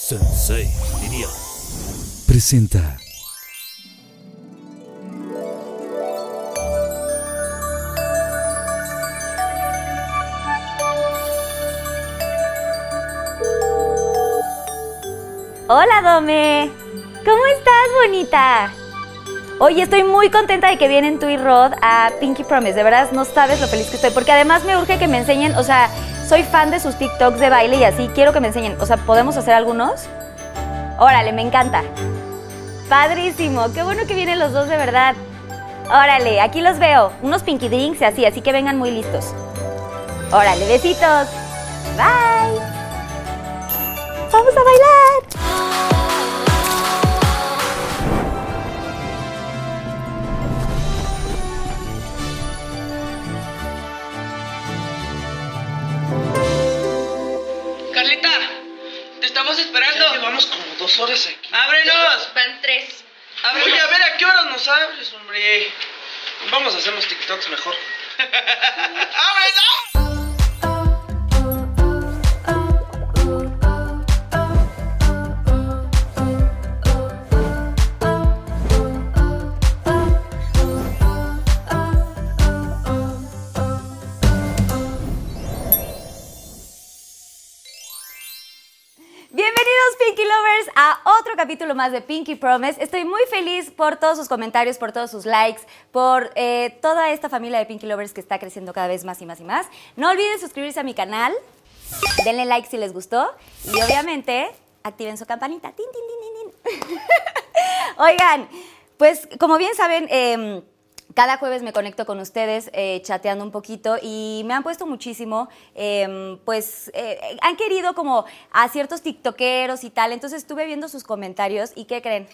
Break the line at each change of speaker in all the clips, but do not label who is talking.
Sensei, diría. Presenta.
Hola, Dome. ¿Cómo estás, bonita? Oye, estoy muy contenta de que vienen tú y Rod a Pinky Promise. De verdad, no sabes lo feliz que estoy. Porque además me urge que me enseñen, o sea, soy fan de sus TikToks de baile y así. Quiero que me enseñen. O sea, ¿podemos hacer algunos? Órale, me encanta. Padrísimo. Qué bueno que vienen los dos, de verdad. Órale, aquí los veo. Unos Pinky Drinks y así, así que vengan muy listos. Órale, besitos. Bye. Vamos a bailar.
Carlita, te estamos esperando.
Ya llevamos como dos horas aquí.
¡Ábrenos!
Van tres.
¡Ábrenos! Oye, a ver a qué horas nos abres, hombre. Vamos a hacer unos TikToks mejor. ¡Ábrenos!
Bienvenidos Pinky Lovers a otro capítulo más de Pinky Promise. Estoy muy feliz por todos sus comentarios, por todos sus likes, por eh, toda esta familia de Pinky Lovers que está creciendo cada vez más y más y más. No olviden suscribirse a mi canal, denle like si les gustó y obviamente activen su campanita. Tin, tin, tin, tin, tin. Oigan, pues como bien saben... em, cada jueves me conecto con ustedes eh, chateando un poquito y me han puesto muchísimo, eh, pues eh, eh, han querido como a ciertos tiktokeros y tal, entonces estuve viendo sus comentarios y ¿qué creen?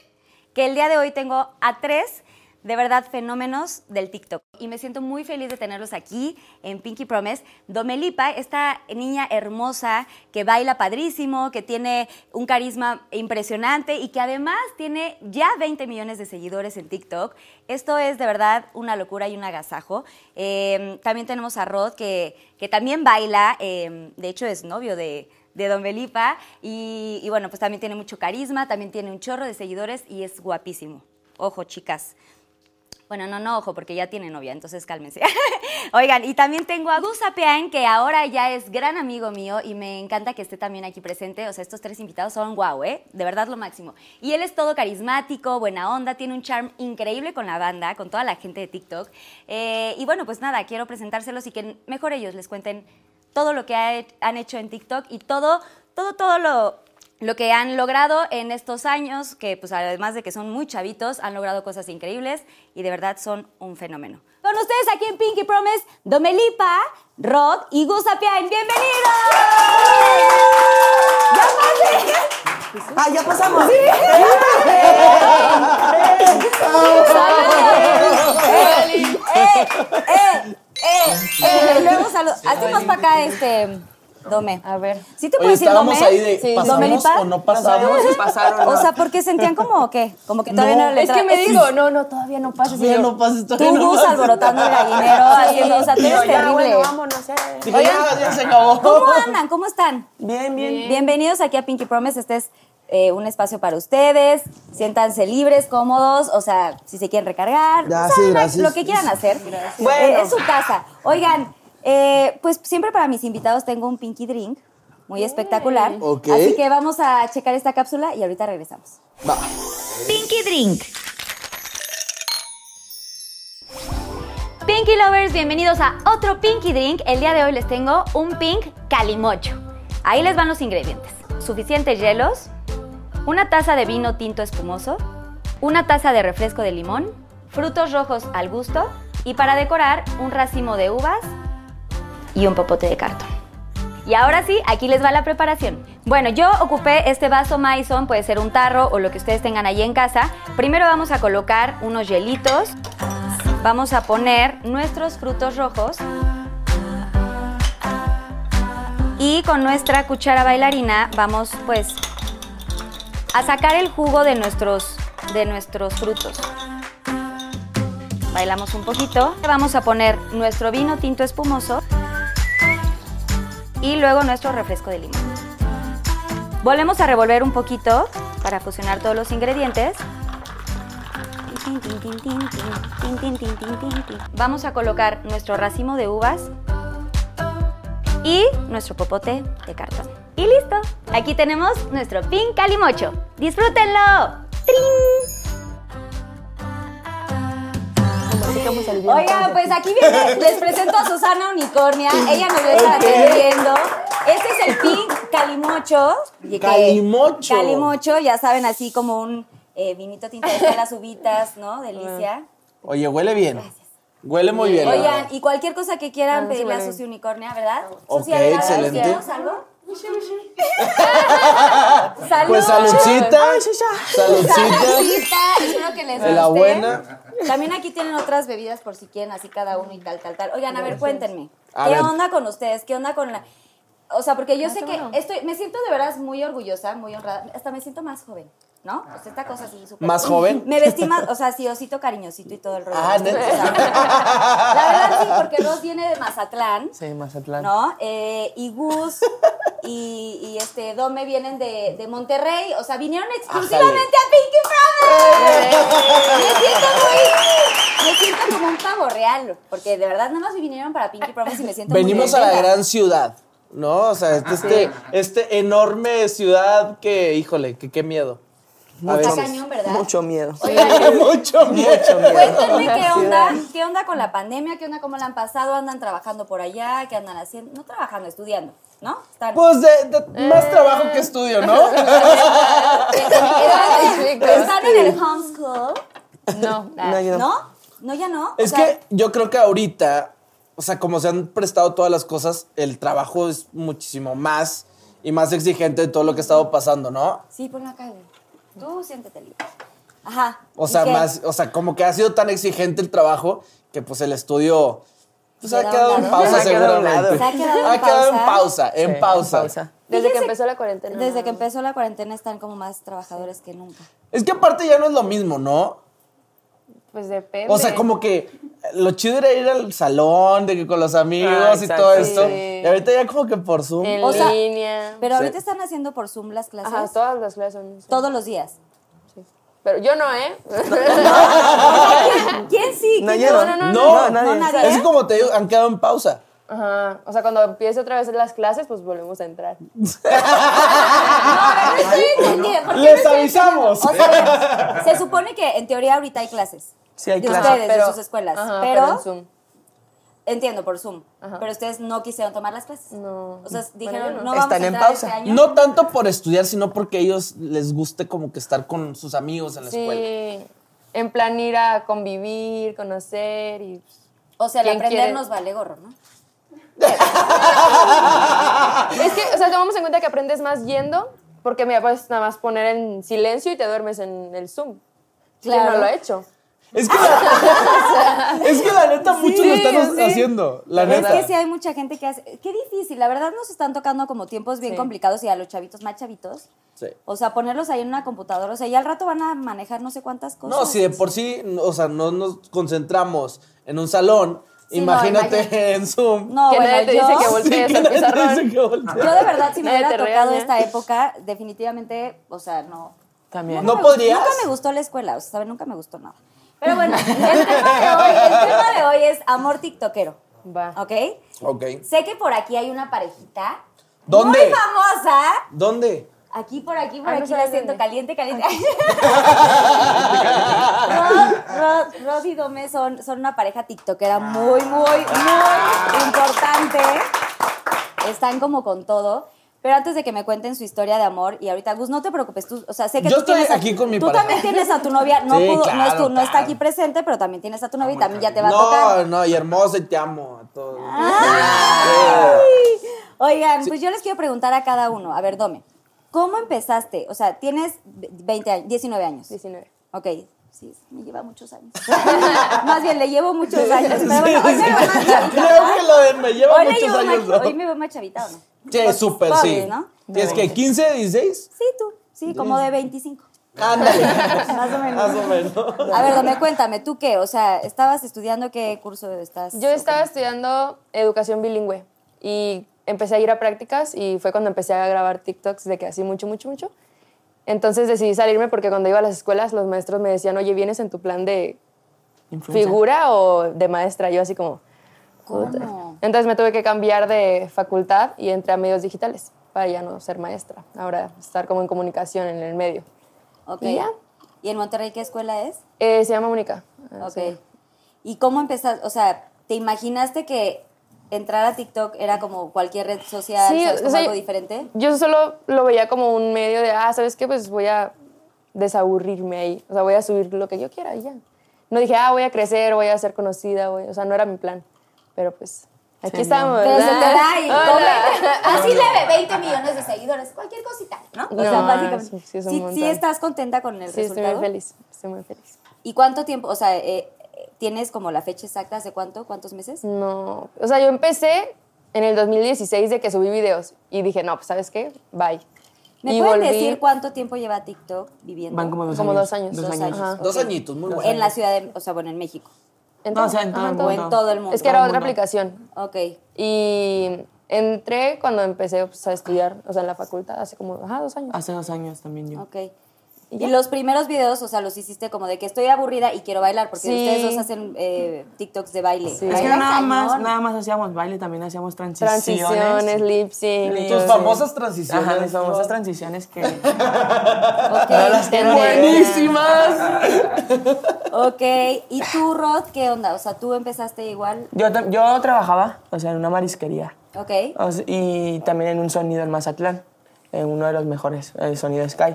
Que el día de hoy tengo a tres de verdad fenómenos del TikTok y me siento muy feliz de tenerlos aquí en Pinky Promise. Domelipa, esta niña hermosa que baila padrísimo, que tiene un carisma impresionante y que además tiene ya 20 millones de seguidores en TikTok. Esto es de verdad una locura y un agasajo. Eh, también tenemos a Rod, que, que también baila, eh, de hecho es novio de, de Don Belipa y, y bueno, pues también tiene mucho carisma, también tiene un chorro de seguidores y es guapísimo. Ojo, chicas. Bueno, no, no, ojo, porque ya tiene novia, entonces cálmense. Oigan, y también tengo a Gus Apeán, que ahora ya es gran amigo mío y me encanta que esté también aquí presente. O sea, estos tres invitados son guau, ¿eh? De verdad lo máximo. Y él es todo carismático, buena onda, tiene un charm increíble con la banda, con toda la gente de TikTok. Eh, y bueno, pues nada, quiero presentárselos y que mejor ellos les cuenten todo lo que ha- han hecho en TikTok y todo, todo, todo lo, lo que han logrado en estos años, que pues además de que son muy chavitos, han logrado cosas increíbles y de verdad son un fenómeno. Con ustedes aquí en Pinky Promise, Domelipa, Rod y Gusapian. ¡Bienvenidos! ¡Ya pasé!
Ah, ya pasamos.
¡Eh! ¡Eh! ¡Eh! ¡Eh! Luego saludos. Hazte más para acá, este... Dome. A ver. Pues ¿Sí te
Oye,
puedes decir Dome?
estábamos ahí de, ¿pasamos
¿Domelipa?
o no pasamos?
Pasamos y pasaron.
O sea, porque sentían como que, como que todavía no,
No,
le
Es que
tra-
me digo, no, no, todavía no pases.
Todavía no pases, todavía
Tú
no
Gus
pases.
alborotando el gallinero, haciendo, o sea, tú eres
Digo, ya,
terrible.
bueno, vámonos. eh.
Dije, ya, ya se acabó.
¿Cómo andan? ¿Cómo están?
Bien, bien.
Bienvenidos aquí a Pinky Promise. Este es eh, un espacio para ustedes. Siéntanse libres, cómodos. O sea, si se quieren recargar, o
Ya,
sea,
sí,
lo-
gracias.
lo que quieran hacer.
Bueno.
Eh, es su casa. Oigan, eh, pues siempre para mis invitados tengo un Pinky Drink. Muy espectacular.
Ok.
Así que vamos a checar esta cápsula y ahorita regresamos.
Va.
Pinky Drink. Pinky Lovers, bienvenidos a otro Pinky Drink. El día de hoy les tengo un pink calimocho. Ahí les van los ingredientes. Suficientes hielos, una taza de vino tinto espumoso, una taza de refresco de limón, frutos rojos al gusto y para decorar un racimo de uvas y un popote de cartón. Y ahora sí, aquí les va la preparación. Bueno, yo ocupé este vaso Maison, puede ser un tarro o lo que ustedes tengan ahí en casa. Primero vamos a colocar unos hielitos. Vamos a poner nuestros frutos rojos. Y con nuestra cuchara bailarina vamos pues a sacar el jugo de nuestros, de nuestros frutos. Bailamos un poquito. Vamos a poner nuestro vino tinto espumoso y luego nuestro refresco de limón. Volvemos a revolver un poquito para fusionar todos los ingredientes. Vamos a colocar nuestro racimo de uvas y nuestro popote de cartón. Y listo, aquí tenemos nuestro pin calimocho. ¡Disfrútenlo! Oigan, pues aquí viene, les presento a Susana Unicornia. Ella nos va a estar
Ok.
atendiendo. Este es el pink calimocho. y que-
Calimocho.
Calimocho, ya saben, así como un eh, vinito tinta de las uvitas, ¿no? Delicia.
Oye, huele bien. Huele muy Ah. bien. la
Oigan,
verdad.
y cualquier cosa que quieran
Ah, sí,
pedirle a
vale.
Susi Unicornia, ¿verdad?
Ok,
Susi, ¿alguna vez
excelente.
hicimos algo? ¡Salud!
Pues saludcita. Saludcita.
Saludcita, Espero que les
De la
guste.
buena.
También aquí tienen otras bebidas por si quieren, así cada uno y tal, tal, tal. Oigan, a ver, cuéntenme.
A
¿Qué
ver.
onda con ustedes? ¿Qué onda con la...? O sea, porque yo sé
qué
que
bueno.
estoy, me siento de verdad muy orgullosa, muy honrada. Hasta me siento más joven, ¿no? Pues esta cosa sí, súper.
¿Más joven?
Me vestí más, o sea, sí, osito cariñosito y todo el rollo.
Ah,
O sea,
neta.
La verdad sí, porque Ross viene de Mazatlán.
Sí, Mazatlán.
¿no? Eh, y Gus y, y este Dome vienen de, de Monterrey, o sea, vinieron exclusivamente
Eh.
a Pinky Promise. Me siento muy, me siento como un pavo real, porque de verdad nada más vinieron para Pinky Promise y me siento
Venimos
muy
a la
contenta.
gran ciudad, ¿no? O sea, este, este, este enorme ciudad que, híjole, que qué miedo. A
Está
veces.
cañón, ¿verdad?
Mucho miedo.
Mucho miedo.
Cuéntenme qué onda, qué onda con la pandemia, qué onda cómo la han pasado, andan trabajando por allá, qué andan haciendo, no trabajando, estudiando, ¿no? Están
Pues de,
Eh.
de- más trabajo que estudio, ¿no?
están en el homeschool,
No,
No, yo no.
¿no? No, ya no. o
Es
sea,
que yo creo que ahorita, o sea, como se han prestado todas las cosas, el trabajo es muchísimo más y más exigente de todo lo que ha estado pasando, ¿no?
Sí, ponlo acá, güey. Tú siéntete libre. Ajá.
O
¿Y
sea,
qué?
más, o sea, como que ha sido tan exigente el trabajo que pues el estudio pues,
Se
ha
da
quedado
un
en
lado.
pausa
Se ha quedado a un
seguramente.
lado. Se ha quedado en
en
pausa.
pausa, en pausa.
Desde que
Fíjense-
empezó la cuarentena.
Desde que empezó la cuarentena están como más trabajadores que nunca.
Es que aparte ya no es lo mismo, ¿no?
Pues depende.
O sea, como que lo chido era ir al salón, de que con los amigos y
Ah, exacto,
todo esto.
sí.
Y ahorita ya como que por Zoom.
En
O sea,
línea.
Pero ahorita están haciendo por Zoom las clases
Ajá, todas las clases son. sí.
todos los días.
Pero yo no, ¿eh?
¿Quién sí?
No,
¿Quién
yo
no,
no.
no,
No,
no, nadie.
No, nadie.
Es como te digo, han quedado en pausa.
Ajá. O sea, cuando empiece otra vez las clases, pues volvemos a entrar.
A ver, no estoy entendiendo. ¿Por qué
Les
no estoy
avisamos.
entendiendo? O sea, se supone que en teoría ahorita hay clases.
Sí, hay
de
clases.
ustedes,
Pero-
de sus escuelas.
Ajá,
pero,
en Zoom.
entiendo, por Zoom.
Ajá.
Pero ustedes no quisieron tomar las clases.
No.
O sea,
Bueno,
dijeron,
yo
no,
no.
vamos
Están
a
en
entrar
pausa.
este año.
No tanto por estudiar, sino porque a ellos les guste como que estar con sus amigos en la escuela.
Sí. En plan ir a convivir, conocer y. pues,
O sea, el
¿Quién
aprender
quiere?
nos vale gorro, ¿no?
Ah.
Es que, o sea, tomamos en cuenta que aprendes más yendo, porque mira, puedes nada más poner en silencio y te duermes en el Zoom. Claro.
Claro.
no lo ha hecho.
Es que la, es que la neta, muchos lo están
sí.
haciendo. La
Es
neta.
que sí hay mucha gente que hace. Qué difícil, la verdad nos están tocando como tiempos bien
Sí.
complicados y a los chavitos más chavitos.
Sí.
O sea, ponerlos ahí en una computadora. O sea, ya al rato van a manejar no sé cuántas cosas.
No, si de por sí, o sea, no nos concentramos en un salón,
Sí, no,
imagínate
imagínate.
en Zoom.
No,
que
bueno,
nadie te
yo,
dice que
Sí,
voltees
que
al
nadie te
pizarrón.
dice que voltees.
yo de verdad, si me
Nadie
hubiera
te
tocado
regaña.
esta época, definitivamente, o sea, no.
También.
No
me-
podrías.
Nunca me gustó la escuela, o sea, ¿saben? Nunca me gustó nada. Pero bueno, el tema de hoy, el tema de hoy es amor tiktokero,
Va.
¿ok?
Ok.
Sé que por aquí hay una parejita.
¿Dónde?
Muy famosa.
¿Dónde?
Aquí, por aquí, por
Ah, no
aquí la
sabes
siento
dónde.
caliente, caliente. Rod, Rod- Rod y Dome son, son una pareja tiktokera muy, muy, muy importante. Están como con todo. Pero antes de que me cuenten su historia de amor, y ahorita, Gus, no te preocupes, tú, o sea, sé que
Yo
tú
estoy
tienes a-
aquí con mi
Tú
pareja.
también tienes a tu novia, no,
Sí,
pudo, no, es
claro,
tu- no está
claro.
aquí presente, pero también tienes a tu novia y también ya te va a tocar.
No, no, y hermosa, y te amo a todos.
Ah. ¡Ay! Oigan, pues yo les quiero preguntar a cada uno. A ver, Dome, ¿cómo empezaste? O sea, tienes 20 años, 19 años.
19.
Ok, sí, me lleva muchos años. Más bien, le llevo muchos años. Pero bueno, hoy me veo más
Creo
chavita.
que
¿no?
lo de me lleva
Hoy, le
muchos
llevo más-
años. ¿no?
hoy me veo más chavita, ¿o no? Pues,
Sí, súper, sí.
pobres, ¿no?
¿Tienes que 15, 16?
Sí, tú. Sí, como de 25.
Ándale.
Más o menos.
Más o menos.
A ver, Dome, cuéntame, ¿tú qué? O sea, ¿estabas estudiando qué curso estás?
Yo estaba estudiando educación bilingüe y empecé a ir a prácticas y fue cuando empecé a grabar TikToks de que así mucho, mucho, mucho. Entonces decidí salirme porque cuando iba a las escuelas los maestros me decían, oye, ¿vienes en tu plan de
Influencer.
figura o de maestra? Yo así como... "Puta". Entonces me tuve que cambiar de facultad y entré a medios digitales para ya no ser maestra, ahora estar como en comunicación en el medio.
Ok.
¿Y ya?
¿Y en Monterrey qué escuela es?
Eh, se llama Mónica. Ah,
Ok.
sí.
¿Y cómo empezaste? O sea, ¿te imaginaste que entrar a TikTok era como cualquier red social,
Sí,
¿sabes? como
o sea,
algo diferente?
Yo solo lo veía como un medio de, ah, ¿sabes qué? Pues voy a desaburrirme ahí. O sea, voy a subir lo que yo quiera y ya. No dije, ah, voy a crecer, voy a ser conocida, voy- o sea, no era mi plan. Pero pues, aquí
Sí,
estamos.
Pero se te
¿verdad?
da y
Hola.
come. Así le ve 20 millones de seguidores, cualquier cosita, ¿no? o sea,
No,
básicamente.
sí, sí es un
Sí-
montón.
sí estás contenta con el
Sí, estoy
resultado.
muy feliz, estoy muy feliz.
¿Y cuánto tiempo? O sea, eh, eh, ¿tienes como la fecha exacta? ¿Hace cuánto? ¿Cuántos meses?
No, o sea, yo empecé en el 2016 de que subí videos y dije, no, pues, ¿sabes qué? Bye.
¿Me
y
pueden
volví
decir cuánto tiempo lleva TikTok viviendo?
Van como dos
como
años.
dos años.
Dos
Dos
años.
años.
Ajá.
Dos
Ok.
añitos, muy bueno.
En la ciudad de, o sea, bueno, en México.
En
No, o
todo.
sea, en todo
Ajá,
el
O en
mundo.
todo el mundo.
Es que era
Todo el
otra
mundo.
aplicación.
Ok.
Y entré cuando empecé pues, a estudiar, o sea, en la facultad, hace como ajá, dos años.
Hace dos años también yo.
Ok.
¿Y
¿Y,
ya?
los primeros videos, o sea, los hiciste como de que estoy aburrida y quiero bailar, porque
Sí.
ustedes dos hacen eh, TikToks de baile.
Sí.
Es que
Bailan
nada más,
cañón.
nada más hacíamos baile, también hacíamos transiciones.
Transiciones, lip sync.
Lip-
Tus
eh,
Sí.
famosas transiciones.
Ajá, mis famosas
¿no?
transiciones que...
Ok.
quiero ver.
¡Buenísimas!
Ok. ¿Y tú, Rod, qué onda? O sea, tú empezaste igual.
Yo, tam- yo trabajaba, o sea, en una marisquería.
Ok.
O sea, y también en un sonido en Mazatlán, en uno de los mejores, eh, el sonido Sky.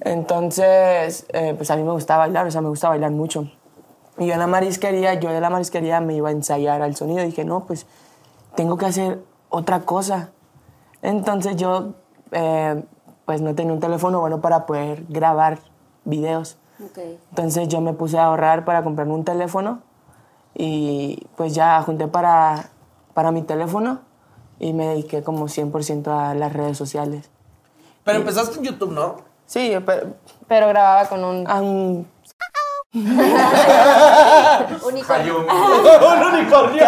Entonces, eh, pues a mí me gusta bailar, o sea, me gusta bailar mucho. Y yo en la marisquería, yo de la marisquería me iba a ensayar al sonido. Y dije, no, pues tengo que hacer otra cosa. Entonces yo, eh, pues no tenía un teléfono bueno para poder grabar videos.
Ok.
Entonces yo me puse a ahorrar para comprarme un teléfono y pues ya junté para, para mi teléfono y me dediqué como 100% a las redes sociales.
Pero empezaste en YouTube, ¿no?
Sí, pero...
Pero grababa con un.
ah, un-
Unicornio.
Un unicornio.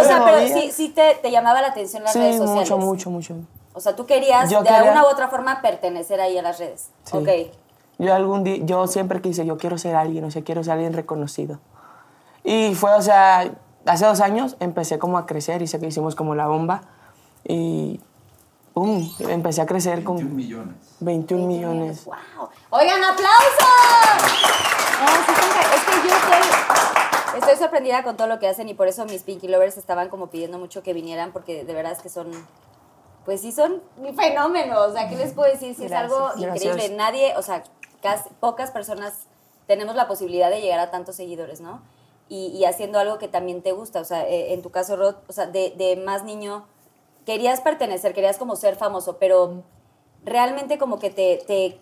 O sea, pero
movía.
sí, sí te, te llamaba la atención las
sí,
redes sociales.
mucho, mucho, mucho.
O sea, tú querías
Yo
de
quería-
alguna u otra forma pertenecer ahí a las redes.
Sí.
Ok.
Yo algún día, yo siempre quise, yo quiero ser alguien, o sea, quiero ser alguien reconocido. Y fue, o sea, hace dos años empecé como a crecer y sé que hicimos como la bomba y ¡pum! Empecé a crecer con... 21 millones. 21 millones.
¡Wow! ¡Oigan, aplausos! No, sí, Juanca, es que yo estoy, estoy sorprendida con todo lo que hacen y por eso mis Pinky Lovers estaban como pidiendo mucho que vinieran porque de verdad es que son, pues sí son un fenómeno. O sea, ¿qué les puedo decir? Sí es
Gracias,
algo
gracias.
increíble. Nadie, o sea, casi, pocas personas tenemos la posibilidad de llegar a tantos seguidores, ¿no? Y, y haciendo algo que también te gusta. O sea, eh, en tu caso, Rod, o sea, de, de más niño, querías pertenecer, querías como ser famoso, pero realmente como que te... te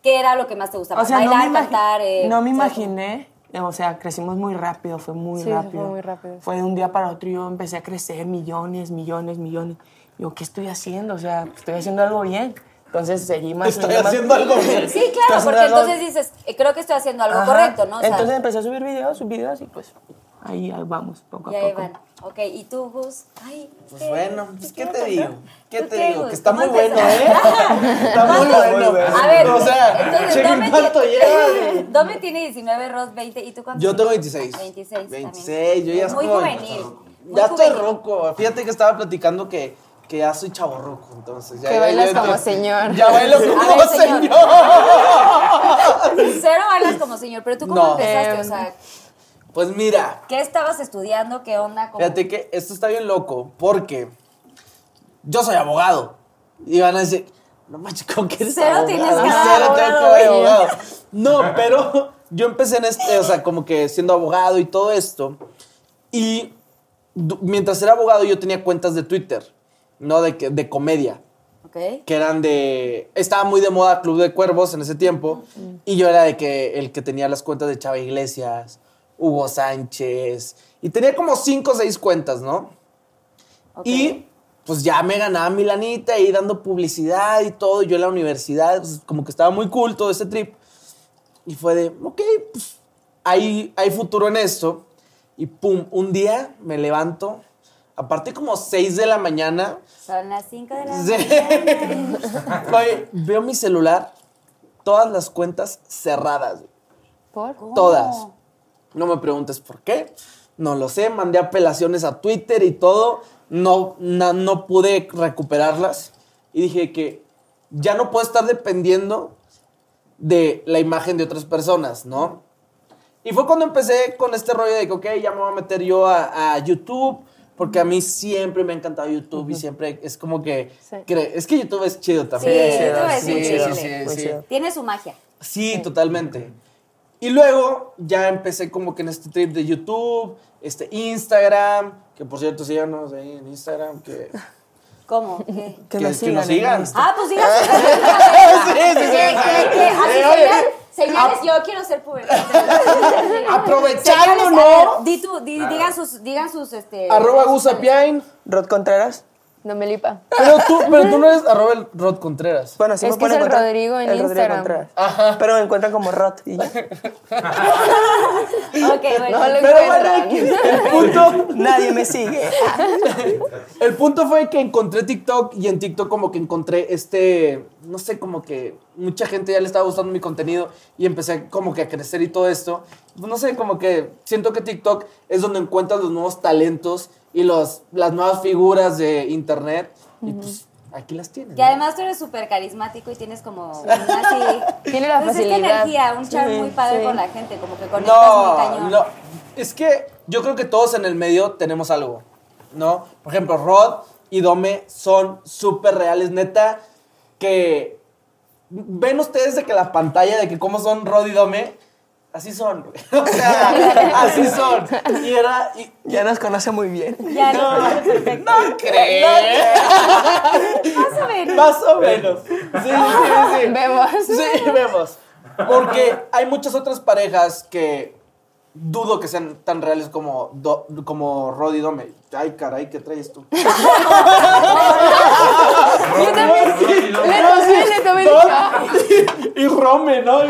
¿Qué era lo que más te gustaba?
O sea,
Bailar,
no me, imagi-
cantar. eh,
no me
o sea,
imaginé, o sea, crecimos muy rápido, fue muy
Sí, fue
rápido.
muy rápido.
Fue de un día para otro y yo empecé a crecer millones, millones, millones. Yo, ¿qué estoy haciendo? O sea, estoy haciendo algo bien. Entonces seguí más.
Estoy
seguí más.
haciendo algo bien.
Sí,
Estoy
claro,
haciendo
porque
algo-
entonces dices, eh, creo que estoy haciendo algo
Ajá.
correcto, ¿no? O sea,
Entonces empecé a subir videos, subir videos y pues ahí, ahí vamos, poco a
y ahí
poco.
van. Ok, ¿y tú, Gus? Ay,
Pues
¿qué-
bueno, pues ¿qué te
contar?
digo? ¿Qué
¿Tú
te digo?
Gus?
Que está
¿Cómo
muy bueno,
empezaste?
¿eh? Está muy bueno.
Ah, A ver,
o sea,
entonces,
chequen
Dome
cuánto
tiene-
lleva.
Dome tiene 19, Ross 20, ¿y tú cuánto?
Yo tengo 26.
26.
26, yo ya
Muy
estoy.
juvenil. muy
Ya estoy
juvenil.
roco. Fíjate que estaba platicando que, que ya soy chavo roco. Entonces, ya,
Que
ya-
bailas
ya-
como
ya-
señor.
Ya bailo
A
como
ver,
señor.
señor. Cero bailas como señor, pero ¿tú cómo
No.
empezaste?
Em.
Eh,
o sea,
Pues mira,
¿qué estabas estudiando? ¿Qué onda? ¿Cómo?
fíjate que esto está bien loco porque yo soy abogado. Y van a decir, no manches, ¿con qué eres
Cero
abogado?
tienes cara de
Cero tengo
abogado,
cara de
güey.
abogado. No, pero yo empecé en este, o sea, como que siendo abogado y todo esto. Y du- mientras era abogado yo tenía cuentas de Twitter, ¿no? De, que- de comedia
Ok.
que eran de. Estaba muy de moda Club de Cuervos en ese tiempo. Y yo era de que el que tenía las cuentas de Chava Iglesias, Hugo Sánchez. Y tenía como cinco o seis cuentas, ¿no?
ok.
Y pues ya me ganaba mi lanita y dando publicidad y todo. Yo en la universidad, pues, como que estaba muy cool todo ese trip. Y fue de, ok, pues hay, hay futuro en esto. Y pum, un día me levanto Aparte como 6 de la mañana.
Son las 5 de la
Sí.
mañana.
Oye, veo mi celular, todas las cuentas cerradas. güey.
¿Por?
Todas. No me preguntes por qué. No lo sé. Mandé apelaciones a Twitter y todo. No, na- no pude recuperarlas. Y dije que ya no puedo estar dependiendo de la imagen de otras personas, ¿no? Y fue cuando empecé con este rollo de que, ok, ya me voy a meter yo a, a YouTube, porque a mí siempre me ha encantado YouTube y siempre es como que...
Sí.
cre- Es que YouTube es chido también.
Sí, YouTube es muy chido.
Muy chido.
Tiene su magia.
Sí, totalmente. Y luego ya empecé como que en este trip de YouTube, este Instagram, que por cierto síganos ahí en Instagram, que,
¿Cómo? ¿Qué?
Que,
que-
nos
que nos sigan.
sigan.
Ah, pues digas.
Sí, sí, sí. Eh, oye,
Señales, yo quiero ser puberta.
Aprovechando,
Señales, a ver,
¿no? Ah.
Di tu, di- digan sus, digan sus, este.
Arroba Gusapiain.
Rod Contreras.
No me lipa.
Pero tú, pero tú no eres arroba el Rod Contreras.
Bueno, sí
Es
me
que es
pueden
el
encontrar.
Rodrigo en
el Rodrigo
Instagram.
Contreras. Pero me encuentran como Rod y ya.
Ok, bueno.
No lo
Pero bueno,
encuentran.
el punto,
Nadie me sigue.
el punto fue que encontré TikTok y en TikTok como que encontré este, no sé, como que mucha gente ya le estaba gustando mi contenido y empecé como que a crecer y todo esto. No sé, como que siento que TikTok es donde encuentras los nuevos talentos y los, las nuevas figuras de internet y pues aquí las tienes.
Y
¿no?
además tú eres súper carismático y tienes como una así.
Tiene la
pues Es que
facilidad.
energía, un charm muy padre
sí.
con la gente, como que conectas muy
No,
cañón.
no. Es que yo creo que todos en el medio tenemos algo, ¿no? Por ejemplo, Rod y Dome son súper reales, neta, que ven ustedes de que la pantalla, de que cómo son Rod y Dome, así son, güey. O sea, así son. Y era... y-
Ya nos conoce muy bien.
Ya no, perfecto.
no crees.
Más o menos.
Más o menos. Sí, sí,
Ah,
sí.
Vemos.
Sí, vemos. Porque hay muchas otras parejas que dudo que sean tan reales como, Do- como Rod y Dome. Ay, caray, ¿qué traes tú?
Yo también le tomé, le tomé y dije, ah,
y Rome, ¿no?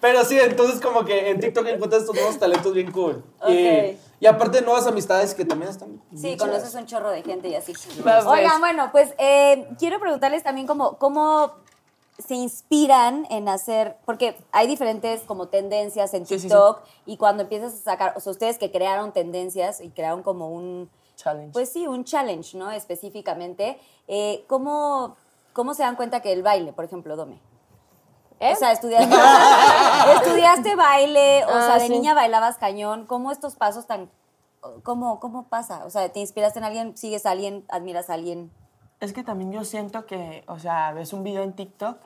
Pero sí, entonces como que en TikTok encuentras estos nuevos talentos bien cool. Y-
Ok.
Y, aparte nuevas amistades que también están...
Sí, conoces un chorro de gente y así.
Va, pues.
Oigan, bueno, pues eh, quiero preguntarles también cómo, cómo se inspiran en hacer, porque hay diferentes como tendencias en
Sí, sí, sí.
TikTok y cuando empiezas a sacar, o sea, ustedes que crearon tendencias y crearon como un,
Challenge.
pues sí, un challenge, ¿no? Específicamente, eh, ¿cómo, ¿cómo se dan cuenta que el baile, por ejemplo, Dome?
¿eh?
O sea, estudiaste, estudiaste baile, o
Ah,
sea, de
sí.
niña bailabas cañón. ¿Cómo estos pasos tan... ¿Cómo, ¿Cómo pasa? O sea, ¿te inspiraste en alguien? ¿Sigues a alguien? ¿Admiras a alguien?
Es que también yo siento que, o sea, ves un video en TikTok,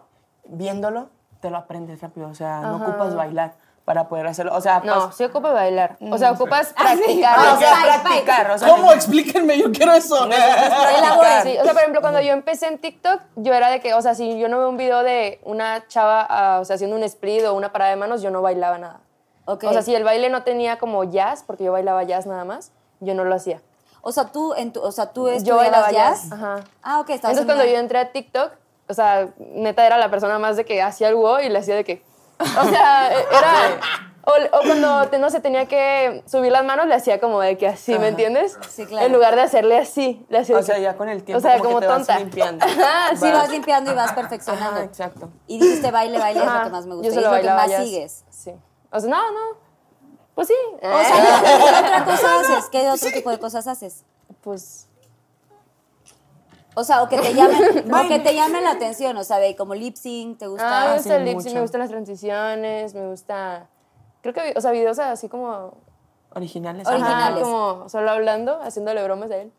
viéndolo, te lo aprendes rápido. O sea, no ocupas bailar para poder hacerlo. O sea,
no,
pas-
sí ocupa bailar. O
Mm,
sea, ocupas
pues, Ah, sí.
practicar.
Ah,
hay que
bye, bye.
practicar. O sea,
¿Cómo? Explíquenme, yo quiero eso.
Elabora, sí. O sea, por ejemplo,
Mm.
cuando yo empecé en TikTok, yo era de que, o sea, si yo no veo un video de una chava, ah, o sea, haciendo un split o una parada de manos, yo no bailaba nada.
Ok.
O sea, si el baile no tenía como jazz, porque yo bailaba jazz nada más, yo no lo hacía.
O sea, tú, en tu, o sea, tú
Yo
estudiabas
bailaba
jazz.
jazz. Ajá.
Ah, ok, estabas
Entonces,
en
cuando
una-
yo entré a TikTok, o sea, neta era la persona más de que hacía el wow y le hacía de que. O sea, e-, era. O, o cuando, te- no sé, tenía que subir las manos, le hacía como de que así, ¿me entiendes?
Sí, claro.
En lugar de hacerle así, le hacía
O
de que-
sea, ya con el tiempo
O sea,
como que
como,
te vas
tonta.
limpiando.
Ajá, sí,
Sí, vas
vas-
limpiando y vas perfeccionando.
Ajá, Ah, exacto.
Y dijiste baile, baile es lo que más me gusta.
Yo
y es
solo
lo que
bailaba
más
jazz.
sigues.
Sí. O sea, no, no. Pues sí.
O sea, ¿qué otra cosa haces? ¿Qué otro tipo de cosas haces?
pues.
O sea, o que te llamen, o que te llamen la atención, o sea, de como lip sync, ¿te gusta?
Ah, me gusta
sí,
el lip sync,
mucho.
me gustan las transiciones, me gusta. Creo que, o sea, videos así como
Originales.
Ajá,
Original.
Ajá.
Originales.
como solo hablando, haciéndole bromas a él.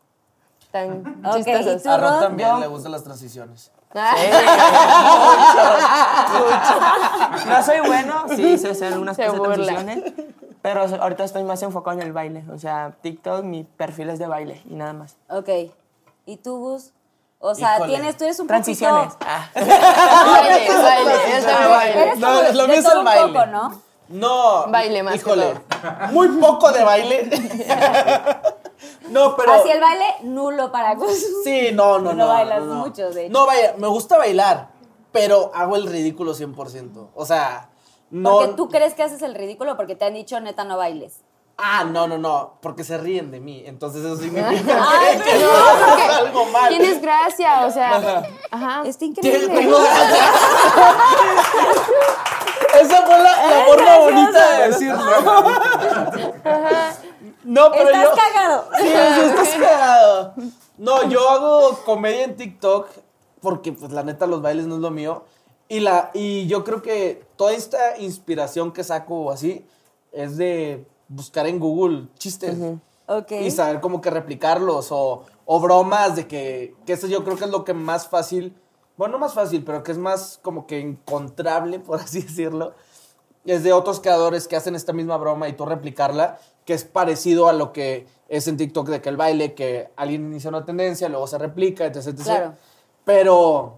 Tan
Ok, ¿y
chistosos.
tú? A Rod también
le gustan las transiciones.
Ah,
No soy bueno, sí, sé hacer algunas
Se
cosas de
burla.
transiciones, pero ahorita estoy más enfocado en el baile. O sea, TikTok, mi perfil es de baile y nada más.
Ok. ¿Y tú, Gus? O sea,
Híjole.
tienes, tú eres un
Transiciones.
poquito...
Ah.
baile, baile, yo también baile.
Eres
No,
como
lo
de
mío es
todo
el
un
baile.
poco, ¿no?
No.
Baile más que
Híjole. Muy poco de baile. no, pero.
Así el baile, nulo para Gus.
Sí, no, no, no.
No bailas
no, no.
mucho, de hecho.
No, vaya, me gusta bailar, pero hago el ridículo 100%. O sea, no.
Porque tú crees que haces el ridículo porque te han dicho, neta, no bailes.
Ah, no, no, no, porque se ríen de mí, entonces eso significa
Ay,
que
pero
no,
no, porque
algo mal.
tienes gracia, o sea. Ajá.
Está
Tienes-
increíble.
tengo gracia. Esa fue la, la
Es
forma
gracioso.
bonita de decirlo. No, pero
Estás
yo...
cagado.
Sí, sí, estás cagado. No, yo hago comedia en TikTok porque, pues, la neta, los bailes no es lo mío. Y, la, y yo creo que toda esta inspiración que saco o así es de buscar en Google chistes
Ok.
y saber como que replicarlos o, o bromas de que, que eso yo creo que es lo que más fácil, bueno, no más fácil, pero que es más como que encontrable, por así decirlo, es de otros creadores que hacen esta misma broma y tú replicarla, que es parecido a lo que es en TikTok de que el baile, que alguien inicia una tendencia, luego se replica, etc. etc.
Claro.
Pero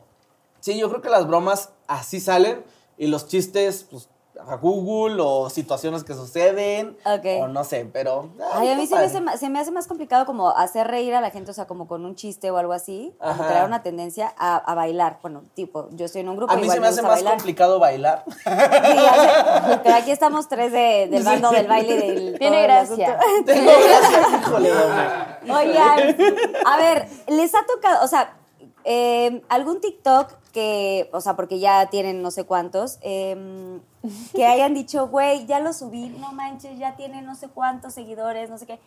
sí, yo creo que las bromas así salen y los chistes, pues a Google o situaciones que suceden
Ok.
o no sé, pero...
Ay, a mí
está
se me,
padre.
hace, ma- se me hace más complicado como hacer reír a la gente, o sea, como con un chiste o algo así, como
Ajá.
crear una tendencia a, a bailar. Bueno, tipo, yo estoy en un grupo
A mí
igual
se me hace
gusta
más
bailar.
complicado bailar.
Sí, ya sé. Pero aquí estamos tres de- del bando del baile y del.
Tiene
todo el
gracia.
asunto.
Tengo gracia, híjole,
Ah.
Dome.
Oigan, a ver, les ha tocado, o sea, eh, algún TikTok que, o sea, porque ya tienen no sé cuántos, eh, que hayan dicho, güey, ya lo subí, no manches, ya tiene no sé cuántos seguidores, no sé qué,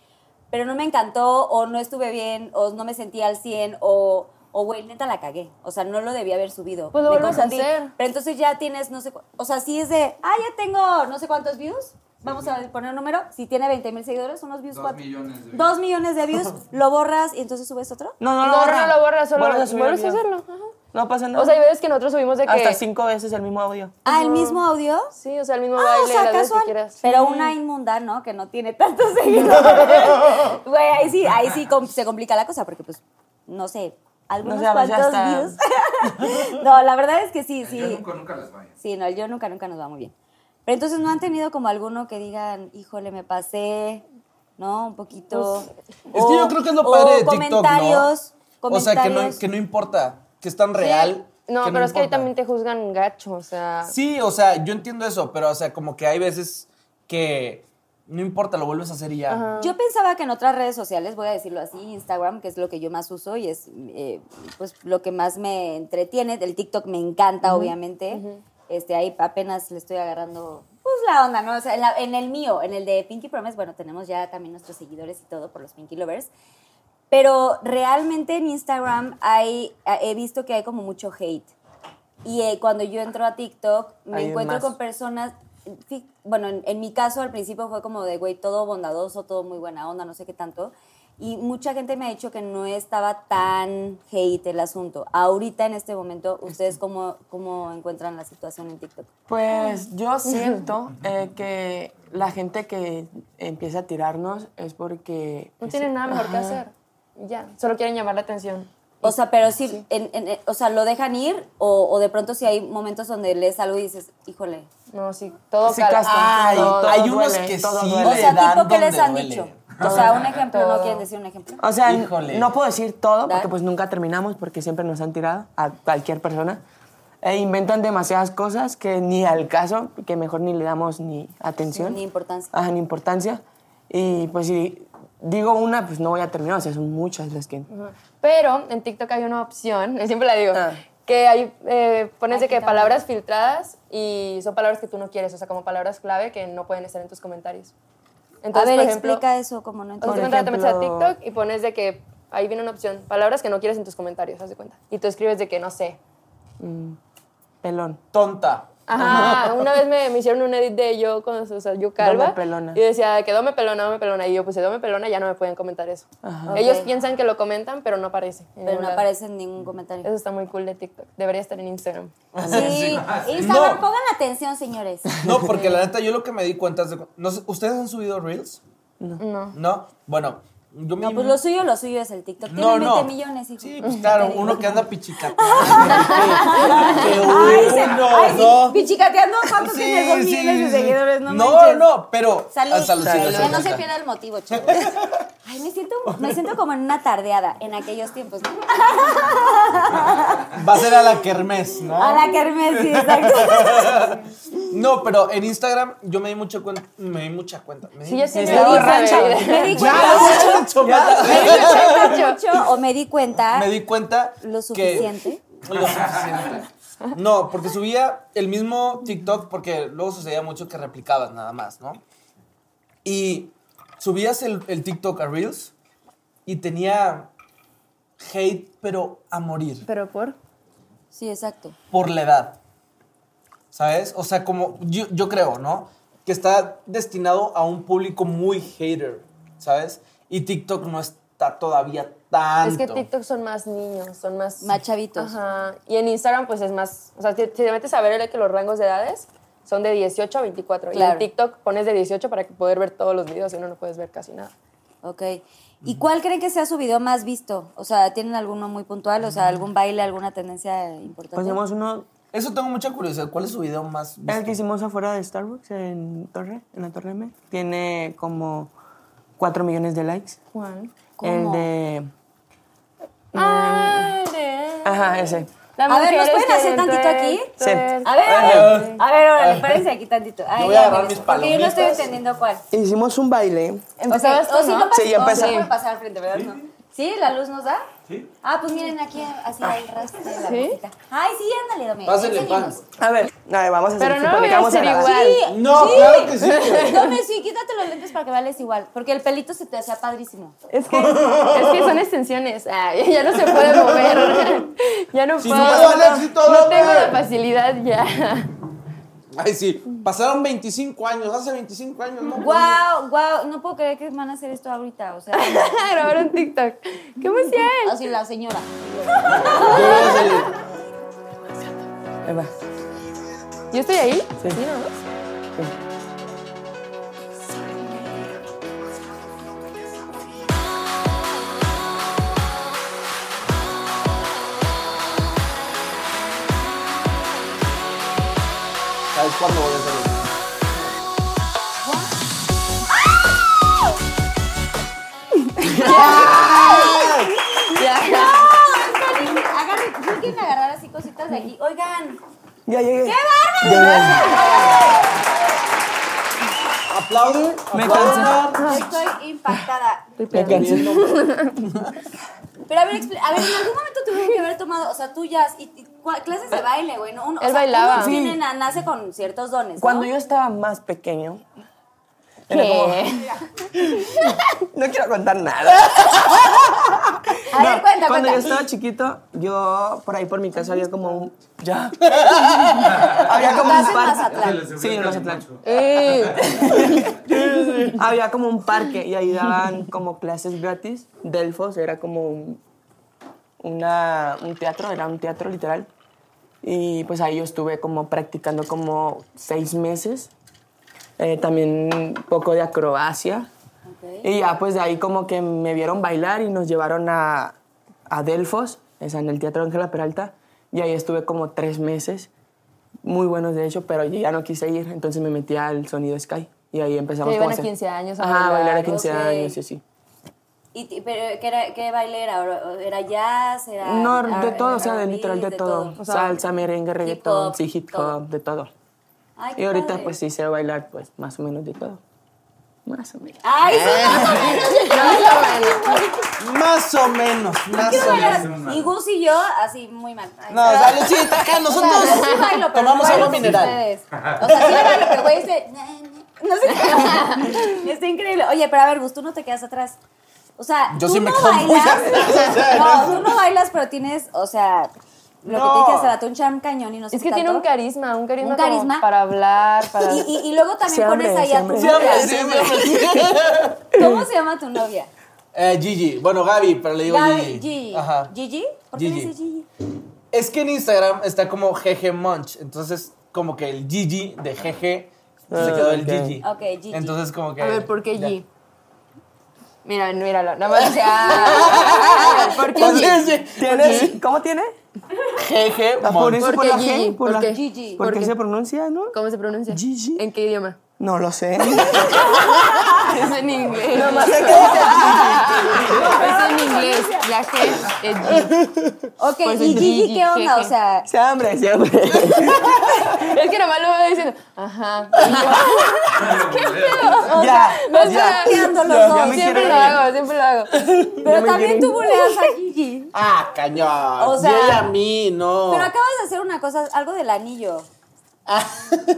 pero no me encantó, o no estuve bien, o no me sentí al 100, o, o güey, neta la cagué, o sea, no lo debía haber subido.
Pues lo
me
vuelves a
confundí".
hacer.
Pero entonces ya tienes no sé, cu- o sea, si es de, ah, ya tengo no sé cuántos views, vamos a poner un número, si tiene 20 mil seguidores, unos views,
Dos
cuatro-
millones de views.
dos millones de views, lo borras y entonces subes otro.
No,
No,
no, lo
no,
borra.
lo borra, solo
Vuelves a subir el
vuelves a
video.
hacerlo. ajá.
No pasa nada.
O sea, hay veces que nosotros subimos de que.
Hasta cinco veces el mismo audio.
Ah, el mismo audio.
Sí, o sea, el mismo
Ah,
baile,
o sea,
las veces que
casual.
quieras.
Pero una inmunda, ¿no? Que no tiene tantos seguidores. Güey, ahí sí, ahí sí com- se complica la cosa porque, pues, no sé, algunos
No sé, a veces
cuantos views. no, la verdad es que sí, sí.
Yo nunca, nunca les vaya.
Sí, no, yo nunca, nunca nos va muy bien. Pero entonces, ¿no han tenido como alguno que digan, híjole, me pasé, ¿no? Un poquito.
Es que yo creo que es lo
o
padre de TikTok, ¿no?
comentarios,
O sea, que no,
comentarios.
que no importa, que es tan real.
Sí. No,
que
pero es que ahí
importa.
también te juzgan gacho, o sea.
Sí, o sea, yo entiendo eso, pero o sea, como que hay veces que no importa, lo vuelves a hacer y ya.
Yo pensaba que en otras redes sociales, voy a decirlo así, Instagram, que es lo que yo más uso y es eh, pues lo que más me entretiene. El TikTok me encanta, obviamente. Este, ahí apenas le estoy agarrando pues la onda, ¿no? O sea, en, la- en el mío, en el de Pinky Promise, bueno, tenemos ya también nuestros seguidores y todo por los Pinky Lovers. Pero realmente en Instagram hay, he visto que hay como mucho hate. Y eh, cuando yo entro a TikTok, me
Hay
encuentro
más.
con personas. fi- Bueno, en, en mi caso al principio fue como de, güey, todo bondadoso, todo muy buena onda, no sé qué tanto. Y mucha gente me ha dicho que no estaba tan hate el asunto. Ahorita, en este momento, ¿ustedes cómo, cómo encuentran la situación en TikTok?
Pues yo siento eh, que la gente que empieza a tirarnos es porque...
No tienen nada mejor que hacer. Ya. Solo quieren llamar la atención.
O sea, pero sí, en- en- eh, o sea, ¿lo dejan ir? O, o de pronto si hay momentos donde lees algo y dices, híjole.
No, sí, todo
Sí,
cal-
castan,
Ay,
todo, todo
hay unos
duele,
que
todo
sí.
duele.
O
Le
sea,
dan
tipo, ¿qué
donde
les han
duele.
dicho? O sea, un ejemplo, ¿no
Todo.
quieren decir un ejemplo?
O sea,
Híjole.
no puedo decir todo porque
Dale.
pues nunca terminamos porque siempre nos han tirado a cualquier persona. E inventan demasiadas cosas que ni al caso, que mejor ni le damos ni atención.
Ni importancia.
Ajá, ni importancia. Y pues si digo una, pues no voy a terminar. O sea, son muchas las que...
Pero en TikTok hay una opción, eh, siempre la digo,
Ah.
que hay, eh, pones de que palabras filtradas y son palabras que tú no quieres, o sea, como palabras clave que no pueden estar en tus comentarios.
a ver,
por ejemplo,
explica eso, como no
o sea,
entiendo.
te
Por
metes- te metes a
ejemplo-
TikTok y pones de que ahí viene una opción, palabras que no quieres en tus comentarios, haz de cuenta. Y tú escribes de que no sé.
Pelón.
Tonta.
Ajá, una vez me, me hicieron un edit de yo con o sea, yo calva.
Dome pelona.
Y decía de que dome pelona, dome pelona. Y yo puse dome pelona, ya no me pueden comentar eso.
Ajá.
Ellos
Ok.
piensan que lo comentan, pero no aparece.
Pero
en ningún
no
lado.
aparece en ningún comentario.
Eso está muy cool de TikTok. Debería estar en Instagram.
Sí, Instagram,
ah, No.
pongan atención, señores.
No, porque la neta, yo lo que me di cuenta es de. No sé, ¿Ustedes han subido Reels? No. ¿No? Bueno, yo me.
No, pues lo suyo, lo suyo es el TikTok. Tiene 20 millones, hijo.
Sí, pues claro,
Te digo.
uno que anda pichicateando. que- que
Ay,
uno-
se
no,
Ay, sí,
no.
pichicateando, ¿cuántos
Sí,
tienes? Dos
sí,
miles
sí,
de
sí.
seguidores, no
No,
manches.
no, pero.
Salud.
Ah, saludcita,
Salud. Que no
saludcita.
se pierda el motivo, chavos. Ay, me siento, me siento como en una tardeada en aquellos tiempos. ¿no?
Va a ser a la kermés, ¿no?
A la Carmen, sí, exacto.
No, pero en Instagram yo me di mucha cuenta. Me di mucha cuenta. Me di-
Sí, yo siempre
Me
lo
di
hice,
cuenta,
güey.
me di
Ya,
cuenta
ya, mucho,
me
madre.
di cuenta mucho o me di cuenta
Me di cuenta.
Ah, lo
que-
suficiente.
Lo suficiente. No, porque subía el mismo TikTok, porque luego sucedía mucho que replicabas nada más, ¿no? Y subías el, el TikTok a Reels y tenía hate, pero a morir,
Pero por.
Sí, exacto.
por la edad. ¿Sabes? O sea, como yo, yo creo, ¿no? Que está destinado a un público muy hater, ¿sabes? Y TikTok no está todavía tanto.
Es que TikTok son más niños, son más.
Más chavitos.
Ajá. Y en Instagram, pues es más. O sea, si si te metes a ver eh, que los rangos de edades son de 18 a 24. Y
Claro.
en TikTok pones de 18 para que poder ver todos los videos, si no, no puedes ver casi nada.
Ok. ¿Y cuál creen que sea su video más visto? O sea, ¿tienen alguno muy puntual? O sea, ¿algún baile, alguna tendencia importante?
Pues hicimos uno,
Eso tengo mucha curiosidad. ¿Cuál es su video más
el que
visto?
hicimos afuera de Starbucks en Torre, en la Torre M, tiene como 4 millones de likes.
¿Cuál?
¿Cómo?
El de... Ajá,
Ajá,
ese.
A ver, ¿nos pueden hacer tantito aquí? Ah,
Sí.
A ver, a ver, a ver, órale, párense aquí tantito. Ahí,
Yo voy a
ya,
agarrar
amigos,
mis
Porque yo no estoy
palomitas.
entendiendo cuál.
Hicimos un baile.
O sea,
Empezabas tú,
o sí,
¿no?
no pasa-
Sí, yo
o
empecé.
pueden pasar al frente, ¿verdad? ¿No? ¿Sí? ¿La luz nos da? Sí. Ah, pues miren aquí, así el rastro de la
¿Sí?
cosita. Ay, sí, ándale, Domingo.
Pásenle pan.
enséñanos.
A ver, a ver, vamos a hacer
Pero
que
no lo
porque
voy a
vamos
hacer
grabar.
igual.
Sí,
No,
sí.
claro que sí, güey.
Dome, sí, quítate los lentes para que veas igual. Porque el pelito se te hacía padrísimo.
Es que, es que son extensiones. Ay, ya no se puede mover. ya no
Si
puedo.
no puedo, Alexis, todo
no
hombre.
tengo la facilidad ya.
Ay, sí. Pasaron 25 años, hace 25 años, ¿no?
Wow, wow, no puedo creer que van a hacer esto ahorita, o sea,
Grabar un TikTok. ¡Qué emoción!
así la señora.
Yo voy a salir.
Ahí va.
¿Yo estoy ahí?
Sí.
¿no?
¿Sabes cuándo voy a salir?
Ya.
No, espérense, agarren, yo quiero agarrar así cositas de aquí. Oigan,
Ya llegué.
¡qué bárbaro!
Aplauden.
Me
aplauden.
Estoy impactada.
Me cansé.
Pero a ver, expli- a ver, en algún momento tuvieron que haber tomado, o sea, tuyas y, y cua- clases de baile, güey, ¿no? Uno, o
Él
sea,
bailaba.
uno
Sí.
tiene na- nace con ciertos dones, ¿no?
Cuando yo estaba más pequeño, era como-
¿Qué?
no quiero contar nada.
A ver,
No,
cuenta,
cuando
cuenta.
yo estaba chiquito, yo por ahí por mi casa había como un. Ya. había como
Estás
un
en
parque.
Mazatlán.
Sí, en Mazatlán.
Mm.
Había como un parque y ahí daban como clases gratis. Delfos era como un, una- un teatro, era un teatro literal. Y pues ahí yo estuve como practicando como seis meses. Eh, también un poco de acrobacia.
Ok.
Y ya pues de ahí como que me vieron bailar y nos llevaron a, a Delfos, o sea, en el Teatro Ángela Peralta. Y ahí estuve como tres meses, muy buenos de hecho, pero yo ya no quise ir, entonces me metí al sonido Sky. Y ahí empezamos
Que
como
iban a
hacer-
15 años a
Ajá, a bailar a
bailar,
15
ok.
años, sí, sí.
¿Y ti- pero, ¿qué, era, ¿Qué baile era? ¿O- o ¿Era jazz? Era,
No, de
R-
todo, o sea, de
R&B,
literal de, todo.
O sea,
Salsa, merengue, reggaetón,
hip-hop,
sí, hip
todo.
hop, de todo.
Ay, qué
Y ahorita
padre.
pues sí sé bailar pues más o menos de todo. Más o menos.
Ay, sí, más o menos, sí,
Más o menos, más
quiero
o menos.
bailar. Y Gus y yo, así, muy mal. Ay,
No, dale, sí, está acá,
O sea,
nosotros
yo sí bailo, pero
tomamos
no bailo
agua
como
mineral.
ustedes. O sea, sí bailo, pero güey, este- No sé qué. Está increíble. Oye, pero a ver, Gus, tú no te quedas atrás. O sea,
Yo
tú
sí me
no
quedo muy
bailas.
atrás.
No, tú no bailas, pero tienes, o sea, lo que
No.
te dije hace rato, un charm cañón y no sé
Es que
qué
tiene un
tanto.
carisma, un carisma,
Un carisma.
como para hablar, para...
Y, y- y luego también
Se abre,
pones ahí
se
a tu
abre.
Sí, hombre,
novia.
sí, hombre.
¿Cómo se llama tu novia?
Eh, Gigi, bueno, Gaby, pero le digo
Gaby,
Gigi.
Gigi.
Ajá.
¿Gigi? ¿Por qué le
Gigi.
dices Gigi?
Es que en Instagram está como GG Munch, entonces como que el Gigi de GG se
Ah,
quedó el
ok.
Gigi.
Ok, Gigi.
Entonces como que
A ver, ¿por qué
ya.
G? Mira, míralo, nada más. o sea, Ah, ¿Por qué G?
Entonces, sí.
¿Tienes? ¿Cómo tiene?
GG
Ah, por
Mon.
eso,
¿Por
por
qué
la
Gigi?
G, por
¿Por
la
qué?
Gigi.
¿Por
¿Por
qué
qué?
se pronuncia, no?
¿Cómo se pronuncia?
Gigi.
¿En qué idioma?
No lo sé.
Es en inglés. No más Es en inglés. La G es G.
Ok,
Pues
¿y Gigi
es Gigi,
qué onda?
jeje.
O sea,
Se hambre, se hambre.
Es que nomás lo va diciendo. Ajá.
ya,
No sé,
ya.
bloqueando los
Ya,
dos.
ya me
Siempre
quiero
lo
ir.
hago, siempre lo hago.
pero también tú buleas a Gigi.
Ah, cañón.
O sea-
Y ella a mí, no.
Pero acabas de hacer una cosa, algo del anillo.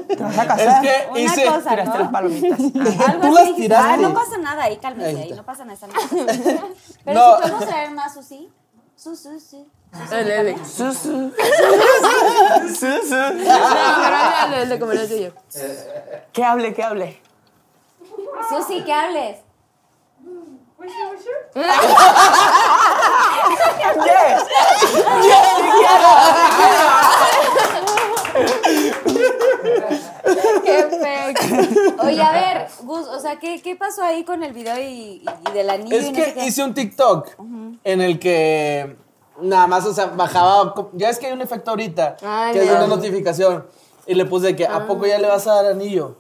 ¿Te vas a
es
casar?
que
Una
hice.
cosa,
Tiras
¿no?
tres palomitas.
Algo
Tú
así
las
dijiste.
tiraste.
Ah, no pasa nada ahí, cálmese,
Ahí
ahí,
está.
no pasa nada. está bien. Pero
No.
si podemos traer más sushi. Su, su, su.
Lele.
Su, su. Su, su.
Pero lo como lo hace yo.
Que hable, que hable.
Susi, ¿qué hables?
Yes.
Qué feo.
Oye, a ver, Gus, o sea, ¿qué, qué pasó ahí con el video y, y- y del anillo?
Es
y no sé
que
qué?
hice un TikTok en el que nada más, o sea, bajaba. co- Ya es que hay un efecto ahorita
Ah,
Ay,
que es
ya.
una notificación. Y le puse que, ¿a poco ya le vas a dar anillo?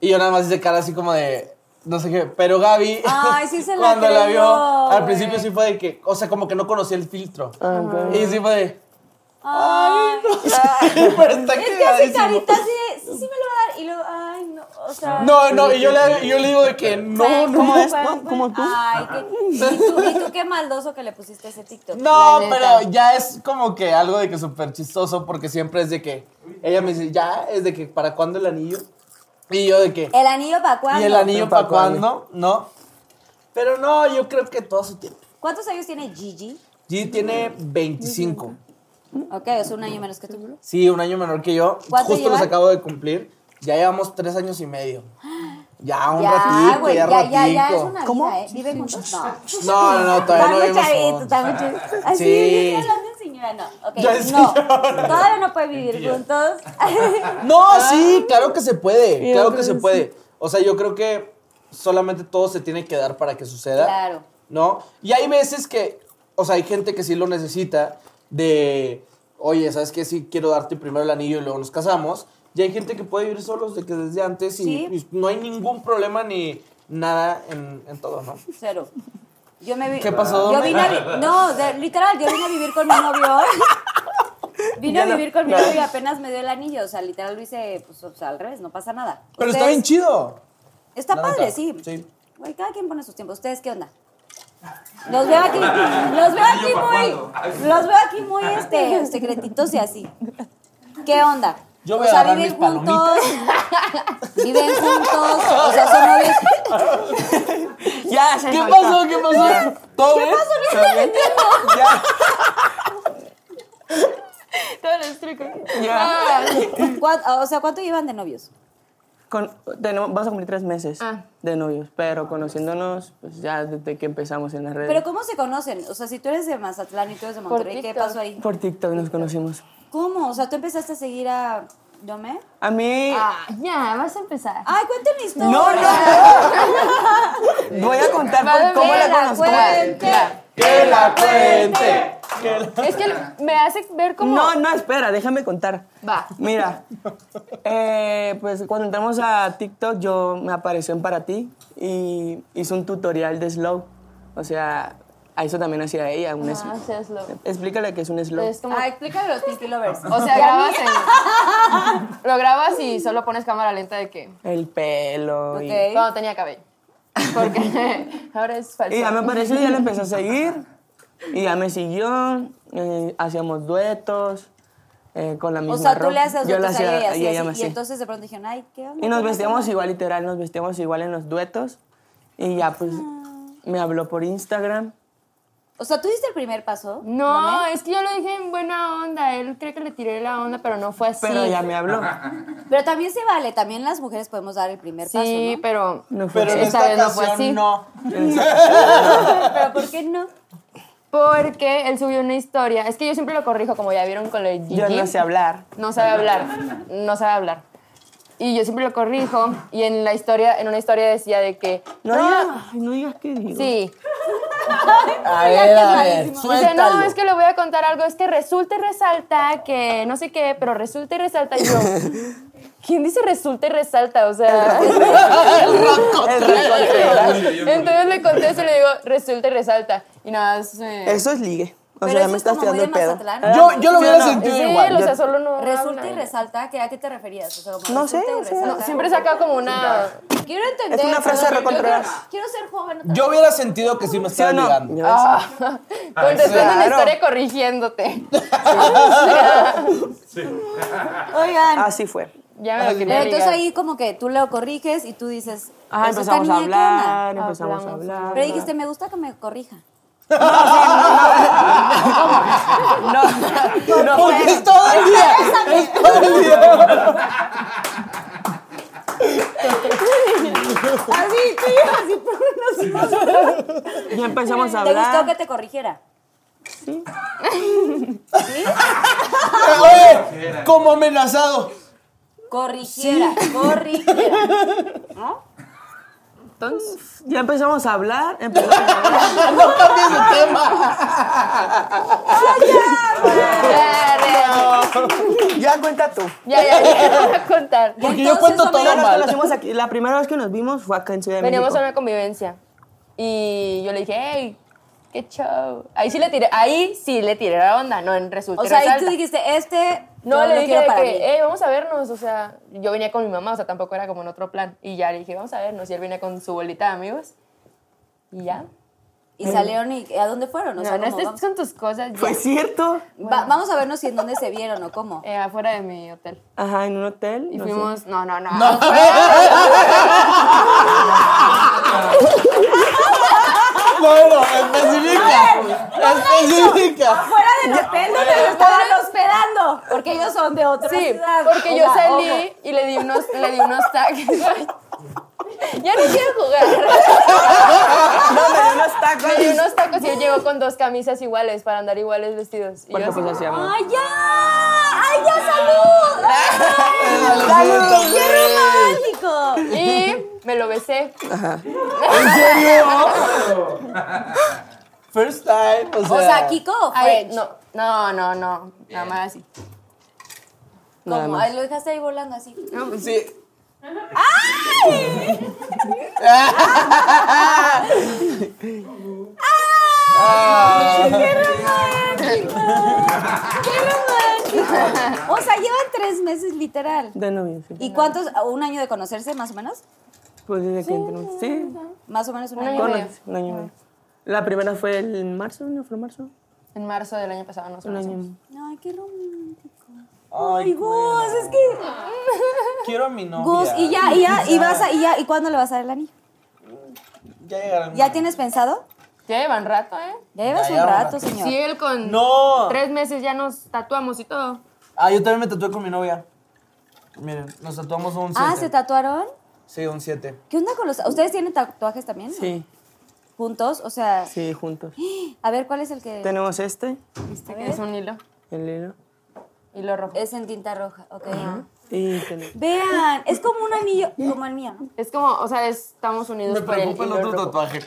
Y yo nada más hice cara así como de. No sé qué, pero Gaby,
Ay, sí se la
cuando la
creyó,
vio, al
güey.
principio sí fue de que, o sea, como que no conocía el filtro. Y sí fue de,
Ay,
pero está
es que hace
cagadísimo.
carita así de, sí, sí me lo va a dar. Y luego, ay, no, o sea.
No, no, y yo le, yo le digo de que no,
¿sabes
no.
cómo
es?
fue?
¿Cómo- cómo tú?
Ay, qué, y, tú, y tú qué maldoso que le pusiste ese TikTok.
La
No,
neta.
pero ya es como que algo de que súper chistoso porque siempre es de que ella me dice, ya, es de que para cuándo el anillo. Y yo de que,
¿El anillo para ¿Eh, cuándo?
¿y el anillo
¿Para
para cuándo? No. Pero no, yo creo que todo su tiempo.
¿Cuántos años tiene Gigi?
G tiene 25.
Ok, es un año menos que tú.
Sí, un año menor que yo.
¿Cuánto
Justo los
llevan?
acabo de cumplir. Ya llevamos tres años y medio. Ya, un
Ya,
ratito,
güey,
ya,
ya, ya, ya, es
ratico.
una vida, ¿eh? Vive juntos, no.
No, no, no, todavía no
Está muy
vivimos
chavito,
juntos.
está muy chavito. Así, sí.
Sí.
hablando de señora, no. Ok,
Ya es
no.
señora.
Todavía no puede vivir juntos.
No, Ah. sí, claro que se puede,
Yo
claro
creo
que se
que
puede. O sea, yo creo que solamente todo se tiene que dar para que suceda.
Claro.
¿No? Y hay veces que, o sea, hay gente que sí lo necesita de, oye, ¿sabes qué? Sí, quiero darte primero el anillo y luego nos casamos. Y hay gente que puede vivir solos de que desde antes y,
Sí.
y no hay ningún problema ni nada en, en todo, ¿no?
Cero. Yo me vi-
¿Qué pasó,
Yo
Dome?
vine a vi- No, de- literal, yo vine a vivir con mi novio. Vine a vivir con mi novio y apenas me dio el anillo. O sea, literal lo hice pues, o sea, al revés, no pasa nada.
Pero está
Ustedes-
bien chido.
Está
La
padre,
neta,
sí.
sí.
Güey, cada quien pone sus tiempos. ¿Ustedes qué onda? Los veo aquí, los veo aquí muy, los veo aquí muy este, secretitos y así. ¿Qué onda?
Yo voy a agarrar mis
viven juntos, o sea, son novios.
Ya, se
¿Qué
salta.
pasó? ¿Qué pasó? ¿Todo bien?
Son novios.
Todo lo explico.
Ah.
Ya.
¿Cuá- O sea, ¿cuánto llevan de novios?
Con- tenemos- vamos a cumplir tres meses
Ah.
de novios, pero conociéndonos pues, ya desde que empezamos en las redes.
Pero ¿cómo se conocen? O sea, si tú eres de Mazatlán y tú eres de Monterrey, ¿qué
TikTok.
pasó ahí?
Por TikTok nos conocimos.
¿Cómo? O sea, tú empezaste a seguir a Dome.
A mí
Ah, ya, vas a empezar.
Ay, cuéntame historia.
No, no, no. Voy a contar
Vale,
por cómo la
vela,
conozco.
cuente.
Que la cuente.
Es que me hace ver como.
No, no, espera, déjame contar.
Va.
Mira, eh, pues cuando entramos a TikTok, yo me apareció en Para Ti y hice un tutorial de slow. O sea, a eso también hacía ella. Un
Ah,
slow.
seas loco.
Explícale que es un slow.
Es como.
Ah, explícale a los Pinky Lovers.
O sea, grabas en- Lo grabas y solo pones cámara lenta de que.
El pelo. y-
Ok.
Cuando tenía cabello. Porque ahora es falso.
Y ya me apareció y ya la empecé a seguir. Y ya me siguió. eh, hacíamos duetos eh, con la misma
O sea, tú
ropa.
le haces
Yo
duetos
le
a ella y
hacía-
así,
y ella
así.
me
Y
hacía.
entonces de pronto dijeron, ay, ¿qué onda?
Y nos
¿Qué
vestíamos
onda?
igual, literal, nos vestíamos igual en los duetos. Y ya, pues,
Ah.
me habló por Instagram.
O sea, ¿tú diste el primer paso?
No,
Dome?
es que yo lo dije en buena onda. Él cree que le tiré la onda, pero no fue así.
Pero ya me habló. Mm.
Pero también se vale, también las mujeres podemos dar el primer paso,
Sí,
¿no?
pero.
No fue
Pero en
así.
Esta
esta
vez no fue así.
ocasión no.
Pero ¿por qué no?
Porque él subió una historia. Es que yo siempre lo corrijo, como ya vieron con el Gigi.
Yo no sé hablar.
No sabe hablar, no sabe hablar. Y yo siempre lo corrijo y en la historia, en una historia decía de que
No digas, ay, no digas que digo.
sí.
A ver, a ver.
Dice, no,
suéltalo.
es que le voy a contar algo. Es que resulta y resalta que no sé qué, pero resulta y resalta Y yo. ¿Quién dice resulta y resalta? O sea.
El recorte.
Entonces le contesto y le digo, resulta y resalta. Y nada, más, eh,
Eso es ligue. O
Pero
sea,
eso
me
es
estás
como muy
tirando el
de
pedo.
Mazatlán.
Yo, yo lo hubiera
no.
sentido
Sí,
igual.
o sea, solo no.
Resulta y
hablan.
resalta, que ¿a qué te referías? O sea, como
No
resulta
sé,
y
o sea,
resalta.
No, siempre saca como una.
Quiero entender.
Es una frase
perdón, yo
recontrolada.
quiero- Quiero ser joven. otra
Yo
vez.
hubiera sentido que sí me estaban
no?
ligando.
Ah, contestando una
claro.
historia corrigiéndote.
Oigan.
Así fue.
Ya me lo
Pero
quería
entonces
ligar.
ahí como que tú lo corriges y tú dices,
Ah,
"Pues esta niña,
empezamos a
¿qué onda?".
hablar, empezamos a
Hablamos.
hablar.
Pero dijiste, me gusta que me corrija.
No, no,
Porque es todo el día. Es todo el día.
Así, tú llevas así por unos
ya empezamos a
¿Te gustó que
hablar.
te corrigiera?
Eh, Oye, como amenazado.
Corrigiera, corrigiera.
Ya empezamos a hablar. empezamos a hablar.
No cambies de tema.
Ya cuenta tú.
Ya, ya, ya, ya, voy a contar.
Porque yo cuento todo
Nos
mal.
conocimos aquí. La primera vez que nos vimos fue acá en Ciudad de
Veníamos a
México.
una convivencia. Y yo le dije, hey, qué show. Ahí sí le tiré, ahí sí le tiré la onda, no en resulta.
O sea, ahí
resalta.
tú dijiste, este
no,
yo
le
lo
dije
quiero
de
para mí.
que, hey, vamos a vernos. O sea, yo venía con mi mamá, o sea, tampoco era como en otro plan. Y ya le dije, vamos a vernos. Y él venía con su bolita de amigos. Y ya.
Y salieron y ¿a dónde fueron? O sea,
no, no
¿cómo?
estés
vamos,
con tus cosas. Ya.
¿Fue cierto?
va- vamos a vernos si en dónde se vieron o cómo.
Eh, afuera de mi hotel.
Ajá, en un hotel.
Y
no sé.
fuimos, no, no, no.
No, no, especifica. Especifica.
Fuera del hotel donde se estaban hospedando. Porque ellos son de otra
Sí,
ciudad.
porque
O
yo
sea,
salí
ojo.
y le di unos, le di unos tags. ya no quiero jugar.
No, me dio unos tacos.
Me dio unos tacos y él llegó con dos camisas iguales para andar iguales vestidos. Y yo
Porque
así,
pues así amor.
¡Ay, ya! ¡Ay, ya, salud! ¡Ay!
Saludos, güey.
¡Qué romántico!
Y me lo besé.
¿En serio? First time. O sea,
O sea, Kiko, o
Ay,
French?
no, no, no, no. Nada más así.
¿Cómo? Ay, lo dejaste ahí volando así.
Sí.
¡Qué romántico! ¡Qué romántico! O sea, llevan tres meses literal.
De novio, sí.
¿Y cuántos? ¿Un año de conocerse, más o menos?
Pues desde que entró. Sí,
Más o menos un
Un
año.
año.
bueno, un año y medio. La primera fue en marzo, ¿no? ¿Fue en marzo?
En marzo del año pasado nos
Un año. y
conocimos.
medio.
Ay, qué romántico. Ay, Gus, es que.
Quiero a mi novia.
Gus, y ya, y ya, y vas a, y ya, ¿y cuándo le vas a dar el anillo?
Mm, Ya llegarán.
¿Ya tienes pensado?
Ya llevan rato, ¿eh?
Ya llevas un
Ya lleva un
rato, señor.
Sí, él con
No.
tres meses ya nos tatuamos y todo.
Ah, yo también me tatué con mi novia. Miren, nos tatuamos un 7.
Ah, ¿se tatuaron?
Sí, un 7.
¿Qué onda con los.? ¿Ustedes tienen tatuajes también?
Sí,
¿Juntos? O sea.
sí, juntos.
A ver, ¿cuál es el que.?
Tenemos este,
Este que es un hilo.
el hilo.
Hilo rojo.
Es en tinta roja, ok.
Y tenemos.
Vean, es como un anillo, como el mío. ¿no?
Es como, o sea, estamos unidos por el hilo rojo.
tatuaje.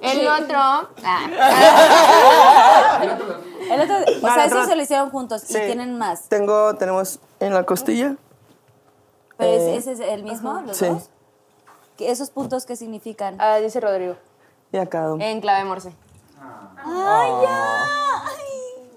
El otro. ah.
El otro, o sea, eso se lo hicieron juntos
este.
Sí.
y tienen más.
Tengo, tenemos en la costilla.
Pero ese- ese es el mismo, los
sí.
dos. ¿Qué- ¿Esos puntos qué significan?
Ah, dice Rodrigo.
Y acá, don.
En clave morse.
¡Ay, ya! Ay,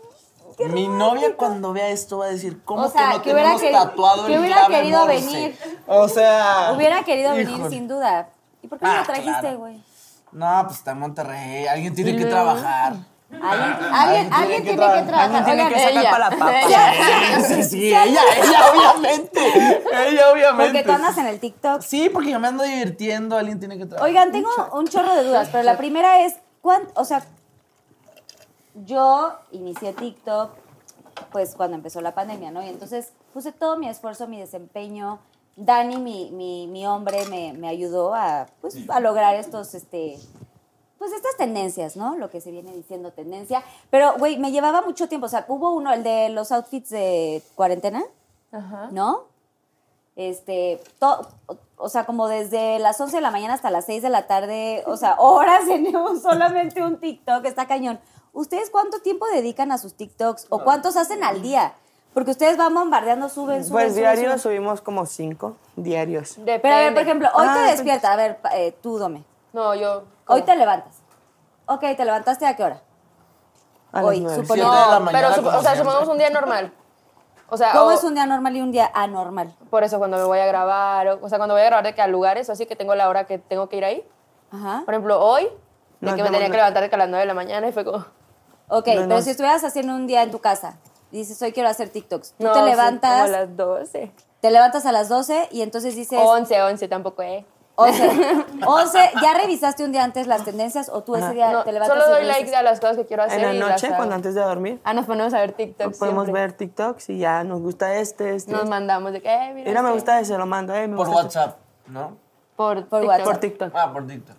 qué
Mi novia cuando vea esto va a decir, ¿cómo
O sea,
que no
que hubiera
tenemos
queri-
tatuado el
que hubiera
clave
querido
Morse?
venir.
O sea...
Hubiera querido venir
híjole.
sin duda. ¿Y por qué no
Ah,
lo trajiste,
claro.
güey?
No, pues está en Monterrey. Alguien tiene que trabajar.
Alguien, alguien, alguien tiene que
tra-
trabajar.
Tiene
Oigan,
que sacar
ella.
para la papa.
Sí, sí, sí. Ella, ella, obviamente. Ella, obviamente.
porque tú andas en el TikTok.
Sí, porque yo me ando divirtiendo. Alguien tiene que trabajar.
Oigan, tengo un chorro de dudas, pero la primera es, ¿cuán- o sea, yo inicié TikTok pues cuando empezó la pandemia, ¿no? Y entonces puse todo mi esfuerzo, mi desempeño. Dani, mi, mi, mi hombre, me, me ayudó a, pues, a lograr estos, este, pues estas tendencias, ¿no? Lo que se viene diciendo tendencia. Pero, güey, me llevaba mucho tiempo. O sea, hubo uno, el de los outfits de cuarentena, ¿no? Este, to- o sea, como desde las 11 de la mañana hasta las 6 de la tarde, o sea, horas en un- solamente un TikTok, está cañón. ¿Ustedes cuánto tiempo dedican a sus TikToks o cuántos hacen al día? Porque ustedes van bombardeando, suben, suben,
Pues
suben,
diario
suben.
subimos como cinco diarios.
Pero a ver, por ejemplo, hoy
Ah,
te
depende.
despiertas, a ver, pa- eh, tú, Dome.
No, yo.
Hoy te levantas. Ok, ¿te levantaste a qué hora?
A las
hoy,
nueve.
suponiendo.
Siete de la
No,
mañana,
pero sup-
como
o sea,
siempre.
supongamos un día normal. O
Ah,
sea,
¿Cómo
o-
es un día normal y un día anormal?
por eso cuando me voy a grabar, o, o sea, cuando voy a grabar de que a lugares, o así que tengo la hora que tengo que ir ahí.
Ajá.
Por ejemplo, hoy, de
No,
que me
no,
tenía
no.
que levantar de que a las 9 de la mañana y fue como,
Ok,
No, no.
pero si estuvieras haciendo un día en tu casa, dices, hoy quiero hacer TikToks, tú
no,
te
sí,
levantas,
Como a las 12.
te levantas a las 12 y entonces dices,
11, 11 tampoco, eh.
11, 11, ¿ya revisaste un día antes las tendencias o tú ese día
No,
te levantas
solo
y
doy
revisas?
like a las cosas que quiero hacer.
En la
y las
noche,
hago.
cuando antes de dormir,
Ah, nos ponemos a ver TikTok.
podemos
siempre.
ver TikToks y ya nos gusta este, este.
Nos
este.
mandamos de que, eh, mira.
Mira, me
este.
gusta ese, lo mando. eh, me
Por
gusta este.
WhatsApp, ¿no?
Por,
Por
TikTok.
Por TikTok.
Ah, por TikTok.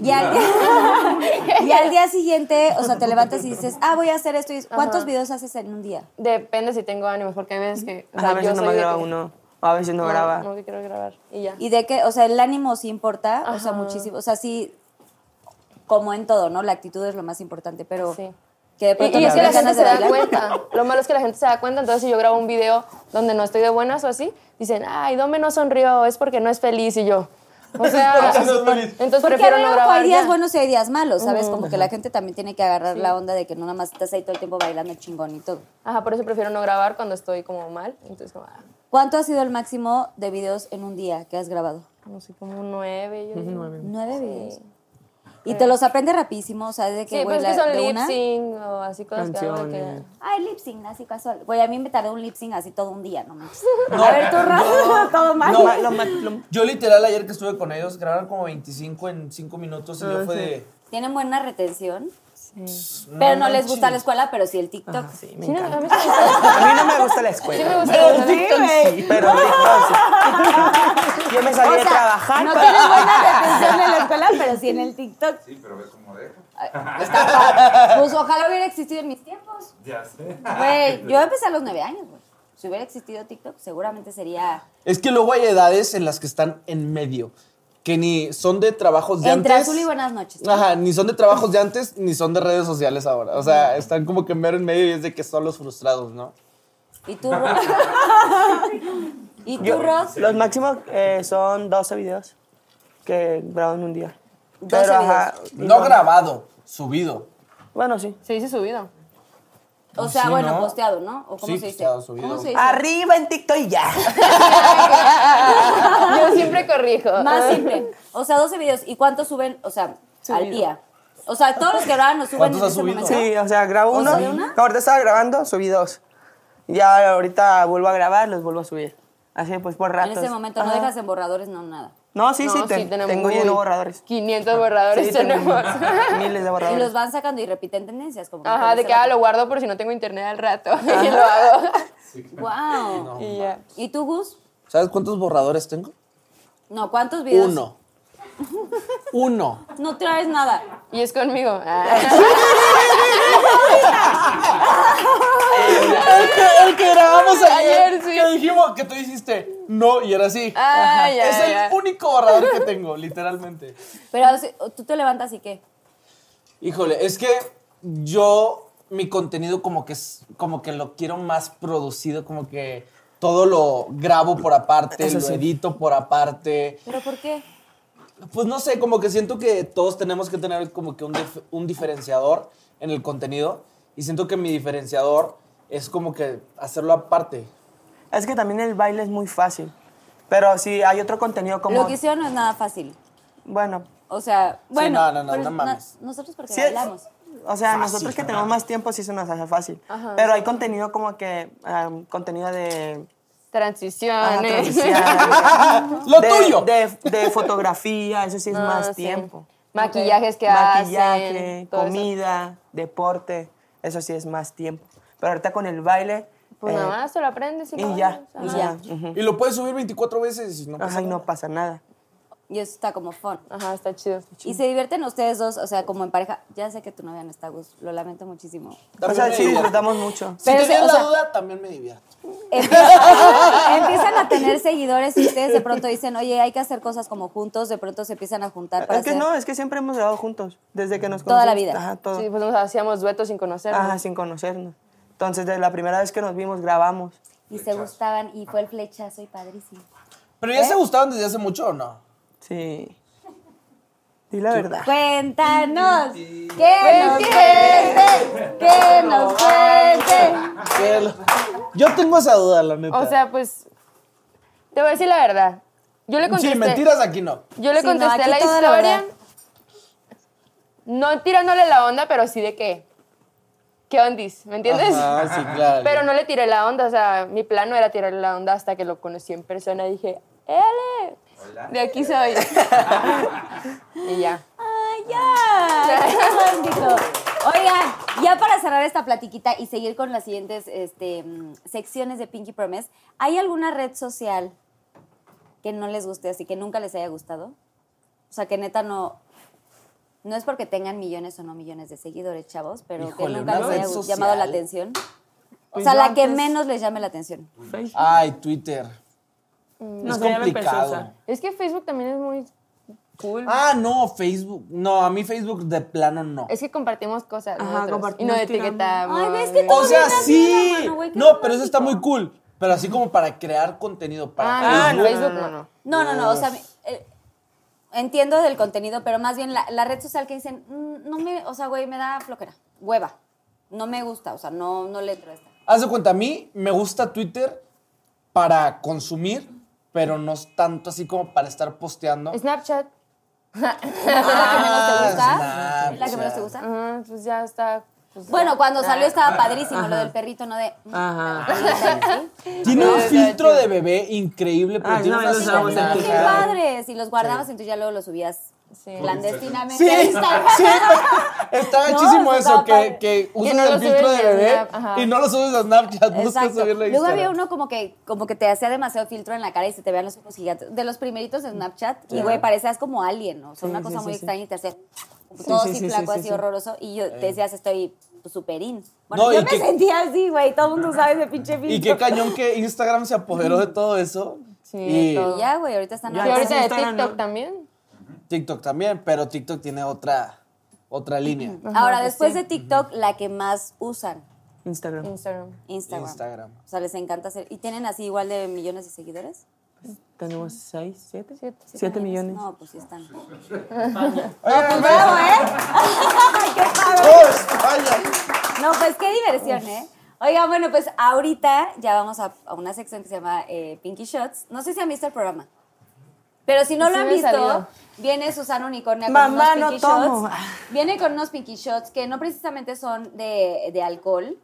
Y al, día, y al día siguiente, o sea, te levantas y dices, ah, voy a hacer esto. y eso". ¿Cuántos videos haces en un día?
Depende si tengo ánimos, porque hay veces que. o
Ajá,
sea,
a veces
yo soy
nomás
de
graba
que-
uno, o a veces no,
No,
graba.
No, que quiero grabar. Y ya.
Y de que, o sea, el ánimo sí importa, o sea,
Ajá.
muchísimo. O sea, sí, como en todo, ¿no? La actitud es lo más importante, pero
Sí.
que de
Y,
pronto
y
te
es que la
dan
gente
ganas
se
de
da
bailar.
cuenta. Lo malo es que la gente se da cuenta. Entonces, si yo grabo un video donde no estoy de buenas o así, dicen, ay, Dome no sonrió, es porque no es feliz. Y yo, o sea, entonces
Porque
prefiero
a ver,
no
ojo,
grabar.
hay días
ya.
buenos y hay días malos, ¿sabes? Como que la gente también tiene que agarrar la onda de que no nada más estás ahí todo el tiempo bailando chingón y todo.
Ajá, por eso prefiero no grabar cuando estoy como mal. Entonces, como, ah,
¿Cuánto ha sido el máximo de videos en un día que has grabado?
no sé, como un 9. Yo digo.
Nueve videos. Y te los aprende rapidísimo, o sea, de que,
Sí,
güey,
pues es que
la-
son
de
lip
una-
sync o así cosas que hago de que-
Canciones.
Ay, lip sync, así casual. Güey, a mí me tardé un lip sync así todo un día, no manches. a ver, tú, Rafa, todo mal.
No, yo literal ayer que estuve con ellos, grabaron como 25 en 5 minutos y
Ah,
yo fue de...
Tienen buena retención,
Mm,
pero no les gusta la escuela, pero sí el TikTok.
Sí, me
Sí, no,
encanta.
a mí sí me gusta.
A mí no me gusta la escuela.
Sí me gusta.
Pero TikTok sí. Yo me salí
O
de
sea,
trabajar
No
para-
tienes buena retención en la escuela, pero sí en el TikTok. Sí, pero ves cómo deja. Pues ojalá hubiera existido en mis tiempos. Ya sé. Güey, yo empecé a los nueve años, güey. Si hubiera existido TikTok, seguramente sería
Es que luego hay edades en las que están en medio, que ni son de trabajos Pues, de
entre
antes.
azul y buenas noches.
Ajá, ni son de trabajos de antes, ni son de redes sociales ahora. O sea, están como que mero en medio y es de que son los frustrados, ¿no?
¿Y tú, Ross? ¿Y tú, Ross?
Los máximos eh, son 12 videos que grabo en un día.
12
y
No grabado, subido.
Bueno, sí.
Se dice subido.
O sea,
Sí,
bueno,
¿no?
posteado, ¿no? ¿O cómo
Sí,
se dice?
posteado, subido.
¿Cómo se dice?
Arriba en TikTok y ya.
Yo siempre corrijo.
Ah.
Más simple. O sea, 12 videos. ¿Y cuántos suben, o sea, al día? O sea, todos los que graban los suben en
¿Cuántos
ese
has subido?
momento.
Sí, o sea, grabo
¿O
uno.
subí una?
Ahorita estaba grabando, subí dos. Ya ahorita vuelvo a grabar, los vuelvo a subir. Así pues por
En
ratos.
ese momento no
Ajá.
dejas en borradores, no nada.
No, sí,
No,
sí, te-
tenemos-
tengo lleno
uy,
borradores.
500 borradores
Sí,
tenemos.
miles
Este
de
Y
borradores.
los van sacando y repiten tendencias. Como
Ajá, de que ah, lo guardo por si no tengo internet al rato. Y lo hago.
¡Wow!
Y ya.
¿Y tú, Gus?
¿Sabes cuántos borradores tengo?
No, ¿cuántos videos?
Uno. Uno.
No traes nada.
Y es conmigo. Ah,
El que, el que grabamos ayer,
Ayer, sí.
que dijimos que tú hiciste no y era así.
Ah, ya,
es el
ya.
único borrador que tengo, literalmente.
Pero o sea, tú te levantas y qué.
Híjole, es que yo mi contenido como que es como que lo quiero más producido, como que todo lo grabo por aparte, lo edito por aparte.
¿Pero por qué?
Pues no sé, como que siento que todos tenemos que tener como que un, dif- un diferenciador en el contenido y siento que mi diferenciador es como que hacerlo aparte.
Es que también el baile es muy fácil. Pero si hay otro contenido como.
Lo que hicieron no es nada fácil.
Bueno,
O sea, bueno.
no, no, no,
pero
no
na-
mames.
Nosotros porque
Sí,
bailamos.
O sea, nosotros que tenemos más tiempo sí se nos hace fácil. Pero hay contenido como que, um, contenido de... ah,
Transiciones.
transiciones,
¡Lo
de-
tuyo!
De, de fotografía, eso sí es
Ah,
más
sí.
tiempo.
Maquillajes que
Maquillaje,
hacen. todo eso.
comida, deporte, eso sí es más tiempo. Pero ahorita con el baile...
Pues
eh,
nada más te lo aprendes y,
y ya.
todo, o sea.
o sea, ujú. Ah,
Pues
Y lo puedes subir 24 veces y no pues, pasa
Ajá, y no
nada.
pasa nada.
Y eso está como fun.
Ajá, está chido.
Y se divierten ustedes dos, o sea, como en pareja. Ya sé que tu novia no está, Gus. Lo lamento muchísimo.
O sea, sí, disfrutamos mucho.
Si
Pero,
tenían
o
la
sea-
duda, también me divierto.
Empiezan, empiezan a tener seguidores y ustedes de pronto dicen, oye, hay que hacer cosas como juntos. De pronto se empiezan a juntar para
Es que
hacer-
no, es que siempre hemos grabado juntos, desde que nos conocimos.
Toda la vida.
Ajá, todo.
Sí, pues nos hacíamos duetos sin conocernos.
Ajá, sin conocernos. Entonces, desde la primera vez que nos vimos, grabamos.
Y se gustaban y fue el flechazo y padrísimo.
Pero ya se gustaban desde hace mucho o no?
Sí. Di la verdad.
Cuéntanos que nos cuente, que nos cuente.
Que lo- Yo tengo esa duda, la neta.
O sea, pues. Te voy a decir la verdad. Yo le contesté.
sí, mentiras aquí no.
Yo le
Sí, no,
contesté
aquí
la
toda la
historia.
verdad.
no tirándole la onda, pero sí de qué. ¿Qué ondis? ¿Me entiendes?
Ah, sí, claro.
Pero no le tiré la onda, o sea, mi plan no era tirarle la onda hasta que lo conocí en persona. Dije, ¡Ele! De aquí soy. y ya.
¡Ay, ya! ¡Qué romántico! Oigan, ya para cerrar esta platiquita y seguir con las siguientes este, mm, secciones de Pinky Promise, ¿hay alguna red social que no les guste así, que nunca les haya gustado? O sea, que neta no... No es porque tengan millones o no millones de seguidores, chavos, pero
Híjole,
que nunca
una
les haya
red
gu-
social.
llamado la atención. O
Pues
sea,
yo
la que
antes-
menos les llame la atención.
Ah,
Ay, Twitter.
No
es
sé, ya me
complicado.
empezó,
Es que Facebook también es muy cool.
Ah, no, Facebook. No, a mí Facebook de plano no.
Es que compartimos cosas
Ajá,
nosotros, y no
compartimos tirando.
etiquetamos.
Ay, ves que
y-
todo
O sea,
bien
sí.
así, hermano, güey, qué
no, pero eso está muy
romántico.
cool. Pero así como para crear contenido para
Ah, no,
Facebook.
Facebook no, no.
No, no, no, o sea, eh, entiendo del contenido, pero más bien la, la red social que dicen, "Mm, no me, o sea, güey, me da flojera, hueva, no me gusta, o sea, no, no le entro a esta.
Haz de cuenta, a mí me gusta Twitter para consumir, pero no es tanto así como para estar posteando.
Snapchat.
¿Es la que menos te gusta?
Snapchat.
¿Es la que menos te gusta?
Ajá, pues ya está. pues,
Bueno, cuando salió estaba padrísimo lo del perrito, no de... "Mm,
Ah,
Tiene un filtro de bebé increíble, pero
Ay,
tiene
no,
unas
lo usamos en
¡Qué
imágenes.
Twitter.
padres! Y los guardabas, entonces ya luego los subías clandestinamente.
Sí,
a
sí,
Instagram.
está
No, eso
muchísimo eso,
estaba
que,
padre.
que usas
no lo
el filtro
subes
de
a
bebé
Snap, ajá.
y no lo subes a Snapchat, buscas
Exacto.
subirlo a
Luego había
Instagram.
uno como que, como que te hacía demasiado filtro en la cara y se te vean los ojos gigantes. De los primeritos de Snapchat, y güey, parecías como alien, ¿no? O sea, una cosa muy extraña y te hacía todo así flaco, así horroroso. Y yo te decías, estoy pues, superín. Bueno,
Eh. No,
yo
y
me
que-
sentía así, güey. Todo el mundo sabe ese pinche filtro.
Y qué cañón que Instagram se apoderó de todo eso.
Sí,
y
de todo.
Y ya, güey, ahorita están...
Ya,
Y
hablando-
ahorita de
Instagram,
TikTok
¿no?
también.
TikTok también, pero TikTok tiene otra, otra línea.
Ahora, después de TikTok, la que más usan,
Instagram.
Instagram.
Instagram.
Instagram.
O sea, les encanta hacer... ¿Y tienen así igual de millones de seguidores?
Tenemos seis, siete, siete,
millones.
millones.
No, pues sí están.
Oye,
¡Bravo, eh! ¡Qué padre!
¡Oh, España!
No, pues qué diversión, ¿eh? Oigan, bueno, pues ahorita ya vamos a, a una sección que se llama eh, Pinky Shots. No sé si han visto el programa. Pero si no lo
Sí
han
me he
visto,
salido.
viene Susana Unicornia con
Mamá,
unos
no
Pinky
tomo.
Shots. Viene con unos Pinky Shots que no precisamente son de, de alcohol.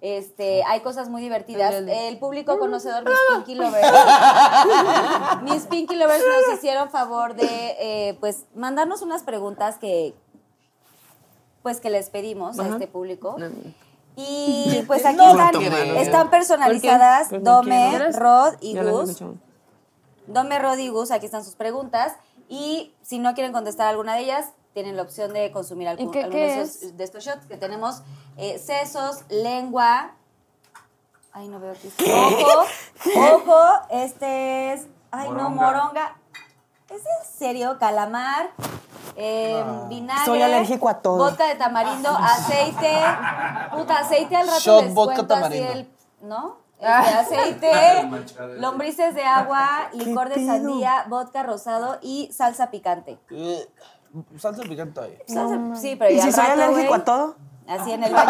Este, hay cosas muy divertidas. El público conocedor, mis Pinky Lovers. mis Pinky Lovers nos hicieron favor de, eh, pues, mandarnos unas preguntas que, pues, que les pedimos a este público. Y pues aquí están, están personalizadas Dome, Rod y
Ya las
Gus.
escuchamos.
Dome, Rod y Gus, aquí están sus preguntas. Y si no quieren contestar alguna de ellas, tienen la opción de consumir algún,
qué-
alguno
qué
de, esos- de estos shots que tenemos. eh, sesos, lengua. Ay, no veo aquí. Ojo, ojo, este es. Ay, no, moronga. ¿Es en serio? Calamar, eh,
Ah.
vinagre.
Soy alérgico a todo.
Vodka de tamarindo, aceite. Puta, aceite al rato
Shot
les
vodka
cuento así
tamarindo.
el- ¿No? Este, aceite, lombrices de agua, licor de
pedo?
sandía, vodka rosado y salsa picante.
Eh, Salsa picante ahí.
Salsa- sí, pero
¿Y
ya
si
al
soy
rato,
alérgico
güey,
a todo?
Así en el baño.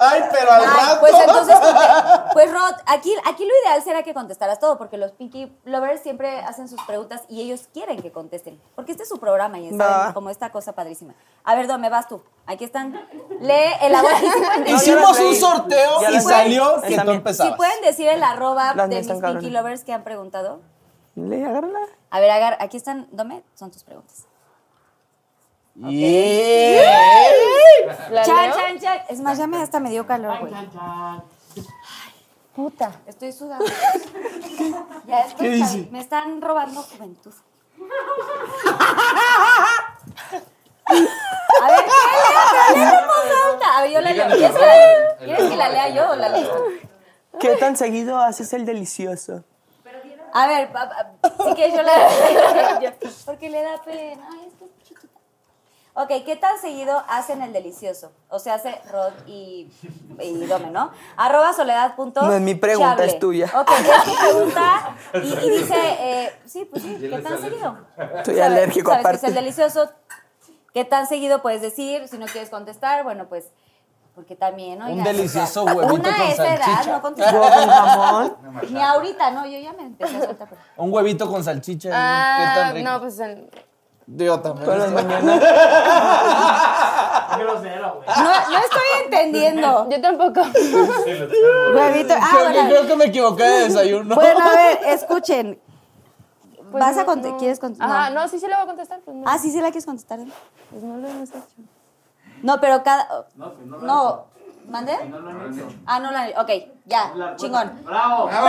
Ay, pero al
Ay,
rato.
pues entonces, ok. pues Rod, aquí, aquí lo ideal será que contestaras todo, porque los Pinky Lovers siempre hacen sus preguntas y ellos quieren que contesten, porque este es su programa y es
Va.
como esta cosa padrísima. A ver, Dome, vas tú. Aquí están. Lee el agua.
Hicimos un sorteo
Ya
y
las leí.
salió que
Está
tú
bien.
Si
empezabas.
pueden decir el arroba
Las
de
mías
mis
están
Pinky
cabronas.
Lovers que han preguntado.
Le agárrala.
A ver, agar, aquí están, Dome, son tus preguntas.
Yeah.
¿La
Chan,
leo?
chan, chan. Es más, ya me hasta me dio calor, güey.
Puta.
Estoy sudando. ya estoy,
dice?
me están robando juventud. A ver, ¿qué leo? La leo en voz alta. A ver, yo la leo. ¿Quieres que la, ¿Quieres que la lea yo o la leo?
¿Qué tan seguido haces el delicioso?
A ver, pa- pa- si quieres yo la leo. Porque le da pena. Ay, es que es chiquita. Ok, ¿qué tan seguido hacen el delicioso? O sea, hace Rod y, y Dome, ¿no? Arroba soledad punto
No es mi pregunta,
chable.
es tuya.
Ok, es tu pregunta y, y dice, eh, sí, pues sí, ¿qué tan seguido?
Estoy
Sabes-
alérgico
sabes que
aparte.
es el delicioso. ¿Qué tan seguido puedes decir? Si no quieres contestar, bueno, pues, porque también, oigan, o sea,
delicioso huevito
Una
con
a esa edad
salchicha.
no contestar. Ni ahorita, no, yo ya me empecé a soltar. pero-
Un huevito con salchicha.
Ah,
¿Qué tan rico?
no, pues en-
Yo también.
No, no estoy entendiendo.
yo tampoco.
Huevito. Ah,
Creo que-
bueno.
creo que me equivoqué de desayuno.
Bueno, a ver, escuchen. ¿Vas a
contar?
conte- ¿Quieres contestar?
Ajá, no, sí, sí le voy a contestar. Pues no,
Ah, sí, sí la quieres contestar.
pues no lo hemos hecho.
No, pero cada. No, pues no. ¿Mandé? Ah, no la han hecho. Ok, ya, chingón. ¡Bravo! ¡Bravo!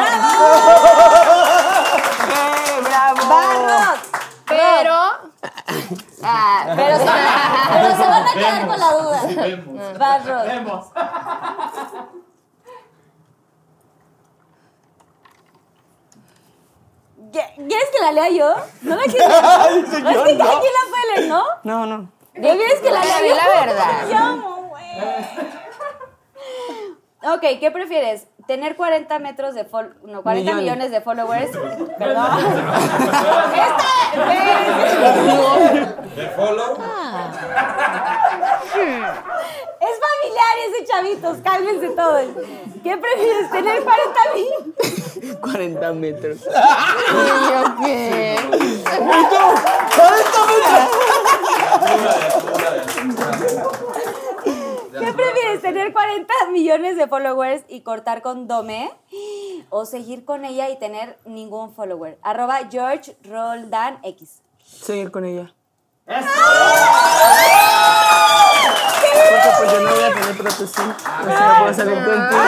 ¡Bravo! ¡Barros!
Pero,
Ah, pero, se, pero se van a quedar con la duda. Barros. ¿Qui- ¿Quieres que la lea yo? No la quiero. es que cada quien la puede leer, ¿no?
No, no.
¿Ya quieres que la
Yo
lea
vi
yo?
la verdad.
Te amo, güey. Ok, ¿qué prefieres? ¿Tener 40 metros de fol- no, 40 millones. de followers? Perdón. Esta, Ah. Es familiar ese chavitos, cálmense todos. ¿Qué prefieres? ¿Tener 40 mil?
40 metros.
¿Qué prefieres? ¿Tener 40 millones de followers y cortar con Dome? ¿O seguir con ella y tener ningún follower? Arroba George Roldan X.
Seguir con ella. Porque pues yo no voy a tener protección. Así no puedo salir contigo.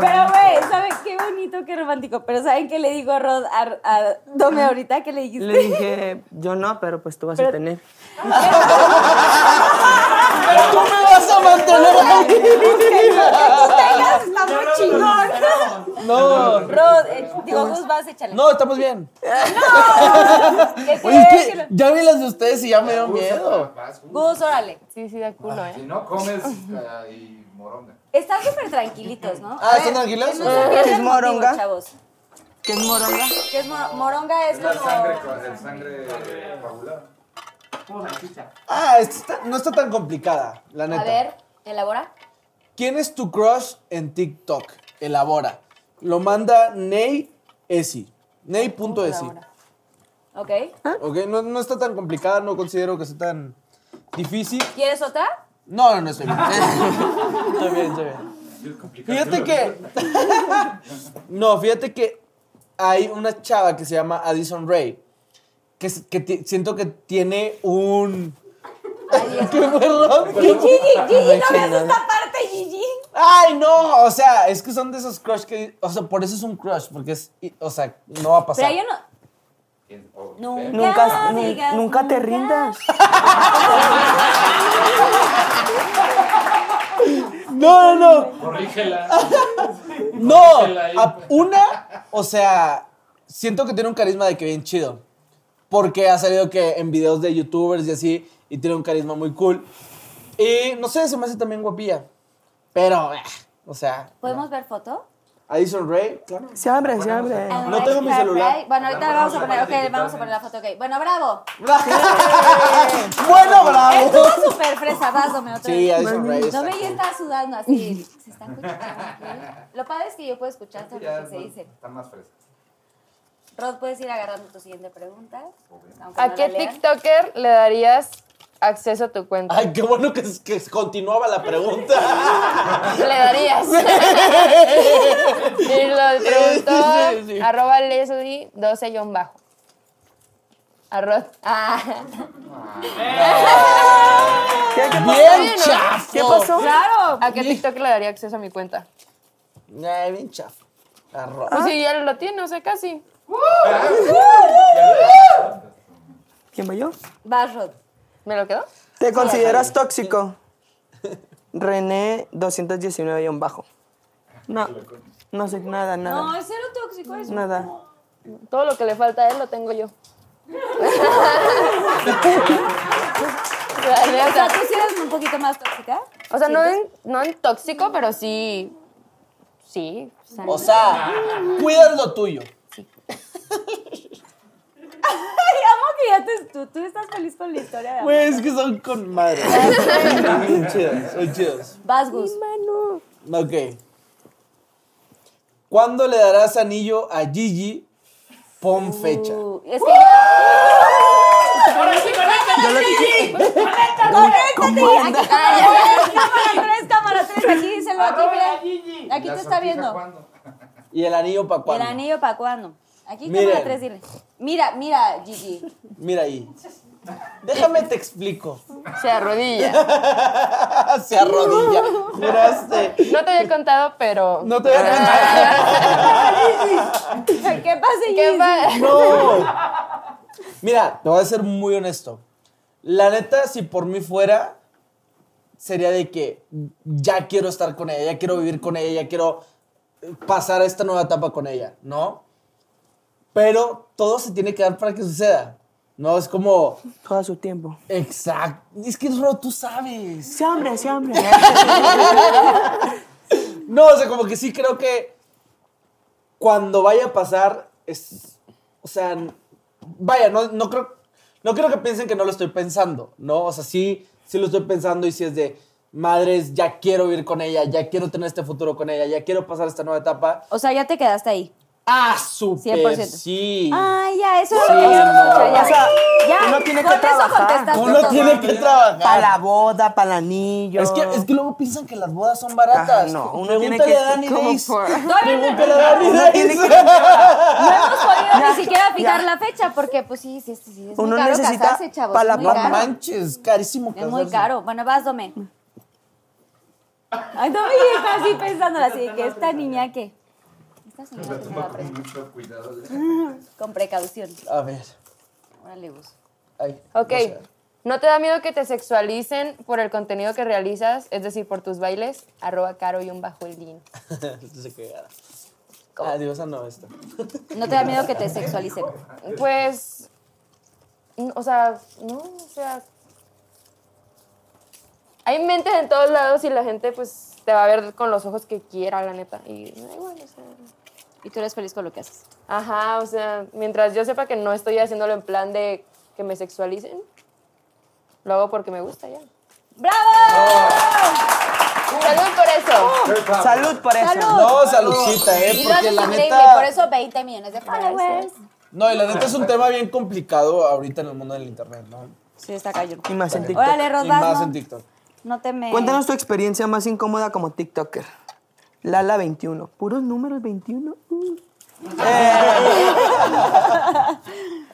Pero, güey, ¿saben qué bonito, qué romántico? Pero ¿saben qué le digo a Rod, a, a Dome ahorita? ¿Qué le dijiste?
Le dije, yo no, pero pues tú vas a tener.
Tú me vas a mantener ahí.
¡Tú tengas, está muy chingón!
No.
Rod, eh, digo, Gus, vas, échale.
No, estamos bien.
Es que-
Oye, es
es que
que
lo-
ya vi las de ustedes y ya me dio miedo.
Gus, órale.
sí, sí, da culo, ¿eh?
Si no comes eh, y moronga.
Están súper tranquilitos, ¿no?
Ah, ¿están tranquilos?
Que no se pierdan
¿Qué Eh, es
motivo,
moronga?
chavos.
¿Qué es moronga?
¿Qué es mor- moronga? Es
La sangre,
como...
co- el sangre coagulada.
Ah, esta está- no está tan complicada, la neta.
A ver, elabora.
¿Quién es tu crush en TikTok? Elabora. Lo manda Ney Esi. Ney.esi.
Ok.
Ok, no, no está tan complicada, no considero que sea tan difícil.
¿Quieres otra?
No, no, no, estoy bien. estoy bien, estoy bien. Fíjate que. no, fíjate que hay una chava que se llama Addison Ray. Que, s- que ti- siento que tiene un. ¡Qué perrón!
Gigi, Gigi, no veas esta parte, Gigi.
¡Ay, no! O sea, es que son de esos crush que. O sea, por eso es un crush, porque es. y- O sea, no va a pasar.
Pero yo no... Nunca,
Nunca, nu-
digas
nunca te rindas.
No, no, no.
Corrígela.
No,
Pónsela ahí,
a-
pues.
una, o sea, siento que tiene un carisma de que bien chido. Porque ha salido que en videos de youtubers y así, y tiene un carisma muy cool. Y no sé, se me hace también guapilla. Pero, eh, o sea,
¿Podemos ver foto? Ah,
Addison Ray, claro.
Se abre, se abre.
No tengo mi celular.
Bueno, ahorita la vamos a poner, ok, vamos a poner la foto, ok. Bueno, bravo.
Bueno, bravo.
Estuvo súper fresa, vas, Dome, otra
Sí,
vez.
Addison Ray. está
Dome ya
cool.
está sudando así, se está escuchando. Lo padre es que yo puedo escuchar todo
Ya
lo que se
no-
dice.
Está más fresca.
Rod, puedes ir agarrando tu siguiente pregunta. aunque
¿A
no
qué
la lean.
TikToker le darías acceso a tu cuenta?
Ay, qué bueno que, que continuaba la pregunta.
Le darías. y lo preguntó arroba Leslie 12 guión bajo. Arroz. Ah,
pues,
bien chafo.
¿Qué pasó?
claro. ¿A qué TikTok le daría acceso a mi cuenta?
Ay, bien chafo. Arroz.
Pues sí, ya lo tiene, o sea, casi.
¿Quién va yo?
Vas, Rod.
¿Me lo quedo?
¿Te consideras tóxico? René 219 guión bajo. No, no soy nada,
No,
nada.
es cero tóxico eso.
Nada.
Todo lo que le falta a él lo tengo yo. La
O sea,
neta.
tú sí eres un poquito más tóxica.
O sea, no en, no en tóxico, pero sí. Sí. o sea,
O sea, cuidas lo tuyo.
Ay, amo que ya te, tú, tú estás feliz con la historia de amor.
Güey, es que son con madre. son chidos, son chidos.
Vas, Gus.
Ok. ¿Cuándo le darás anillo a Gigi? Pon fecha.
Uh, Es que. ¡Conéctate! Aquí, ah, ya, ya, cámara tres, cámara tres. Aquí díselo, aquí, mira. Aquí te está viendo.
¿Y el anillo para
¿El
cuándo?
anillo para cuándo? Aquí,
Miren.
cámara tres, dile. Mira, mira, Gigi.
Mira ahí. Déjame te explico.
Se arrodilla.
Se arrodilla. Juraste.
No te había contado, pero.
No te voy a contar.
¿Qué pasa,
¿Qué
Gigi?
va?
No. Mira, te voy a ser muy honesto. La neta, si por mí fuera, sería de que ya quiero estar con ella, ya quiero vivir con ella, ya quiero pasar esta nueva etapa con ella, ¿no? Pero todo se tiene que dar para que suceda. No, es como,
Todo a su tiempo.
exacto. Es que, Ro, tú sabes.
Sí, hombre, sí, hombre.
No, o sea, como que sí creo que cuando vaya a pasar es, o sea, n- vaya, no, no creo, no creo que piensen que no lo estoy pensando, ¿no? O sea, sí, sí lo estoy pensando y si es de, madres, ya quiero vivir con ella, ya quiero tener este futuro con ella, ya quiero pasar esta nueva etapa.
O sea, ya te quedaste ahí.
Ah, súper,
100%.
sí.
Ay, ya, eso es
Sí,
lo que yo
no.
escucho, ya.
O sea,
ya,
uno tiene que
con eso
trabajar.
contestaste
Uno
todo.
tiene que
Para la
trabajar.
boda, para el anillo.
Es que, es que luego piensan que las bodas son baratas.
Ajá, no, uno
Pregúntale
tiene que-
a Dani
¿Cómo
Days.
por-
Pregúntale a Dani
Uno tiene
Days.
No hemos podido ni siquiera fijar
ya.
la fecha porque, pues sí, sí, sí, sí, es muy
Uno
caro
necesita
casarse, chavos.
para la
es muy
No
caro.
manches, carísimo.
Es muy
casarse.
caro. Bueno, vas, Dome. Ay, Dome ya está así pensándola así, que esta niña que... Esta señora que se va a
Con
prender.
mucho cuidado.
Con precaución.
A ver.
Órale, Gus.
Ay,
Ok.
no sé.
¿No te da miedo que te sexualicen por el contenido que realizas? Es decir, por tus bailes. Arroba caro y un bajo el din.
Esto se cagara. Ah, digo, esa no, esta.
No te da miedo que te sexualicen.
Pues. mm, O sea, no, o sea. Hay mentes en todos lados y la gente, pues, te va a ver con los ojos que quiera, la neta. Y me da igual, o sea.
Y tú eres feliz con lo que haces.
Ajá, o sea, mientras yo sepa que no estoy haciéndolo en plan de que me sexualicen, lo hago porque me gusta ya.
¡Bravo!
Salud por eso.
Salud por eso.
¡Salud!
No, saludcita, ¿eh?
Y lo
Porque
haces
la
increíble, por
neta.
eso 20 millones de followers.
No, y la neta es un tema bien complicado ahorita en el mundo del internet, ¿no?
Sí, está cayendo.
Y más en TikTok.
Órale,
Y
Rodás,
más
no,
en TikTok.
no te me...
Cuéntanos tu experiencia más incómoda como TikToker. Lala 21. Puros números 21. Uh. Eh,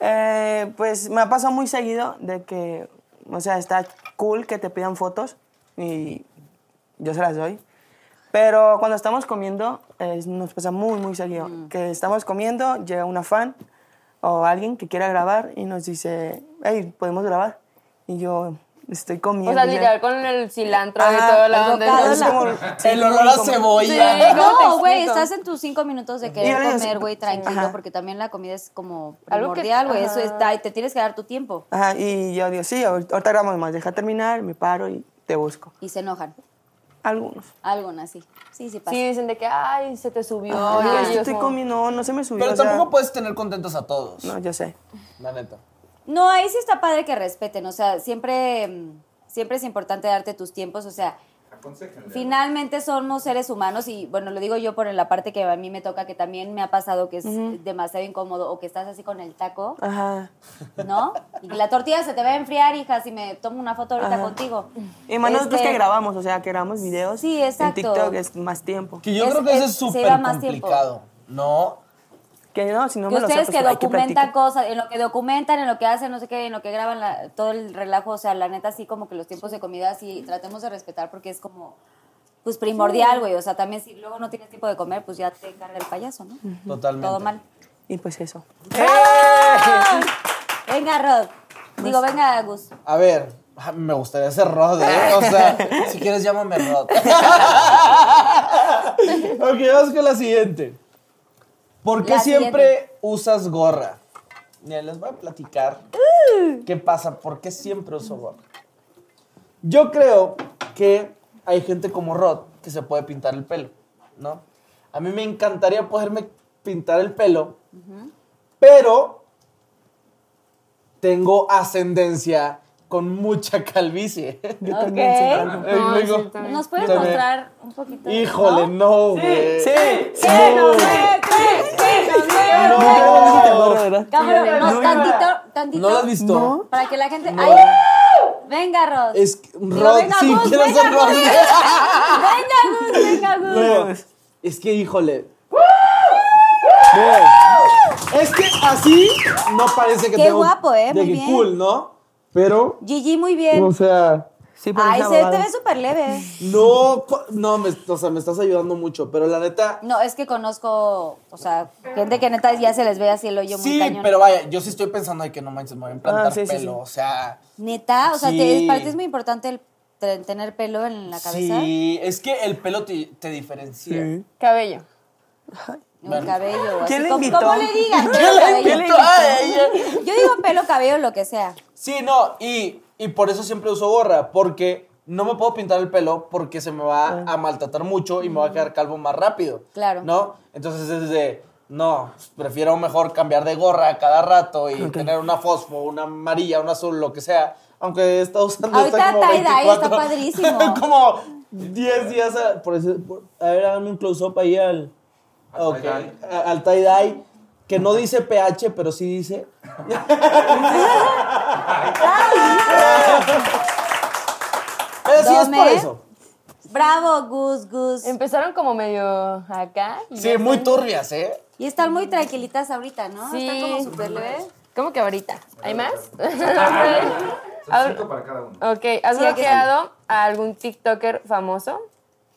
eh, pues me ha pasado muy seguido de que, o sea, está cool que te pidan fotos y yo se las doy. Pero cuando estamos comiendo, eh, nos pasa muy, muy seguido.
Mm.
Que estamos comiendo, llega una fan o alguien que quiera grabar y nos dice, hey, ¿podemos grabar? Y yo estoy comiendo.
O sea,
y me-
literal con el cilantro y
Ajá,
todo la
el
onda.
bocado,
Es
la-
como-
El olor a cebolla.
Sí. ¿Cómo te
No,
explico?
güey, estás en tus cinco minutos de
Y
querer
ahora yo-
comer, güey, tranquilo,
Ajá.
porque también la comida es como
Algo que-
primordial, güey. Eso
ajá.
está, y te tienes que dar tu tiempo.
Ajá, y yo digo, sí, ahor- ahorita grabamos más, deja terminar, me paro y te busco.
Y se enojan.
Algunos.
Alguna, así. Sí, sí pasa.
Sí, dicen de que, ay, se te subió.
Yo
y
digo,
yo
estoy
como-
comiendo, no, no se me subió.
Pero
o sea,
tampoco puedes tener contentos a todos.
No, yo sé.
La neta.
No, ahí sí está padre que respeten. O sea, siempre, mm, siempre es importante darte tus tiempos. O sea,
Aconséjenle.
Finalmente somos seres humanos y bueno, lo digo yo por la parte que a mí me toca, que también me ha pasado que es demasiado incómodo o que estás así con el taco,
Ajá.
¿no? Y la tortilla se te va a enfriar, hija, si me tomo una foto ahorita
Ajá.
contigo.
Y más nosotros
Este,
que grabamos, o sea, que grabamos videos.
Sí, exacto.
En TikTok es más tiempo.
Que yo
Es-
creo que eso
es-
es
se
súper
lleva más tiempo.
complicado, ¿no?
Que no, si no
Que
me lo sé,
ustedes
pues,
que
hay
documentan
practicar.
cosas, en lo que documentan, en lo que hacen, no sé qué, en lo que graban, la- todo el relajo, o sea, la neta, así como que los tiempos de comida, así tratemos de respetar porque es como pues primordial, güey. O sea, también si luego no tienes tiempo de comer, pues ya te carga el payaso, ¿no?
Totalmente.
Todo mal.
Y pues eso.
¡Eh!
Venga, Rod. Digo, venga, Gus.
A ver, ah, me gustaría ser Rod, ¿eh? O sea, si quieres llámame Rod. ok, vamos con la siguiente. ¿Por qué
La
siempre
siguiente.
usas gorra? Mira, les voy a platicar
Uh.
qué pasa, por qué siempre uso gorra. Yo creo que hay gente como Rod que se puede pintar el pelo, ¿no? A mí me encantaría poderme pintar el pelo, pero tengo ascendencia con mucha calvicie.
Yo también siempre
Ok.
algo.
Me digo,
¿Nos puedes
También.
mostrar un poquito?
Híjole, no, güey.
Sí,
¡Sí, no, güey! ¡Sí, sí, no, güey!
No.
Cámara, no, tantito, tantito.
¿No lo has visto?
Para que la gente. ¡Ay! Venga, Rod.
Es que-
Digo,
Rod,
venga,
sí,
Gus,
quiero
venga,
ser
Gus.
Rod.
Venga, Gus, venga, Gus.
Güey,
pues.
Es que, híjole. Güey, Es que así no parece que
Qué
tengo-
guapo, ¿eh?
De
Muy
que
bien.
cool, ¿no? Pero,
Gigi, muy bien.
o sea,
Sí, pero
Ay,
es
se te
abogado.
ve súper leve.
no, cu- no, me, o sea, me estás ayudando mucho, pero la neta,
No, es que conozco, o sea, gente que neta ya se les ve así el hoyo muy
sí,
cañón.
pero vaya, yo sí estoy pensando de que no manches, me voy a implantar
Ah, sí, sí,
pelo,
sí.
o sea,
Neta, o sea, te,
Sí.
para ti es muy importante el te- tener pelo en la cabeza,
sí, es que el pelo te, te diferencia.
Cabello.
en el cabello, así
¿Quién le
como,
invitó?
como le digan,
¿Quién
pelo,
la
cabello.
invitó a ella?
Yo digo pelo, cabello, lo que sea.
Sí, no, y, y por eso siempre uso gorra, porque no me puedo pintar el pelo porque se me va a maltratar mucho y me va a quedar calvo más rápido.
Ah. Claro.
¿No? Entonces es de, no, prefiero mejor cambiar de gorra cada rato y tener una fosfo, una amarilla, una azul, lo que sea. Aunque he estado usando
Ahorita
esta como
tie-dye, está
24,
padrísimo.
como 10 días. A, por eso- por- a ver, háganme un close-up ahí al... ok, a- Al tie-dye, que no dice pH, pero sí dice... Pero sí es por
Dome.
eso.
Bravo, Gus, Gus.
Em,
Empezaron como medio acá. y
Sí, muy turbias, ¿eh?
Y están muy tranquilitas ahorita, ¿no?
Sí.
Están como súper leves.
¿Cómo que ahorita? ¿Hay más?
Son cinco para cada uno.
ok, ¿has
Sí, aquí
bloqueado a algún TikToker famoso?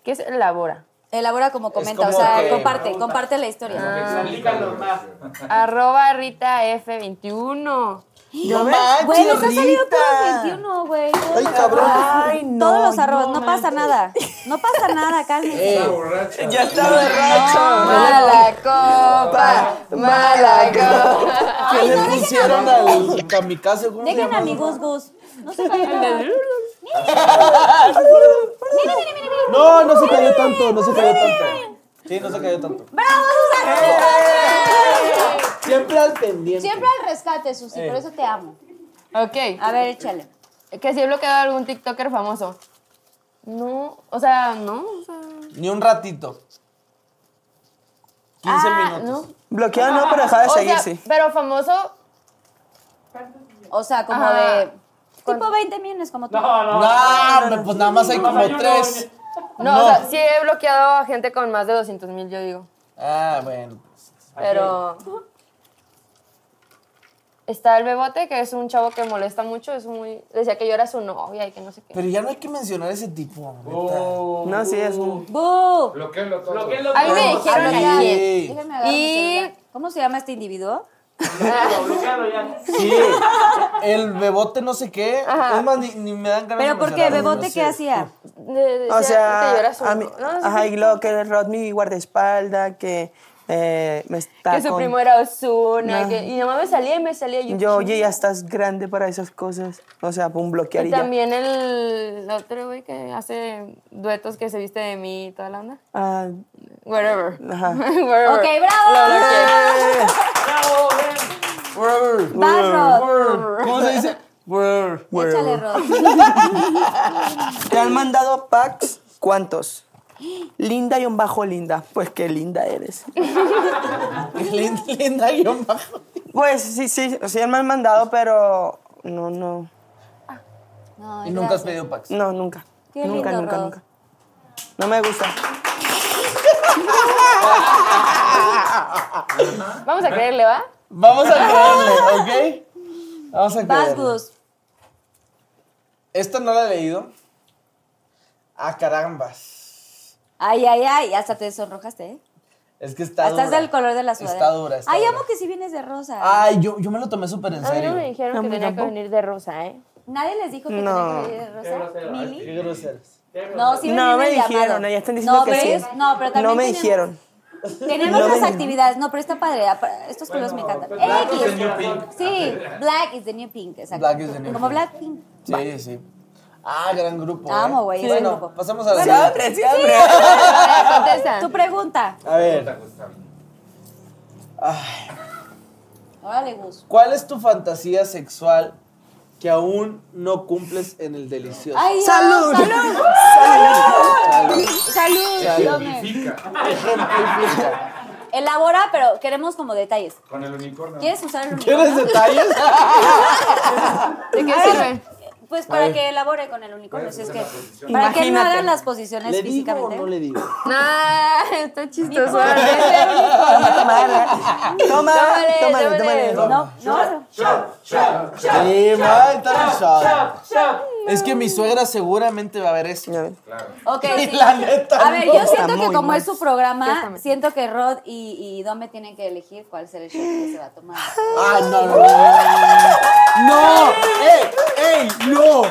¿Qué se elabora?
Elabora como comenta,
como
o sea,
que- Ah.
comparte, comparte la historia.
Explícalo más.
Arroba Rita F21.
No manches,
Güey, les ha salido
Rita.
puros 21, güey. Todos
Ay,
los
cabrón.
arrobas.
Ay, no,
Todos los arrobas,
no
no, pasa nada. No pasa nada, cálmense.
Ey,
Borracha.
Ya está borracho.
Mala copa, mala copa.
¿Qué
Ay,
le
no, dejen
pusieron
a Gus.
al kamikaze? ¿Cómo se
Dejen
llama?
a mi Gus Gus. No se vayan. Mira, mira, mira, mira.
No, no se cayó tanto, no se cayó tanto. Sí, no se cayó tanto.
¡Bravo,
¡Eh!
Susi!
Siempre al pendiente.
Siempre al rescate, Susi,
Eh.
por eso te amo.
Ok,
A ver, échale.
que si he bloqueado a algún TikToker famoso. No, o sea, no. O sea,
Ni un ratito. 15
ah,
minutos.
No.
Bloqueado no, pero deja de
O
seguir,
sea,
sí.
Pero famoso,
O sea, como
Ah.
Ajá.
de. Tipo 20 millones, como tú.
No, hombre, pues nada más hay como tres.
no, o sea, sí he bloqueado a gente con más de 200 mil, yo digo.
Ah, bueno.
Pero. Está el Bebote, que es un chavo que molesta mucho, es muy. Decía que yo era su novia y que no sé qué.
Pero ya no hay que mencionar ese tipo. neta.
No, sí, es un...
¡Bu!
Bloquéalo todo.
A mí me dijeron
Ahora ya.
ayer.
Sí.
Déjenme agarrar mi
Y-
celular. ¿Cómo se llama este individuo?
Sí, el bebote no sé qué. Es más, ni, ni me dan ganas
¿Pero
de
por qué?
mencionarlo, no
¿Bebote
sé.
qué hacía?
de- decía
O sea,
que yo era su
a mí-
no, no sé
ajá,
qué.
y luego que Rod mi guardaespalda, que eh, me está
que su
con-
primo era Osuna.
No.
Que, y nomás me salía y me salía. y
Yo, oye, ya estás grande para esas cosas. O sea, pum, bloquear y,
Y
ya.
también el otro güey que hace duetos que se viste de mí y toda la onda.
Ah,
Whatever.
ajá.
Whatever.
Ok, bravo.
Brr,
Vas, Rod.
brr. ¿Cómo se dice? Brr.
Échale, Rod.
¿Te han mandado packs? ¿Cuántos? Linda y un bajo linda. Pues qué linda eres.
Linda, linda guión bajo.
Pues sí, sí, sí me han mandado, pero no, no,
No,
Y nunca
gracias.
has pedido packs.
no, nunca.
Qué
nunca,
lindo,
nunca,
Rod.
nunca. No me gusta.
Vamos a creerle, ¿va?
Vamos a creerle, ¿ok? Vamos a
Vas,
creerle.
Gus.
Esta no la he leído. A Ah, carambas.
Ay, ay, ay, hasta te sonrojaste, ¿eh?
Es que está
Hasta es
dura.
del color de la sudadera.
Está dura, está
Ay,
dura.
amo que si vienes de rosa.
Ay, yo, yo me lo tomé súper en
A mí
serio.
no me dijeron que tenía que venir de rosa, ¿eh?
Nadie les dijo que
No.
tenía que venir de rosa. Mili.
Qué groseros.
No, sí
No, me
venía en el
dijeron,
llamado.
ya están diciendo
No,
que
pero
sí.
es- No, pero también
no me
tenemos-
dijeron.
Tenemos
No
otras
me-
actividades. No, pero está padre. Apa- Estos colores me encantan.
Black
X.
is the new pink.
Sí, black is the new pink. Exacto.
Black is the new
Como
pink.
Blackpink.
Sí, sí. Ah, gran grupo.
Amo,
eh.
güey, ese
Bueno,
grupo.
pasemos a la
Bueno,
siguiente.
¡Siempre, siempre!
Ah, Contesta.
Tu pregunta.
A ver, ah,
Órale, Gus.
¿cuál es tu fantasía sexual que aún no cumples en el delicioso?
Ay, Dios,
¡Salud!
¡Salud!
Chale.
¡Salud! Salud.
Ejemplifica.
Elabora, pero queremos como detalles.
Con el unicornio.
¿Quieres usar el
¿Quieres
unicornio?
detalles?
¿De qué sirve?
Pues
A
para
ver.
que elabore con el unicornio. Si es que,
Voy a hacer la posición.
para que no
Imagínate.
hagan las posiciones
¿Le digo o
físicamente.
no le digo?
Ah, está chistoso.
Toma,
Tómale,
tómale,
tómale.
tómale.
No, no, no.
Sí, ma, está bien suave. Es que mi suegra seguramente va a ver eso.
Ya ves.
Ok,
Y
sí.
la neta.
A ver, yo siento que
muy
como
mal.
es su programa, siento que Rod y, y Dome tienen que elegir cuál será el shot que se va a tomar.
Ah, no, no, no, no, no. ¡No! ¡Ey! ey, ¡No!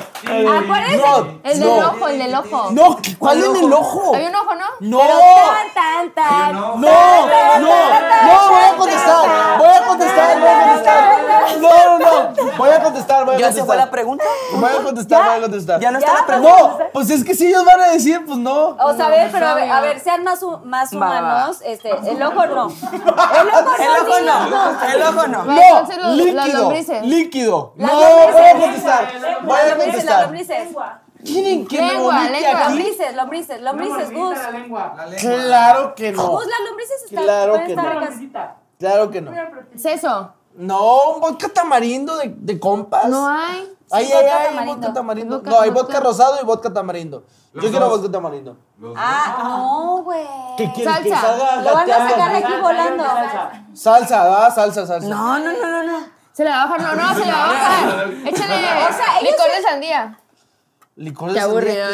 Ah,
Acuérdense,
Rod,
Eh,
el del
no.
ojo, el del ojo.
¡No! ¿qué- ¿Cuál en el ojo?
Había un ojo, ¿no?
¡No!
Pero tan, tan, tan.
¡No! ¡No! ¡No! ¡Voy a contestar! ¡Voy a contestar! ¡Voy a contestar! ¡No, no, no! Voy a contestar, voy a
¿Ya se fue la
contestar.
pregunta?
Voy a contestar, voy a contestar.
¿Ya no está la pregunta?
¡No! Pues es que si ellos van a decir, pues no.
O sea, a ver, pero a ver, a ver, sean más, hu- más humanos. Este, el ojo no. El ojo no.
El ojo
niños,
no, el ojo no.
Va,
¡No!
entonces los- las
¡Líquido!
lombrices.
¡Líquido! ¡No!
Las
¡Voy
lombrices.
a contestar! ¡Voy a
Las lombrices, las
contestar!
lombrices.
¿Quieren que me
Lengua,
vomite
lengua.
aquí?
Lombrices, lombrices, lombrices, Gus.
La lengua. La lengua.
Claro que no.
Gus, las lombrices están,
Claro
pueden
que
estar
no.
ricas.
Claro que no.
Seso.
No, un vodka tamarindo de, de compas.
No hay.
Ay,
Sí, vodka
ay, ay,
tamarindo.
vodka tamarindo.
Vodka-
no, hay
vodka.
vodka, rosado y vodka tamarindo. Yo
Los
quiero
dos.
vodka tamarindo.
Los dos.
Ah, no, güey.
¿Qué quieres que
Salsa.
salga?
Lo van a
gateando?
sacar de aquí volando.
Salsa, ah, salsa, salsa.
No, no, no, no, no.
Se le va a bajar, no, no, se le va a bajar. Échale.
O sea, ellos
licor de sandía.
Licor
Qué
de sandía,
aburrido.
¿qué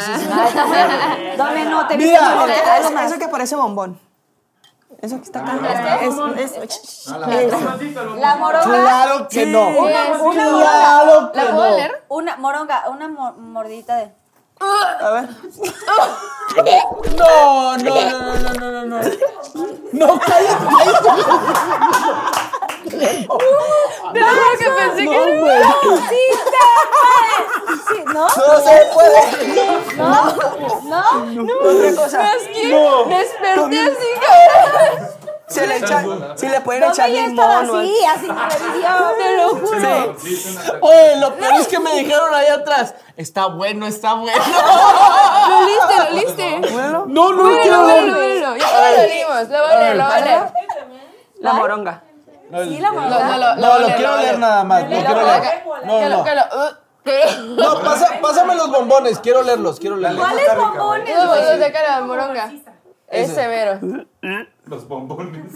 es eso?
Dame, no, te
Mira.
viste
Mira,
mal.
eso- eso que parece bombón. Eso que está acá. Es, es,
No, Ah, la-
La moronga.
Claro que no.
Una-
una
claro que
¿La
no.
puedo leer?
Una moronga, una mor- mordidita de.
a ver.
No, no, no, no, no, no, no. No, cállate, cállate.
No, que pensé que.
No, güey.
¡Sí, se puede! Sí, ¿No?
No se puede.
¿No?
Otra cosa.
No.
Desperté así,
Si le, echa- si le pueden
No
echar
me ya
limón
estaba
o algo.
eh.
así, así que te lo juro.
Sí, es una-
Oye, lo peor es que me dijeron ahí atrás. Está bueno, está bueno.
cabrón. Lo liste, lo liste.
No, no, no
Huélelo,
quiero
huélelo,
ver.
huélelo. Ya lo olimos. Lo va a oler, lo va a oler.
La moronga.
Sí, la
Lo-
moronga.
lo- lo-
No,
va
lo
a
quiero
va a
leer nada más. Lo quiero
lo-
leer. No,
Que
no,
lo-
no.
que lo- uh, ¿Qué?
No, pasa- pásame los bombones. Quiero leerlos, quiero leerlos.
¿Cuáles bombones?
Esos boludos de cara de moronga. Ese mero.
Los bombones.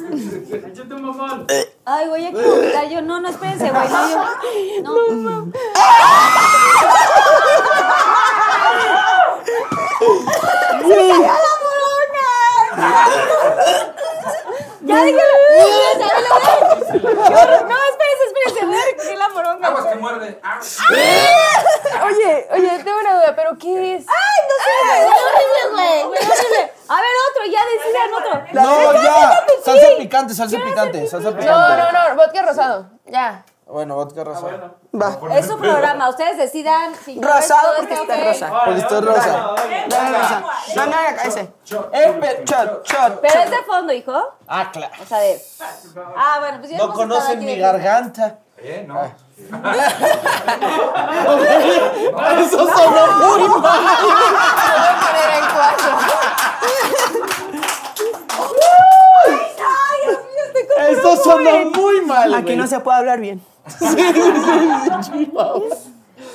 Échate un bombón.
Ay, voy a equivocar yo. No, no, espérense, güey. No, yo. No. ¡Ya déjalo! ¡Ya, déjalo! No, espérense, espérense. Voy a recoger la moronga.
Aguas que muerde. Ah.
Oye, oye, tengo una duda, ¿pero qué es?
¡Ay, no sé! ¡Horrible, güey! ¡Horrible! A ver, otro, ya decidan otro. Este
No, ya. Salsa picante, salsa picante, salsa
No, no,
picante.
no, vodka rosado. Ya.
Bueno, vodka rosado.
Va.
Es su programa, ustedes decidan. si
Rosado
todo
porque
está
está
Pues, ok.
rosa.
Porque estoy rosa. Eh,
Dale, rosa. No, no, acá ese. Empe- Shot, shot.
Pero es de fondo, hijo.
Ah, claro.
O sea, de. Ah, bueno, pues ya
No
hemos estado
conocen
aquí
mi
de-
garganta.
Eh, no.
Ah, Eso sonó muy mal.
Voy a poner en cuatro.
¡Ay, Dios mío, estoy con-
Eso sonó muy mal.
Aquí
güey.
no se puede hablar bien.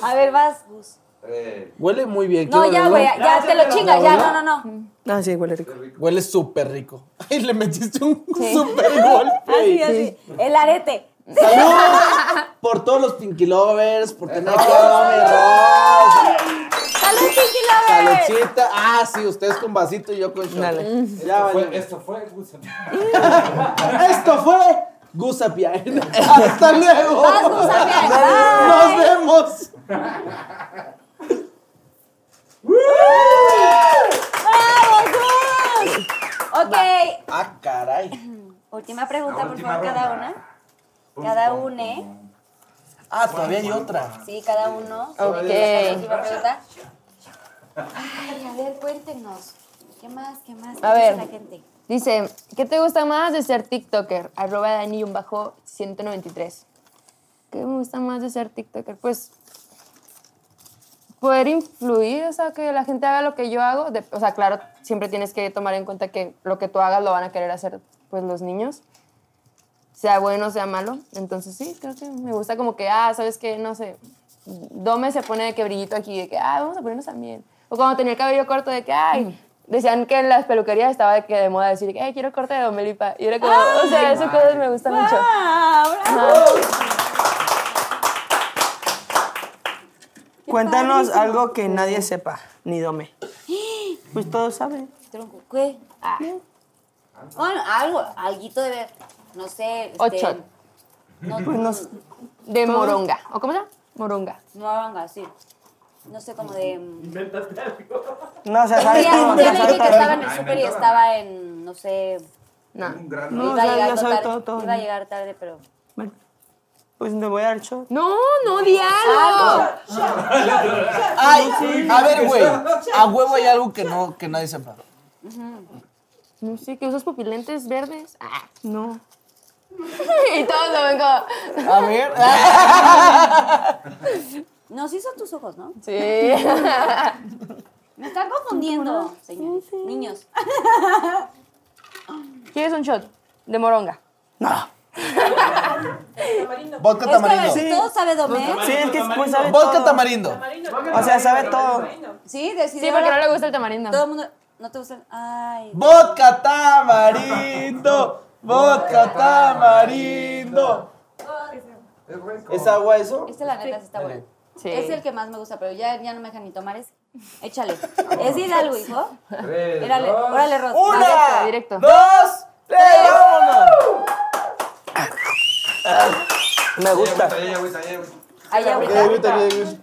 A ver, vas, Gus.
Eh,
Huele muy bien.
No,
quiero
ya,
leerlo.
güey, ya te lo chingas, ya, no, no, no.
Ah, sí, huele rico.
Huele súper rico. Ay, le metiste un súper golpe.
Así, así. El arete.
Salud por todos los Pinky Lovers, por tener que darme rosa.
¡Salud! Pinky Lovers.
Saludcita. Ah, sí, ustedes con vasito y yo con shot.
Dale.
Ya valió.
Fue- Esto fue Gusan.
Esto fue Gusapia. Hasta luego.
Vas, Gusapia. Bye.
Nos vemos.
¡Bravo, Gus! Ok,
Ah, caray.
última pregunta,
La
por
última
favor, cada
ronda.
una. Cada uno,
Ah, todavía hay otra.
Sí, cada uno.
Ok.
Última pregunta. Ay, a ver, cuéntenos. ¿Qué más? ¿Qué más? ¿Qué
A
dice
ver.
La gente?
Dice, ¿qué te gusta más de ser TikToker? Arroba Dani y un bajo 193. ¿Qué me gusta más de ser TikToker? Pues poder influir, o sea, que la gente haga lo que yo hago. De- o sea, claro, siempre tienes que tomar en cuenta que lo que tú hagas lo van a querer hacer pues los niños. Sea bueno, sea malo. Entonces sí, creo que me gusta como que, ah, ¿sabes qué? No sé. Dome se pone de que brillito aquí, de que, ah, vamos a ponernos también. O cuando tenía el cabello corto, de que, ay, decían que en las peluquerías estaba de, que de moda decir, ay, quiero corte de Domelipa. Y era como, o sea, esas cosas me gustan mucho.
¡Ah, bravo!
Cuéntanos algo que nadie sepa, ni Dome. Pues todos saben.
Tronco, ¿qué? Ah. Bueno, algo, alguito de ver. No sé. Este,
Ocho.
No,
Pues nos-
De moronga. ¿O cómo se llama? Moronga.
no hagan sí. No sé, como de... mm,
no, o sea,
Ya
¿sabes
ya
todo?
le
Ya
dije
sabes
que
todo.
estaba en el súper y estaba en, no sé,
No.
Un gran
No,
iba a
ya- ya
llegar
sabe
tarde,
todo, todo.
iba a llegar tarde, pero...
Ven. Pues me voy a dar show.
No, no, di algo.
Ay, a ver, güey. A huevo hay algo que no, que nadie sepa.
No sé, que usas pupilentes verdes. Ah.
No.
y todos lo ven como.
A ver.
No, sí son tus ojos, ¿no?
Sí.
Me están confundiendo, señores. Niños.
¿Quieres un shot? De moronga.
No.
Vodka
Es que a ver,
tamarindo.
todo sabe Domé.
Sí, es que pues sabe
Vodka
todo.
tamarindo.
O sea, sabe todo.
Sí, decidió.
Sí, porque no le gusta el tamarindo.
Todo el mundo. No te gusta. el- Ay.
Vodka tamarindo. Vodka tamarindo. ¿Es agua eso?
Este, la neta, sí está bueno.
Sí.
Es el que más me gusta, pero ya, ya no me dejan ni tomar ese. Échale.
Ah,
¿Es Hidalgo, hijo? Érale, órale, Rod.
Una,
Directo, directo.
dos, tres, vámonos.
Me gusta.
Ahí
Ya,
ahorita.
agüita, ya, agüita.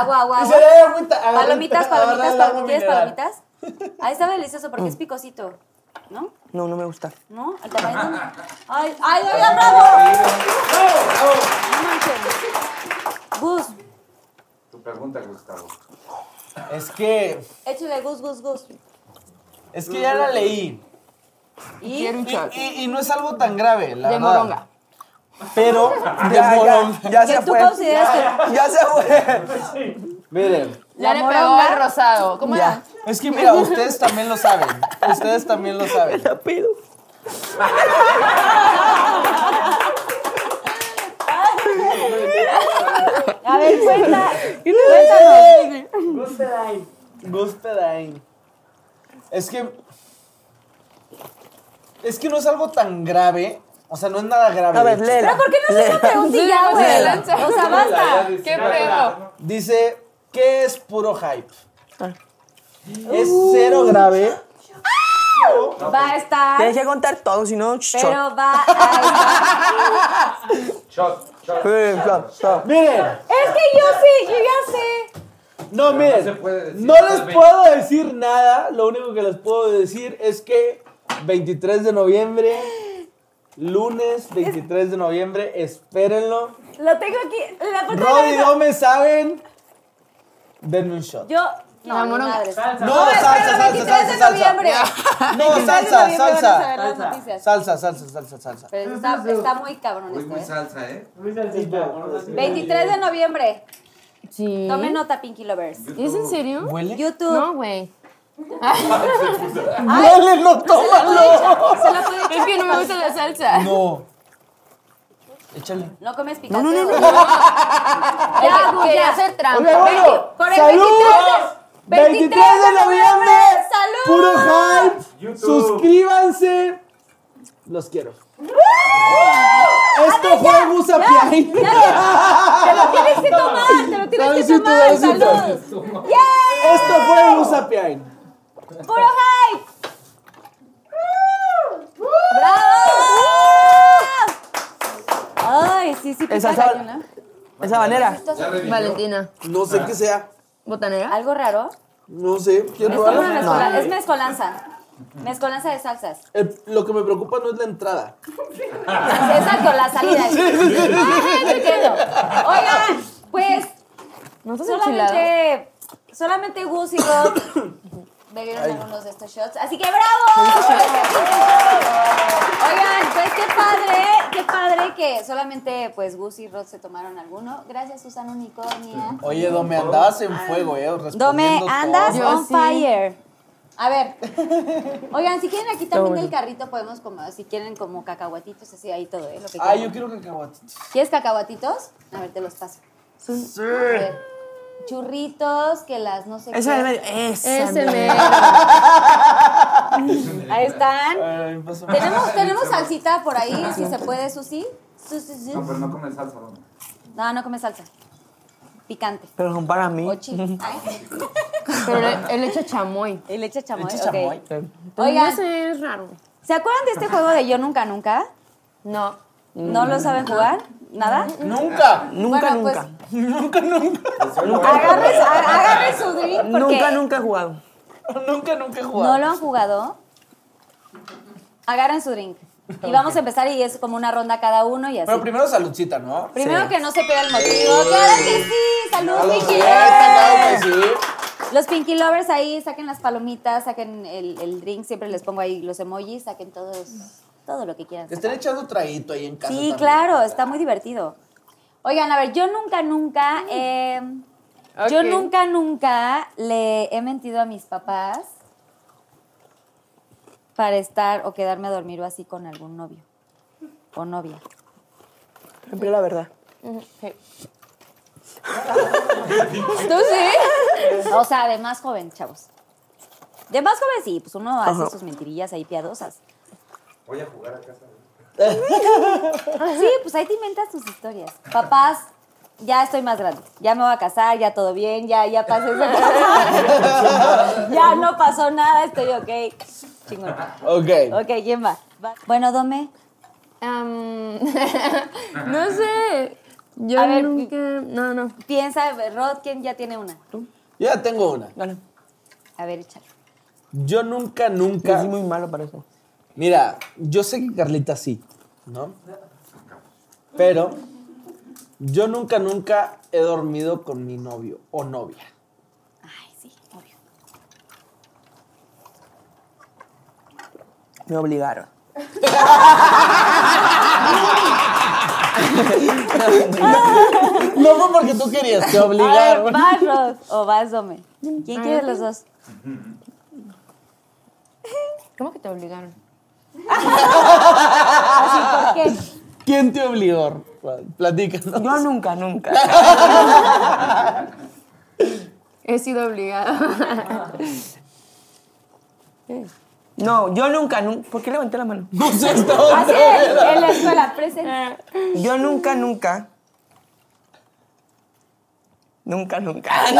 Agua, agua,
Y
agua.
se le da agüita, agarra-
Palomitas,
agarra
palomitas,
el agua
pal- ¿quieres
mineral.
palomitas? Ahí está delicioso porque es picosito. ¿No?
No, no me gusta.
¿No? ¿El tamarindo? no. ¡Ay, ay, ay, ay, bravo! No manches. Gus,
Tu pregunta, Gustavo.
Es que,
échale Gus, Gus, Gus.
es que ya la leí.
Y
Quiero un
Y,
shot.
y- y no es algo tan grave, la
De
verdad.
moronga.
Pero, de moronga.
ya, ya
que
se
tú
fue.
consideras que
Ya se fue.
Miren,
Ya
La
le pegó
moronga.
al rosado. ¿Cómo era?
es que mira, ustedes también lo saben. Ustedes también lo saben.
Te pido.
A ver, cuenta.
Gustedain. Es que. Es que no es algo tan grave. O sea, no es nada grave.
A
de
ver,
hecho.
léela.
¿Por qué no se una preguntilla, güey? O sea, basta.
¿Qué pedo?
Dice, ¿qué es puro hype?
Ah.
Es
Uh.
cero grave. pues.
Va a estar,
Tienes que contar todo, si no, shot.
pero va a estar.
Shot, shot.
Sí, claro, claro.
Miren,
Es que yo sí, yo ya sé.
no,
no se
miren.
puede decir
No les
nada.
puedo decir nada. Lo único que les puedo decir es que 23 de noviembre, lunes 23 de noviembre, espérenlo.
Lo tengo aquí. La puta
Rod y
madre.
Gómez saben. Denme un shot.
Yo. No,
La
mi
moronga.
madre.
No, salsa,
Espero el
salsa,
23 de
salsa, salsa.
noviembre.
No,
23 de
salsa,
noviembre van a saber
salsa.
las noticias.
Salsa, salsa, salsa, salsa.
Pero está, está muy cabrón
Uy,
esto,
muy
¿eh?
salsa, ¿eh?
23 de noviembre.
Sí.
Tome nota, Pinky Lovers.
¿Es en serio?
¿Huele?
YouTube.
No, güey.
¡Huele, no, tómalo!
Se la puede
Es
echar.
que no me gusta la salsa.
No. Échale.
No comes picante. No, no, no. Ya, Gus,
Quería
ya.
hacer trampa.
Oye, bueno,
por el
saludos.
23 de
23 de noviembre.
¡Salud!
Puro hype.
YouTube.
Suscríbanse. Los quiero. Esto fue Musa Piain.
Te lo tienes que tomar, te lo tienes que
Saludcito,
tomar.
saludcito.
Salud. ¡Yay!
Esto fue Usapiain.
¡Puro hype! ¡Bravo! Ay, sí, sí,
Esa
pica
sal-
cañón, ¿eh? ¿no?
Esa manera.
Valentina.
No sé qué sea.
¿Botanera?
¿Algo raro?
No sé. ¿Quién
Es como una
robará?
mezcola- es mezcolanza. Mezcolanza de salsas.
El- lo que me preocupa no es la entrada.
Exacto, la salida. Ay, no entiendo. Oigan, pues
¿No estás enchilada?
solamente, solamente Gus y Rob bebieron algunos de estos shots. Así que ¡bravo! Oigan, pues qué padre, qué padre que solamente pues Gus y Rob se tomaron alguno. Gracias, Susana Unicornia.
Oye, Dome, andabas en fuego, eh.
Dome,
respondiendo
andas
todo.
Yo
on
sí.
fire. A ver, oigan, si quieren aquí también
bueno.
del carrito podemos como, si quieren como cacahuatitos, así ahí todo, ¿eh? Lo que
Ah,
quieran.
yo quiero cacahuatitos.
¿Quieres cacahuatitos? A ver, te los paso.
Sí.
A ver, Churritos, que las no sé
Esa del
qué.
medio. Esa.
Ese
mira.
mero.
Ahí están.
Ay, pásame.
Tenemos, tenemos salsita por ahí, si se puede, Susi. Susi, Susi.
No, pero no come salsa, ¿no?
No, no come salsa. Picante.
Pero son para mí.
O chile. Ay,
Pero él- él echa chamoy.
Y leche chamoy.
Leche
ok.
chamoy.
Oigan.
Oigan,
No sé, es raro.
¿se acuerdan de este juego de Yo Nunca Nunca?
No.
¿No lo saben jugar? ¿Nada?
Nunca.
Nunca,
Bueno, pues,
nunca.
Nunca, nunca.
Agarren, agarren su drink porque
Nunca, nunca he jugado.
Nunca, nunca he
no
jugado.
lo han jugado. Agarren su drink. Y vamos a empezar y es como una ronda cada uno y así.
Pero primero saludcita, ¿no?
Primero que no se pierda el motivo. ¡Claro que sí! ¡Salud,
Salud,
Pinky
sí,
Lovers!
claro que sí.
Los Pinky Lovers ahí, saquen las palomitas, saquen el, el drink. Siempre les pongo ahí los emojis, saquen todos, todo lo que quieran.
Que
sacar.
estén echando traguito ahí en Este casa.
Sí,
también.
claro, está muy divertido. Oigan, a ver, yo nunca, nunca, eh, yo
Ok.
nunca, nunca le he mentido a mis papás para estar o quedarme a dormir o así con algún novio o novia.
Siempre la verdad.
¿Tú sí?
O sea, de más joven, chavos. De más joven sí, pues uno hace sus mentirillas ahí piadosas.
Voy a jugar a casa. ¿no?
Sí, pues ahí te inventas tus historias. Papás, ya estoy más grande. Ya me voy a casar, ya todo bien, ya, ya pasé eso. ya no pasó nada, estoy ok. Chingón.
Ok.
Ok, ¿quién va? Va. Bueno, Dome,
Am, no sé. Yo
A ver,
nunca. No, no.
piensa, Rod, ¿quién ya tiene una?
Yo ya tengo una.
Gana.
A ver, échale.
Yo nunca,
Yo
nunca.
soy muy malo para eso.
Mira, yo sé que Carlita sí, ¿no? Pero yo nunca, nunca he dormido con mi novio o novia.
Ay, sí, obvio.
Me obligaron.
No fue porque tú querías, te
A ver,
obligaron.
¿vas Rod o vas Dome? ¿Quién quiere los dos?
¿Cómo que te obligaron?
¿Por qué?
¿Quién te obligó? Platícanos.
Yo nunca, nunca.
He sido obligada.
No, yo nunca, nunca. ¿Por qué levanté la mano?
No sé hasta dónde.
Así es, en la escuela, presente.
Yo nunca, nunca. Nunca, nunca.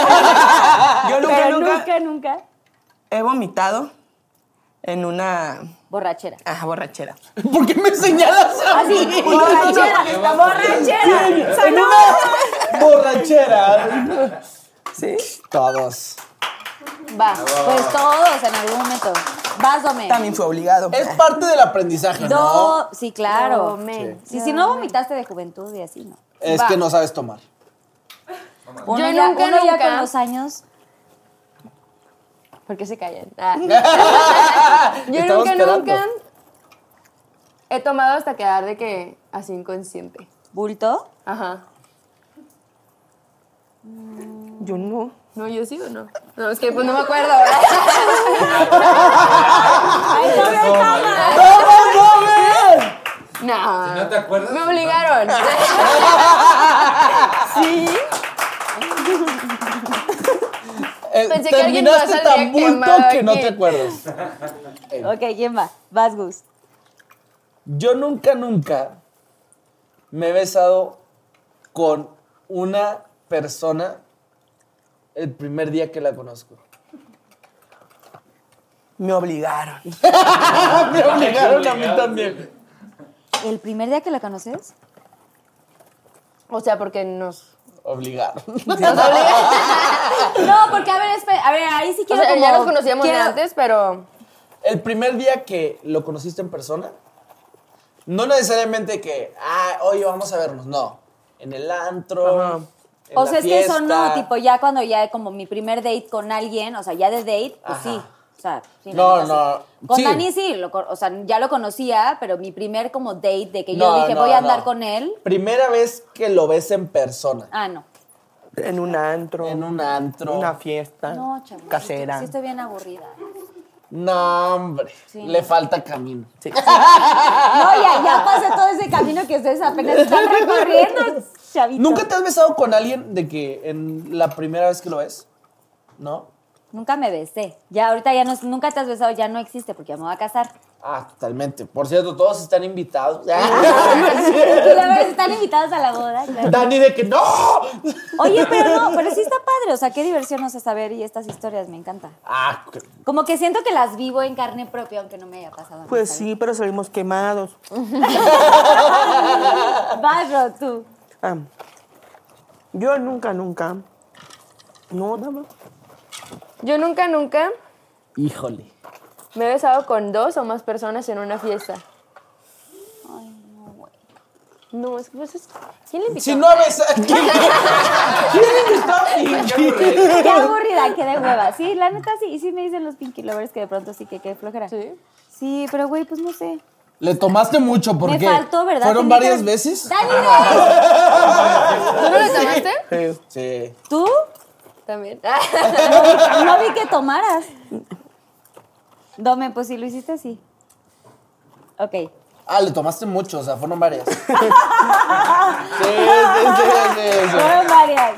Yo nunca,
Pero
nunca,
nunca, nunca.
he vomitado en una
Borrachera.
ah, borrachera.
¿Por qué me señalas a mí?
Así, borrachera, borrachera.
En una borrachera.
¿Sí?
Todos.
Va, pues todos en algún momento. Vas, Dome.
También fue obligado.
Es parte del aprendizaje, ¿no?
Do, sí, claro.
Dome.
Sí, si no vomitaste de juventud y así, ¿no?
Es
Va.
que no sabes tomar.
Uno
Yo
ya,
nunca,
uno ya
nunca.
con los años.
¿Por qué se callan? Ah. Yo
Estaba
nunca,
esperando.
nunca he tomado hasta quedar de que así inconsciente.
¿Bulto?
Ajá.
Yo no.
No, yo sí o no. No, es que pues no me acuerdo. ¿verdad? No.
Si no te acuerdas,
Me obligaron.
Eh,
Pensé que alguien
terminaste
más saldría
tan bulto
quemado
que no
aquí.
te acuerdas.
Ok, ¿quién va? Vas, Gus.
Yo nunca, nunca me he besado con una persona el primer día que la conozco?
Me obligaron.
Me obligaron a mí también.
¿El primer día que la conoces?
O sea, porque nos.
Obligaron.
No, porque a ver, espera, a ver, ahí sí
O
quiero
sea,
como-
ya nos conocíamos de
quiero-
antes, pero.
El primer día que lo conociste en persona, no necesariamente que, ah, oye, vamos a vernos, no. En el antro.
Ajá.
en
O
la
sea, es que eso
fiesta.
no, tipo, ya cuando ya como mi primer date con alguien, o sea, ya de date, pues
Ajá.
sí. O sea, sí,
No,
la neta, sí.
no,
Con
sí.
Dani sí, lo co- o sea, ya lo conocía, pero mi primer como date de que yo
No,
dije
no,
voy a andar
no.
con él,
Primera vez que lo ves en persona.
ah, no.
En un antro.
En un antro.
Una fiesta.
No, chaval.
Casera.
Sí, estoy bien aburrida.
No, hombre.
Sí.
Le falta camino. Ah.
No, ya, ya pasé todo ese camino que ustedes apenas están recorriendo, chavito.
¿Nunca te has besado con alguien de que en la primera vez que lo ves? ¿No?
Nunca me besé. Ya, ahorita ya no, nunca te has besado, ya no existe porque ya me voy a casar.
Ah, totalmente. Por cierto, todos están invitados.
Y la verdad, están invitados a la boda. claro.
Dani de que no.
Oye, pero no, pero sí está padre. O sea, qué diversión, o sea, saber y estas historias, me encanta.
Ah, que-
Como que siento que las vivo en carne propia, aunque no me haya pasado. a mí,
Pues
¿sabes?
sí, pero salimos quemados.
Vas, Ro, tú.
Ah, yo nunca, nunca. No, dame.
Yo nunca, nunca
híjole.
me he besado con dos o más personas en una fiesta. Ay, no, güey. No, es que pues es. ¿Quién le invitó?
Si no ves ¿Quién invitó a Pinky?
Qué aburrida, qué de hueva. Sí, la neta sí. Y sí me dicen los Pinky Lovers que de pronto sí que qué flojera.
Sí.
Sí, pero güey, pues no sé.
Le tomaste mucho
me
porque
faltó, ¿verdad?
fueron
Tenía que-
varias veces.
¡Dani, no!
¿Tú no lo tomaste?
Sí.
¿Tú?
También. Ah.
No vi que tomaras. Dome, pues si lo hiciste, sí. Ok.
Ah, le tomaste mucho, o sea, fueron varias. Sí, sí, sí, sí, sí.
Fueron varias.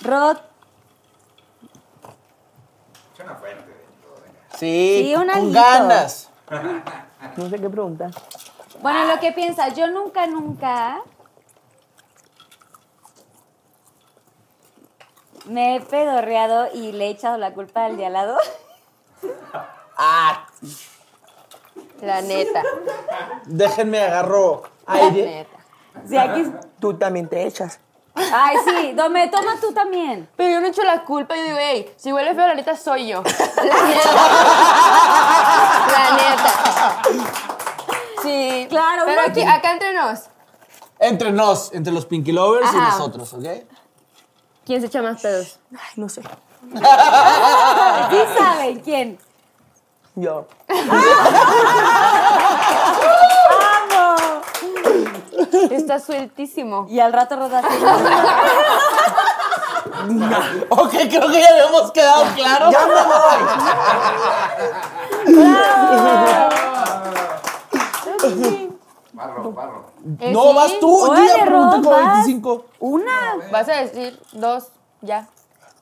Rod,
Sí,
Sí, un
con
alguito.
ganas.
No sé qué preguntar.
bueno, lo que piensas, yo nunca, nunca me he pedorreado y le he echado la culpa al de al lado.
Ah,
La neta.
déjenme agarro
La
aire.
neta.
Sí, aquí...
Tú también te echas.
Ay, sí, Dome, toma tú también.
Pero yo no echo la culpa. Yo digo, hey, si huele feo, la neta soy yo. La neta. La neta. Sí.
Claro,
Pero
uno
aquí,
aquí-
acá entre nos.
Entre nos, entre los Pinky Lovers y
Ajá.
nosotros, ¿ok?
¿Quién se echa más pedos?
Ay, no sé.
Sí saben quién.
Yo.
¡Vamos!
Está sueltísimo.
Y al rato Rod así.
Ok, creo que ya habíamos quedado claro. ¡Ya me voy!
Barro, barro.
Eh,
No,
sí.
vas tú. Yo
Órale,
ya pregunté
Ron,
como
vas.
25.
Una.
Vas a decir dos, ya.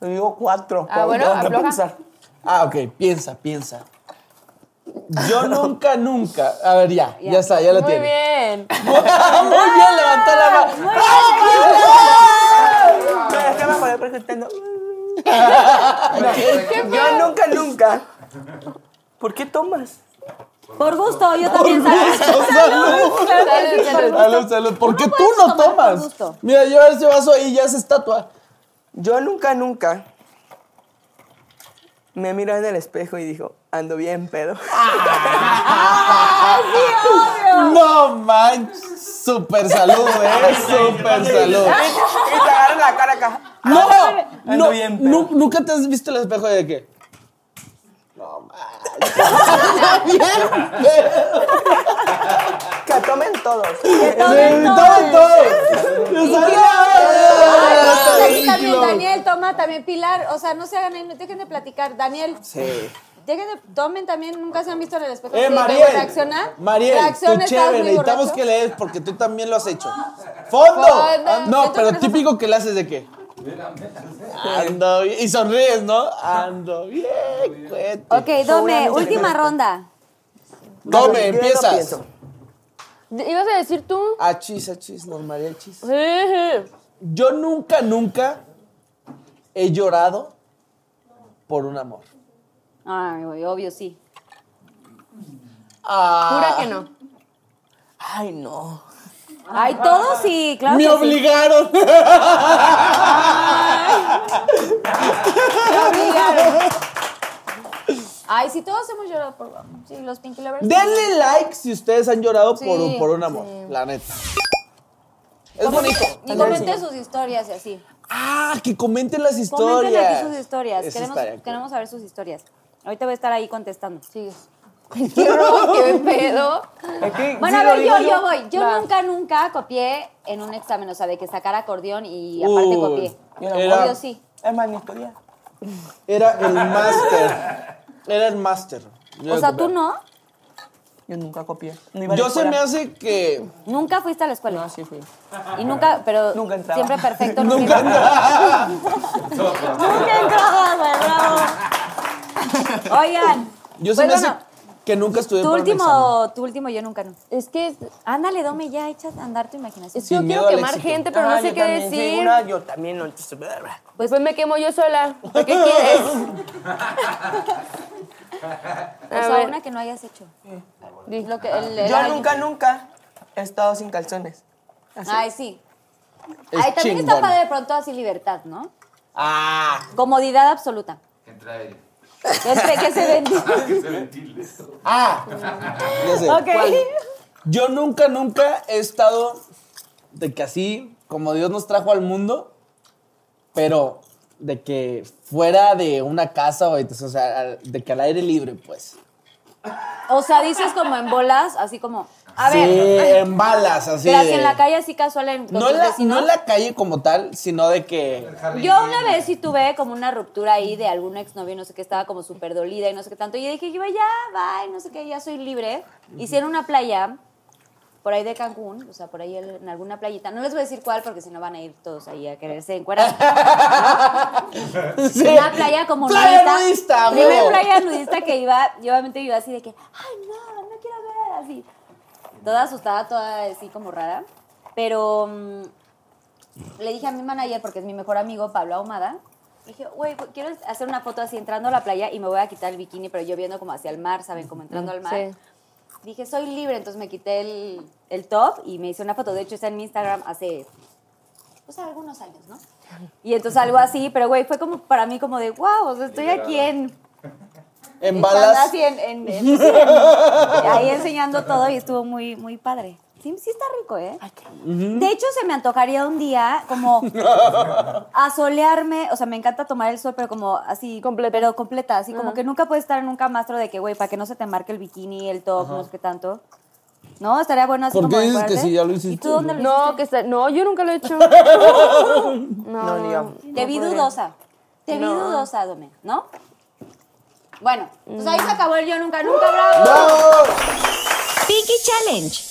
Yo digo cuatro.
Ah, bueno,
Tengo que
afloja.
pensar.
Ah, ok, piensa, piensa. Yo nunca, nunca. A ver, ya, ya, está, ya la
Muy
tiene.
bien.
Muy
Ah,
bien, levantó la mano.
No, es que me acordé preguntando.
¿Qué
Yo nunca, nunca. ¿Por qué tomas?
Por gusto, yo también salgo.
Salud, salud.
Salud, salud.
Salud, salud. ¿Por qué
Uno
tú
puedes
no
tomar por
tomas?
gusto.
Mira, lleva ese vaso ahí y ya es estatua.
Yo nunca, nunca me miró en el espejo y dijo, ando bien, pedo.
No manches. Super salud, eh. Super salud.
Y te agarran la cara acá.
No,
Ando
no,
bien, pero-
nu- nunca te has visto el espejo de qué.
Que tomen todos.
Sí, todo, Eh, todo. Yo sabía.
Ahí Pues también Daniel toma, también Pilar, o sea, no se hagan ahí, no dejen de platicar. Daniel,
Sí.
dejen de, tomen también, nunca se han visto en el espejo.
Eh,
Sí,
Mariel.
Reacciona.
Mariel,
Reacciona,
tú
estás
chévere.
muy
Necesitamos
borracho.
que lees porque tú también lo has hecho. ¡Fondo!
Fondo.
Ah, No,
Yo
pero
también lo
típico que le haces de qué. Ando bien. Y sonríes, ¿no? Ando bien, cuete.
Ok, Dome, última ronda.
Tome,
Yo no
empiezas.
pienso.
¿Ibas a decir tú?
Achis, achis, los mariachis.
Sí, sí.
Yo nunca, nunca he llorado por un amor?
Ay, güey, obvio, sí.
Jura que no.
Ay, no.
Ay, todo sí, claro.
¡Me
que sí.
obligaron!
Ay, sí, todos hemos llorado por Sí, los Pinky Lovers.
Denle like si ustedes han llorado
Sí,
por, por un amor, la neta. Es bonito.
Y comenten sus historias y así.
Ah, que comenten las historias.
Comenten aquí sus historias.
Eso
Queremos,
estaría cool.
queremos saber sus historias. Ahorita voy a estar ahí contestando. Sí.
¿Qué pedo?
Es que,
Bueno,
si
a
lo
ver,
digo
yo, yo voy. Yo
Va.
nunca, nunca copié en un examen, o sea, de que sacara acordeón y aparte
Uy,
copié.
era-
Obvio sí.
Es más, ni estudié.
Era el máster. Era el máster. Yo
O sea,
de
tú
copiar.
no,
Yo nunca copié. No iba a la
Yo se
escuela.
me hace que.
nunca fuiste a la escuela.
No, sí fui.
Y nunca, pero
Nunca entraba.
siempre perfecto.
Nunca andaba.
Nunca entraba, güey, bravo. Oigan.
Yo se
pues
me hace
bueno,
que nunca estudié
tu
para un examen.
último, tu último, yo nunca no.
Es que es-
Ándale, Dome, ya echa a andar tu imaginación.
es que yo
Sin miedo
quiero
al
quemar
éxito.
gente, pero
Ah,
no sé
yo
qué
también, sí,
decir.
una, yo también. no-
Pues pues me quemo yo sola. ¿Por ¿Qué quieres? Ah,
O
A
sea,
ver.
una que no hayas hecho.
Di.
Lo que, el- el
Yo
año.
nunca, nunca he estado sin calzones.
Ay, sí.
Es
Ay, también
chingón.
está padre de pronto así libertad, ¿no?
Ah,
Comodidad absoluta.
Entra aire. Ah,
Este que se vende.
Que se ventile esto.
Ya sé.
Ok.
Ah. Yo nunca, nunca he estado de que así, como Dios nos trajo al mundo, pero de que fuera de una casa o, o sea, al- de que al aire libre, pues.
O sea, dices como en bolas, así como. A
sí,
ver.
en balas, así.
Pero así
de-
en la calle, así casual en con
No
tus
en, la,
vecinos.
no en la calle como tal, sino de que.
Yo una vez sí tuve como una ruptura ahí de algún exnovio, no sé qué, estaba como súper dolida y no sé qué tanto. Y yo dije, yo ya, bye, no sé qué, ya soy libre. Hicieron una playa por ahí de Cancún, o sea, por ahí en alguna playita. No les voy a decir cuál porque si no van a ir todos ahí a quererse encuerar.
Sí.
Una playa como
Playa
nudista.
nudista,
Primera
huevo.
playa nudista que iba, yo obviamente iba así de que, ay, no, no quiero ver, así. Toda asustada, toda así como rara. Pero mm, le dije a mi manager, porque es mi mejor amigo, Pablo Ahumada, le dije, güey, pues, quiero hacer una foto así entrando a la playa y me voy a quitar el bikini, pero yo viendo como hacia el mar, ¿saben? Como entrando al mar.
Sí.
Dije, soy libre, entonces me quité el, el top y me hice una foto. De hecho, está en mi Instagram hace, pues, algunos años, ¿no? Y entonces algo así, pero güey, fue como para mí como de, wow, o sea, estoy aquí en...
En balas.
Así en, en- en- sí, en- ahí enseñando todo y estuvo muy, muy padre. Sí, sí está rico, ¿eh? De hecho, se me antojaría un día como asolearme, o sea, me encanta tomar el sol, pero como así,
Completa.
pero completa, así como que nunca puedes estar en un camastro de que, güey, para que no se te marque el bikini, el top, no sé qué tanto. No, estaría bueno así
¿Por
como
qué dices que
decorarte.
sí? Ya lo
¿Y
hiciste,
tú dónde lo
No,
hiciste?
que está. No, yo nunca lo he hecho.
no, ni yo.
Ah.
Te vi dudosa. Te vi dudosa, Dome, ¿no? Bueno, pues ahí se acabó el yo nunca, nunca, bravo. Pinky Challenge.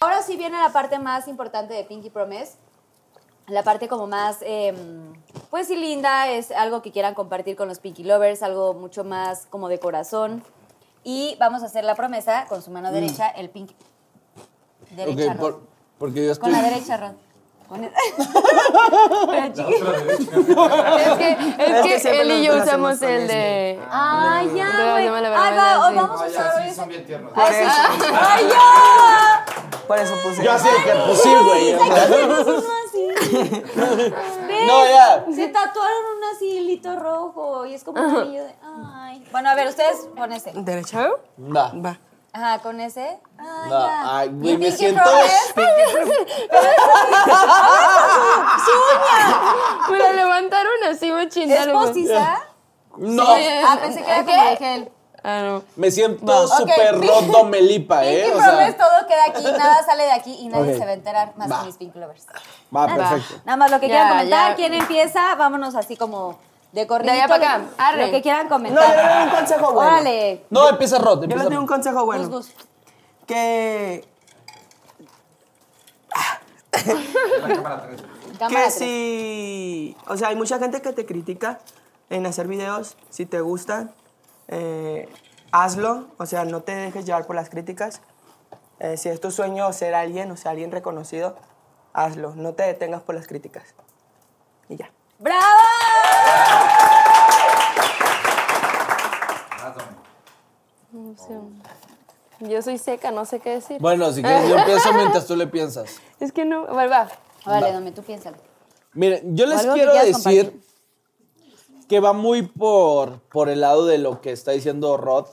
Ahora sí viene la parte más importante de Pinky Promise. La parte como más, eh, pues sí, linda. Es algo que quieran compartir con los Pinky Lovers, algo mucho más como de corazón. Y vamos a hacer la promesa con su mano derecha, el Pinky. Derecha, Rod.
Ok, por- porque yo estoy.
Con la derecha, Rod. Con el-
es que, es que,
siempre
él y yo
nosotros
usamos
hacemos
el de.
Ah,
Pero
ya, güey.
no me la van a
Ay, va,
dar,
hoy
sí.
vamos a
Ay,
usar
ya,
hoy
sí,
esa-
son bien tiernos.
Ay, sí. ¡Ay, ya!
Por eso puse.
Yo así de que, pues sí, güey.
Ay, ¿por qué no hacen así? Ve, ves?
No, ya.
Se tatuaron un así hilito rojo y es como un anillo de. Ay. Bueno, a ver, ustedes con ese.
¿Derecha?
Va.
Va.
Ajá, con ese. Ay,
Va.
ya.
Ay,
¿Y
güey, me
Pinky
siento- este
Promise?
Me la levantaron así, me
¿Es
chingaron.
postiza?
No.
Ah, pensé que era como de gel.
Ah, no.
Me siento
Ok.
súper roto, Melipa,
Pinky
¿eh? O
Promise,
sea,
todo queda aquí, nada sale de aquí y nadie
Ok.
se va a enterar más
Va.
que mis Pink Lovers.
va, Ah, perfecto.
Nada más lo que
Ya,
quieran comentar,
ya.
¿quién empieza? Vámonos así como de corrido.
De allá para acá, arre.
Lo que quieran
No, yo le
comentar.
doy un consejo bueno.
Órale.
No, empieza roto.
Yo
Empieza
les doy un
roto.
consejo
Gus,
bueno.
gus.
Que,
Cámara
que
tres.
si... O sea, hay mucha gente que te critica en hacer videos. Si te gustan, eh, hazlo. O sea, no te dejes llevar por las críticas. Eh, si es tu sueño ser alguien, o sea, alguien reconocido, hazlo. No te detengas por las críticas. Y ya.
¡Bravo!
Yo soy seca, no sé qué decir.
Bueno, si quieres, yo empiezo mientras tú le piensas.
Es que no. A ver, va.
Vale, dame, tú piénsalo.
Miren, yo les
algo que
quiero
quieras
decir que va muy por, por el lado de lo que está diciendo Rod,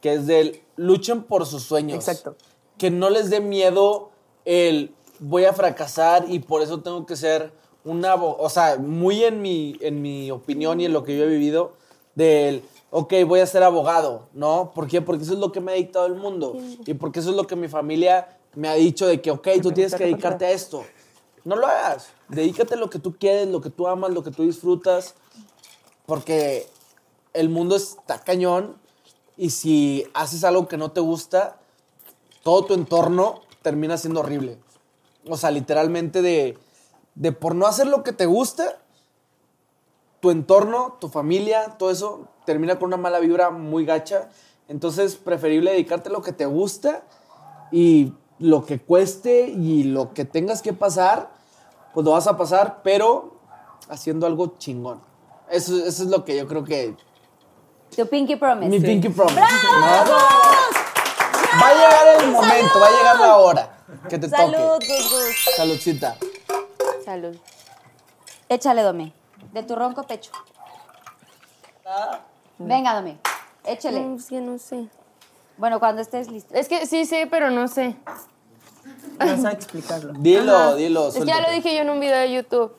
que es del luchen por sus sueños.
Exacto.
Que no les dé miedo el voy a fracasar y por eso tengo que ser una... abo- O sea, muy en mi, en mi opinión y en lo que yo he vivido, del, ok, voy a ser abogado, ¿no? ¿Por qué? Porque eso es lo que me ha dictado el mundo y porque eso es lo que mi familia me ha dicho de que, ok, tú tienes que dedicarte a esto. No lo hagas. Dedícate a lo que tú quieres, lo que tú amas, lo que tú disfrutas. Porque el mundo está cañón. Y si haces algo que no te gusta, todo tu entorno termina siendo horrible. O sea, literalmente de, de por no hacer lo que te gusta, tu entorno, tu familia, todo eso termina con una mala vibra muy gacha. Entonces, preferible dedicarte a lo que te gusta y lo que cueste y lo que tengas que pasar, pues lo vas a pasar, pero haciendo algo chingón. Eso, eso es lo que yo creo que...
Tu Pinky Promise.
Mi Pinky Promise. ¿no? Va a llegar el momento, va a llegar la hora que te
Salud,
toque.
Gus, Gus.
Saludcita.
Salud.
Échale, Domé. De tu ronco pecho. Venga, Domé. Échale.
No, Mm, es que no sé.
Bueno, cuando estés listo.
Es que sí sé, pero no sé.
No sé explicarlo.
Dilo, dilo.
Es que ya
suéltate.
lo dije yo en un video de YouTube.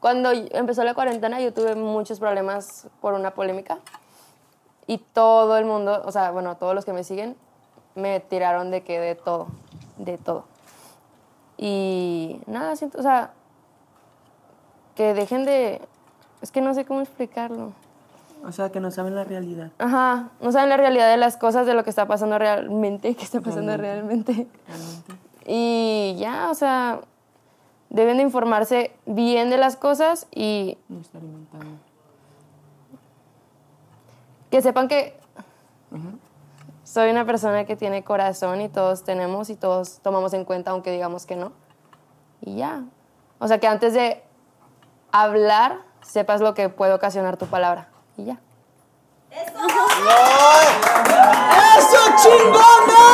Cuando empezó la cuarentena, yo tuve muchos problemas por una polémica. Y todo el mundo, o sea, bueno, todos los que me siguen, me tiraron de que de todo, de todo. Y nada, siento, o sea, que dejen de... Es que no sé cómo explicarlo.
O sea, que no saben la realidad.
Ajá, no saben la realidad de las cosas, de lo que está pasando realmente, que está pasando realmente. Y ya, o sea, deben de informarse bien de las cosas y... Que sepan que soy una persona que tiene corazón y todos tenemos y todos tomamos en cuenta, aunque digamos que no. Y ya. O sea, que antes de hablar, sepas lo que puede ocasionar tu palabra. Y ya.
¡Eso, chingona!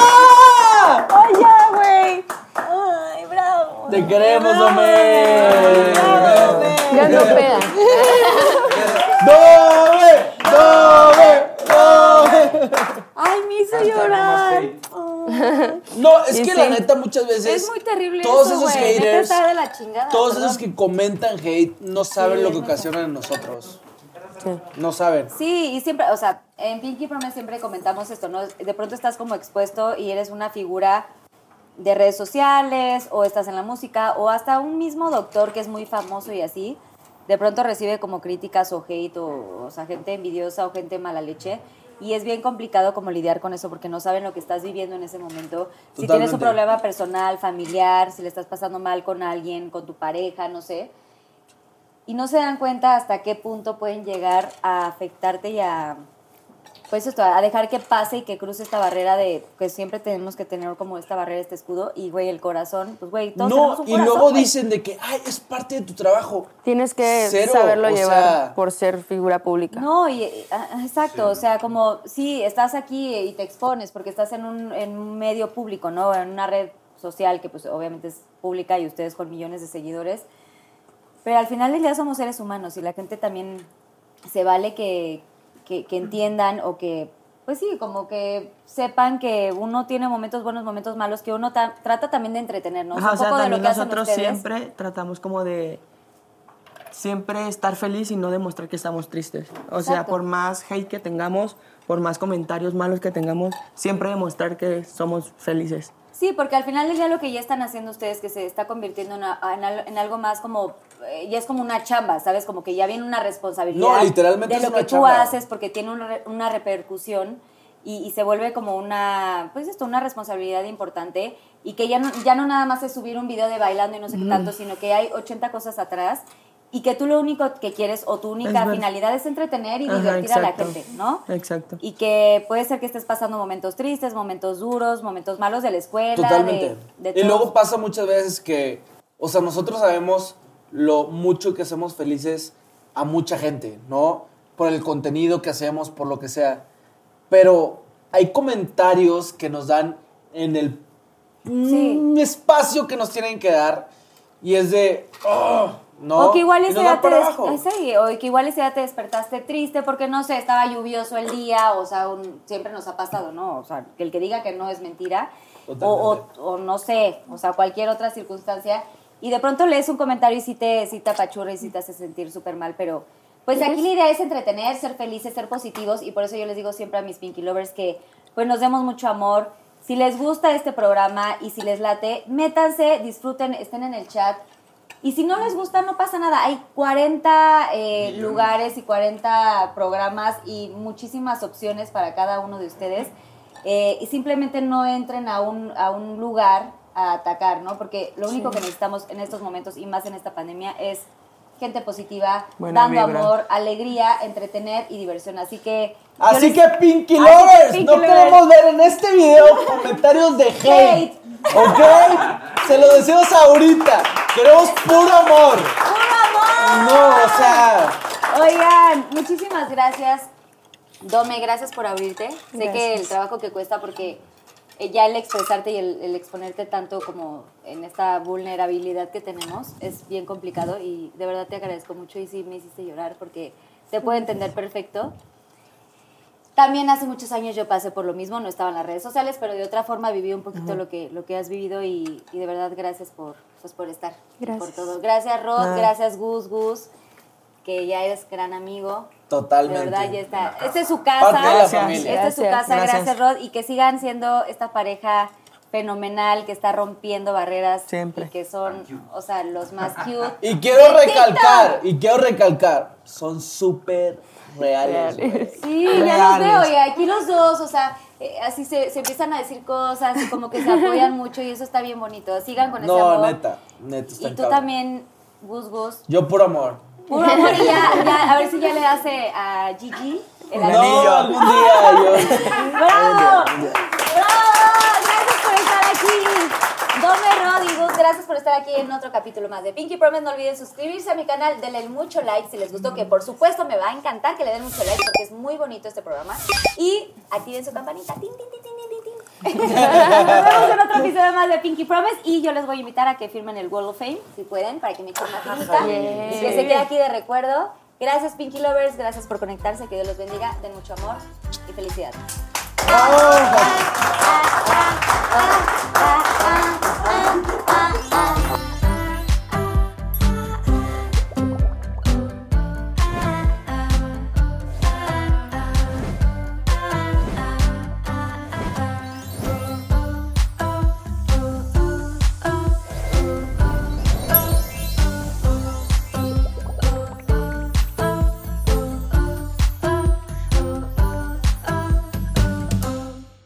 ¡Oye, güey! ¡Ay, bravo!
Te queremos, hombre.
Ya no peda.
¡Dove! ¡Dove! ¡Dove!
¡Ay, me hizo llorar!
No, es que la neta muchas veces.
Es muy terrible
Todos
eso,
esos
güey. Neta
haters.
está de la chingada,
todos
perdón.
esos que comentan hate no saben lo que ocasionan en nosotros. No saben.
Sí, y siempre, o sea, en Pinky Promise siempre comentamos esto, ¿no? De pronto estás como expuesto y eres una figura de redes sociales o estás en la música o hasta un mismo doctor que es muy famoso y así, de pronto recibe como críticas o hate o, o sea, gente envidiosa o gente mala leche. Y es bien complicado como lidiar con eso porque no saben lo que estás viviendo en ese momento. Si tienes un
Totalmente.
problema personal, familiar, si le estás pasando mal con alguien, con tu pareja, no sé y no se dan cuenta hasta qué punto pueden llegar a afectarte y a pues esto, a dejar que pase y que cruce esta barrera de que siempre tenemos que tener como esta barrera, este escudo y güey, el corazón, pues güey, todos tenemos
No,
un
y
corazón,
luego
güey.
dicen de que, ay, es parte de tu trabajo.
Tienes que
Cero,
saberlo
o
llevar
sea-
por ser figura pública.
No, y, eh, ah, ah, exacto, o sea, como sí, estás aquí y te expones porque estás en un, en un medio público, ¿no? En una red social que pues obviamente es pública y ustedes con millones de seguidores. Pero al final del día somos seres humanos y la gente también se vale que, que, que entiendan o que, pues sí, como que sepan que uno tiene momentos buenos, momentos malos, que uno ta- trata también de entretenernos.
Ajá,
un
o sea,
poco de lo
también
que hacen
nosotros
ustedes.
siempre tratamos como de siempre estar feliz y no demostrar que estamos tristes. O sea,
Exacto.
por más hate que tengamos, por más comentarios malos que tengamos, siempre demostrar que somos felices.
Sí, porque al final del día lo que ya están haciendo ustedes, que se está convirtiendo en, a- en al- en algo más como, eh, ya es como una chamba, ¿sabes? Como que ya viene una responsabilidad
No, literalmente
de
es
lo
una
que tú
chamba.
haces, porque tiene una, re- una repercusión y, y se vuelve como una, pues esto, una responsabilidad importante y que ya no, ya no nada más es subir un video de bailando y no sé
Mm.
qué tanto, sino que hay 80 cosas atrás y que tú lo único que quieres o tu única
verdad.
finalidad es entretener y
Ajá,
divertir a la
exacto.
gente, ¿no?
Exacto.
Y que puede ser que estés pasando momentos tristes, momentos duros, momentos malos de la escuela.
Totalmente.
de- de
y
todo.
luego pasa muchas veces que, o sea, nosotros sabemos lo mucho que hacemos felices a mucha gente, ¿no? Por el contenido que hacemos, por lo que sea. Pero hay comentarios que nos dan en el
Sí.
mm, espacio que nos tienen que dar y es de, "Ah, no.
o que igual
y
ese
nos dan
día te
para
des-
abajo.
ah, sí, o que igual ese día te despertaste triste porque no sé, estaba lluvioso el día, o sea, un- siempre nos ha pasado, ¿no? O sea, que el que diga que no es mentira, o,
Totalmente.
o- o no sé, o sea, cualquier otra circunstancia, y de pronto lees un comentario y sí te, sí te apachurra y sí te hace sentir súper mal, pero pues aquí la idea es entretener, ser felices, ser positivos, y por eso yo les digo siempre a mis Pinky Lovers que pues nos demos mucho amor. Si les gusta este programa y si les late, métanse, disfruten, estén en el chat, y si no les gusta, no pasa nada. Hay 40 eh, lugares y 40 programas y muchísimas opciones para cada uno de ustedes. Eh, y simplemente no entren a un, a un lugar a atacar, ¿no? Porque lo único que necesitamos en estos momentos y más en esta pandemia es gente positiva,
Buena
dando
vibra.
amor, alegría, entretener y diversión. Así que... yo
Así
les-
que Pinky
Así que,
Lovers,
Pinky
no
Lovers.
queremos ver en este video comentarios de hate.
Hate.
¿Ok? Se lo decimos ahorita. Queremos puro amor.
¡Puro amor!
No, o sea.
Oigan, muchísimas gracias. Dome, gracias por abrirte. Sé que el trabajo que cuesta porque eh, ya el expresarte y el, el exponerte tanto como en esta vulnerabilidad que tenemos es bien complicado y de verdad te agradezco mucho y sí me hiciste llorar porque te puedo entender perfecto. También hace muchos años yo pasé por lo mismo, no estaba en las redes sociales, pero de otra forma viví un poquito lo que lo que has vivido y, y de verdad gracias por pues, por estar, y por
Gracias.
todo. Gracias Rod,
Ah.
gracias Gus, Gus que ya eres gran amigo.
Totalmente.
De verdad, ya está. Esta es su casa.
Parte de la Gracias. familia.
Esta es su
Gracias.
casa, gracias.
Gracias.
Rod. Y que sigan siendo esta pareja fenomenal que está rompiendo barreras.
Siempre.
Y que son, o sea, los más cute.
Y quiero
¡De TikTok!
recalcar, y quiero recalcar, son súper reales. güey.
Sí, ya los veo. Y aquí los dos, o sea, eh, así se, se empiezan a decir cosas y como que se apoyan mucho y eso está bien bonito. Sigan con ese
No,
amor.
neta, neta
Y
está
tú
cabrón.
también, Gus Gus.
Yo puro amor.
Puro amor y ya, ya, a ver si ya le hace a Gigi el
No,
anillo.
algún día yo.
¡Bravo! ¡Bravo! Gracias por estar aquí. Dome Rodrigo, gracias por estar aquí en otro capítulo más de Pinky Promise. No olviden suscribirse a mi canal, denle mucho like si les gustó, que por supuesto me va a encantar que le den mucho like porque es muy bonito este programa. Y activen su campanita. Tin, tin, tin, tin, tin, tin, tin. Nos vemos en otro episodio más de Pinky Promise y yo les voy a invitar a que firmen el Wall of Fame, si pueden, para que me echen una finita y que se quede aquí de recuerdo. Gracias Pinky Lovers, gracias por conectarse, que Dios los bendiga, den mucho amor Vâng, y felicidad. Ah, ah, ah, ah, ah.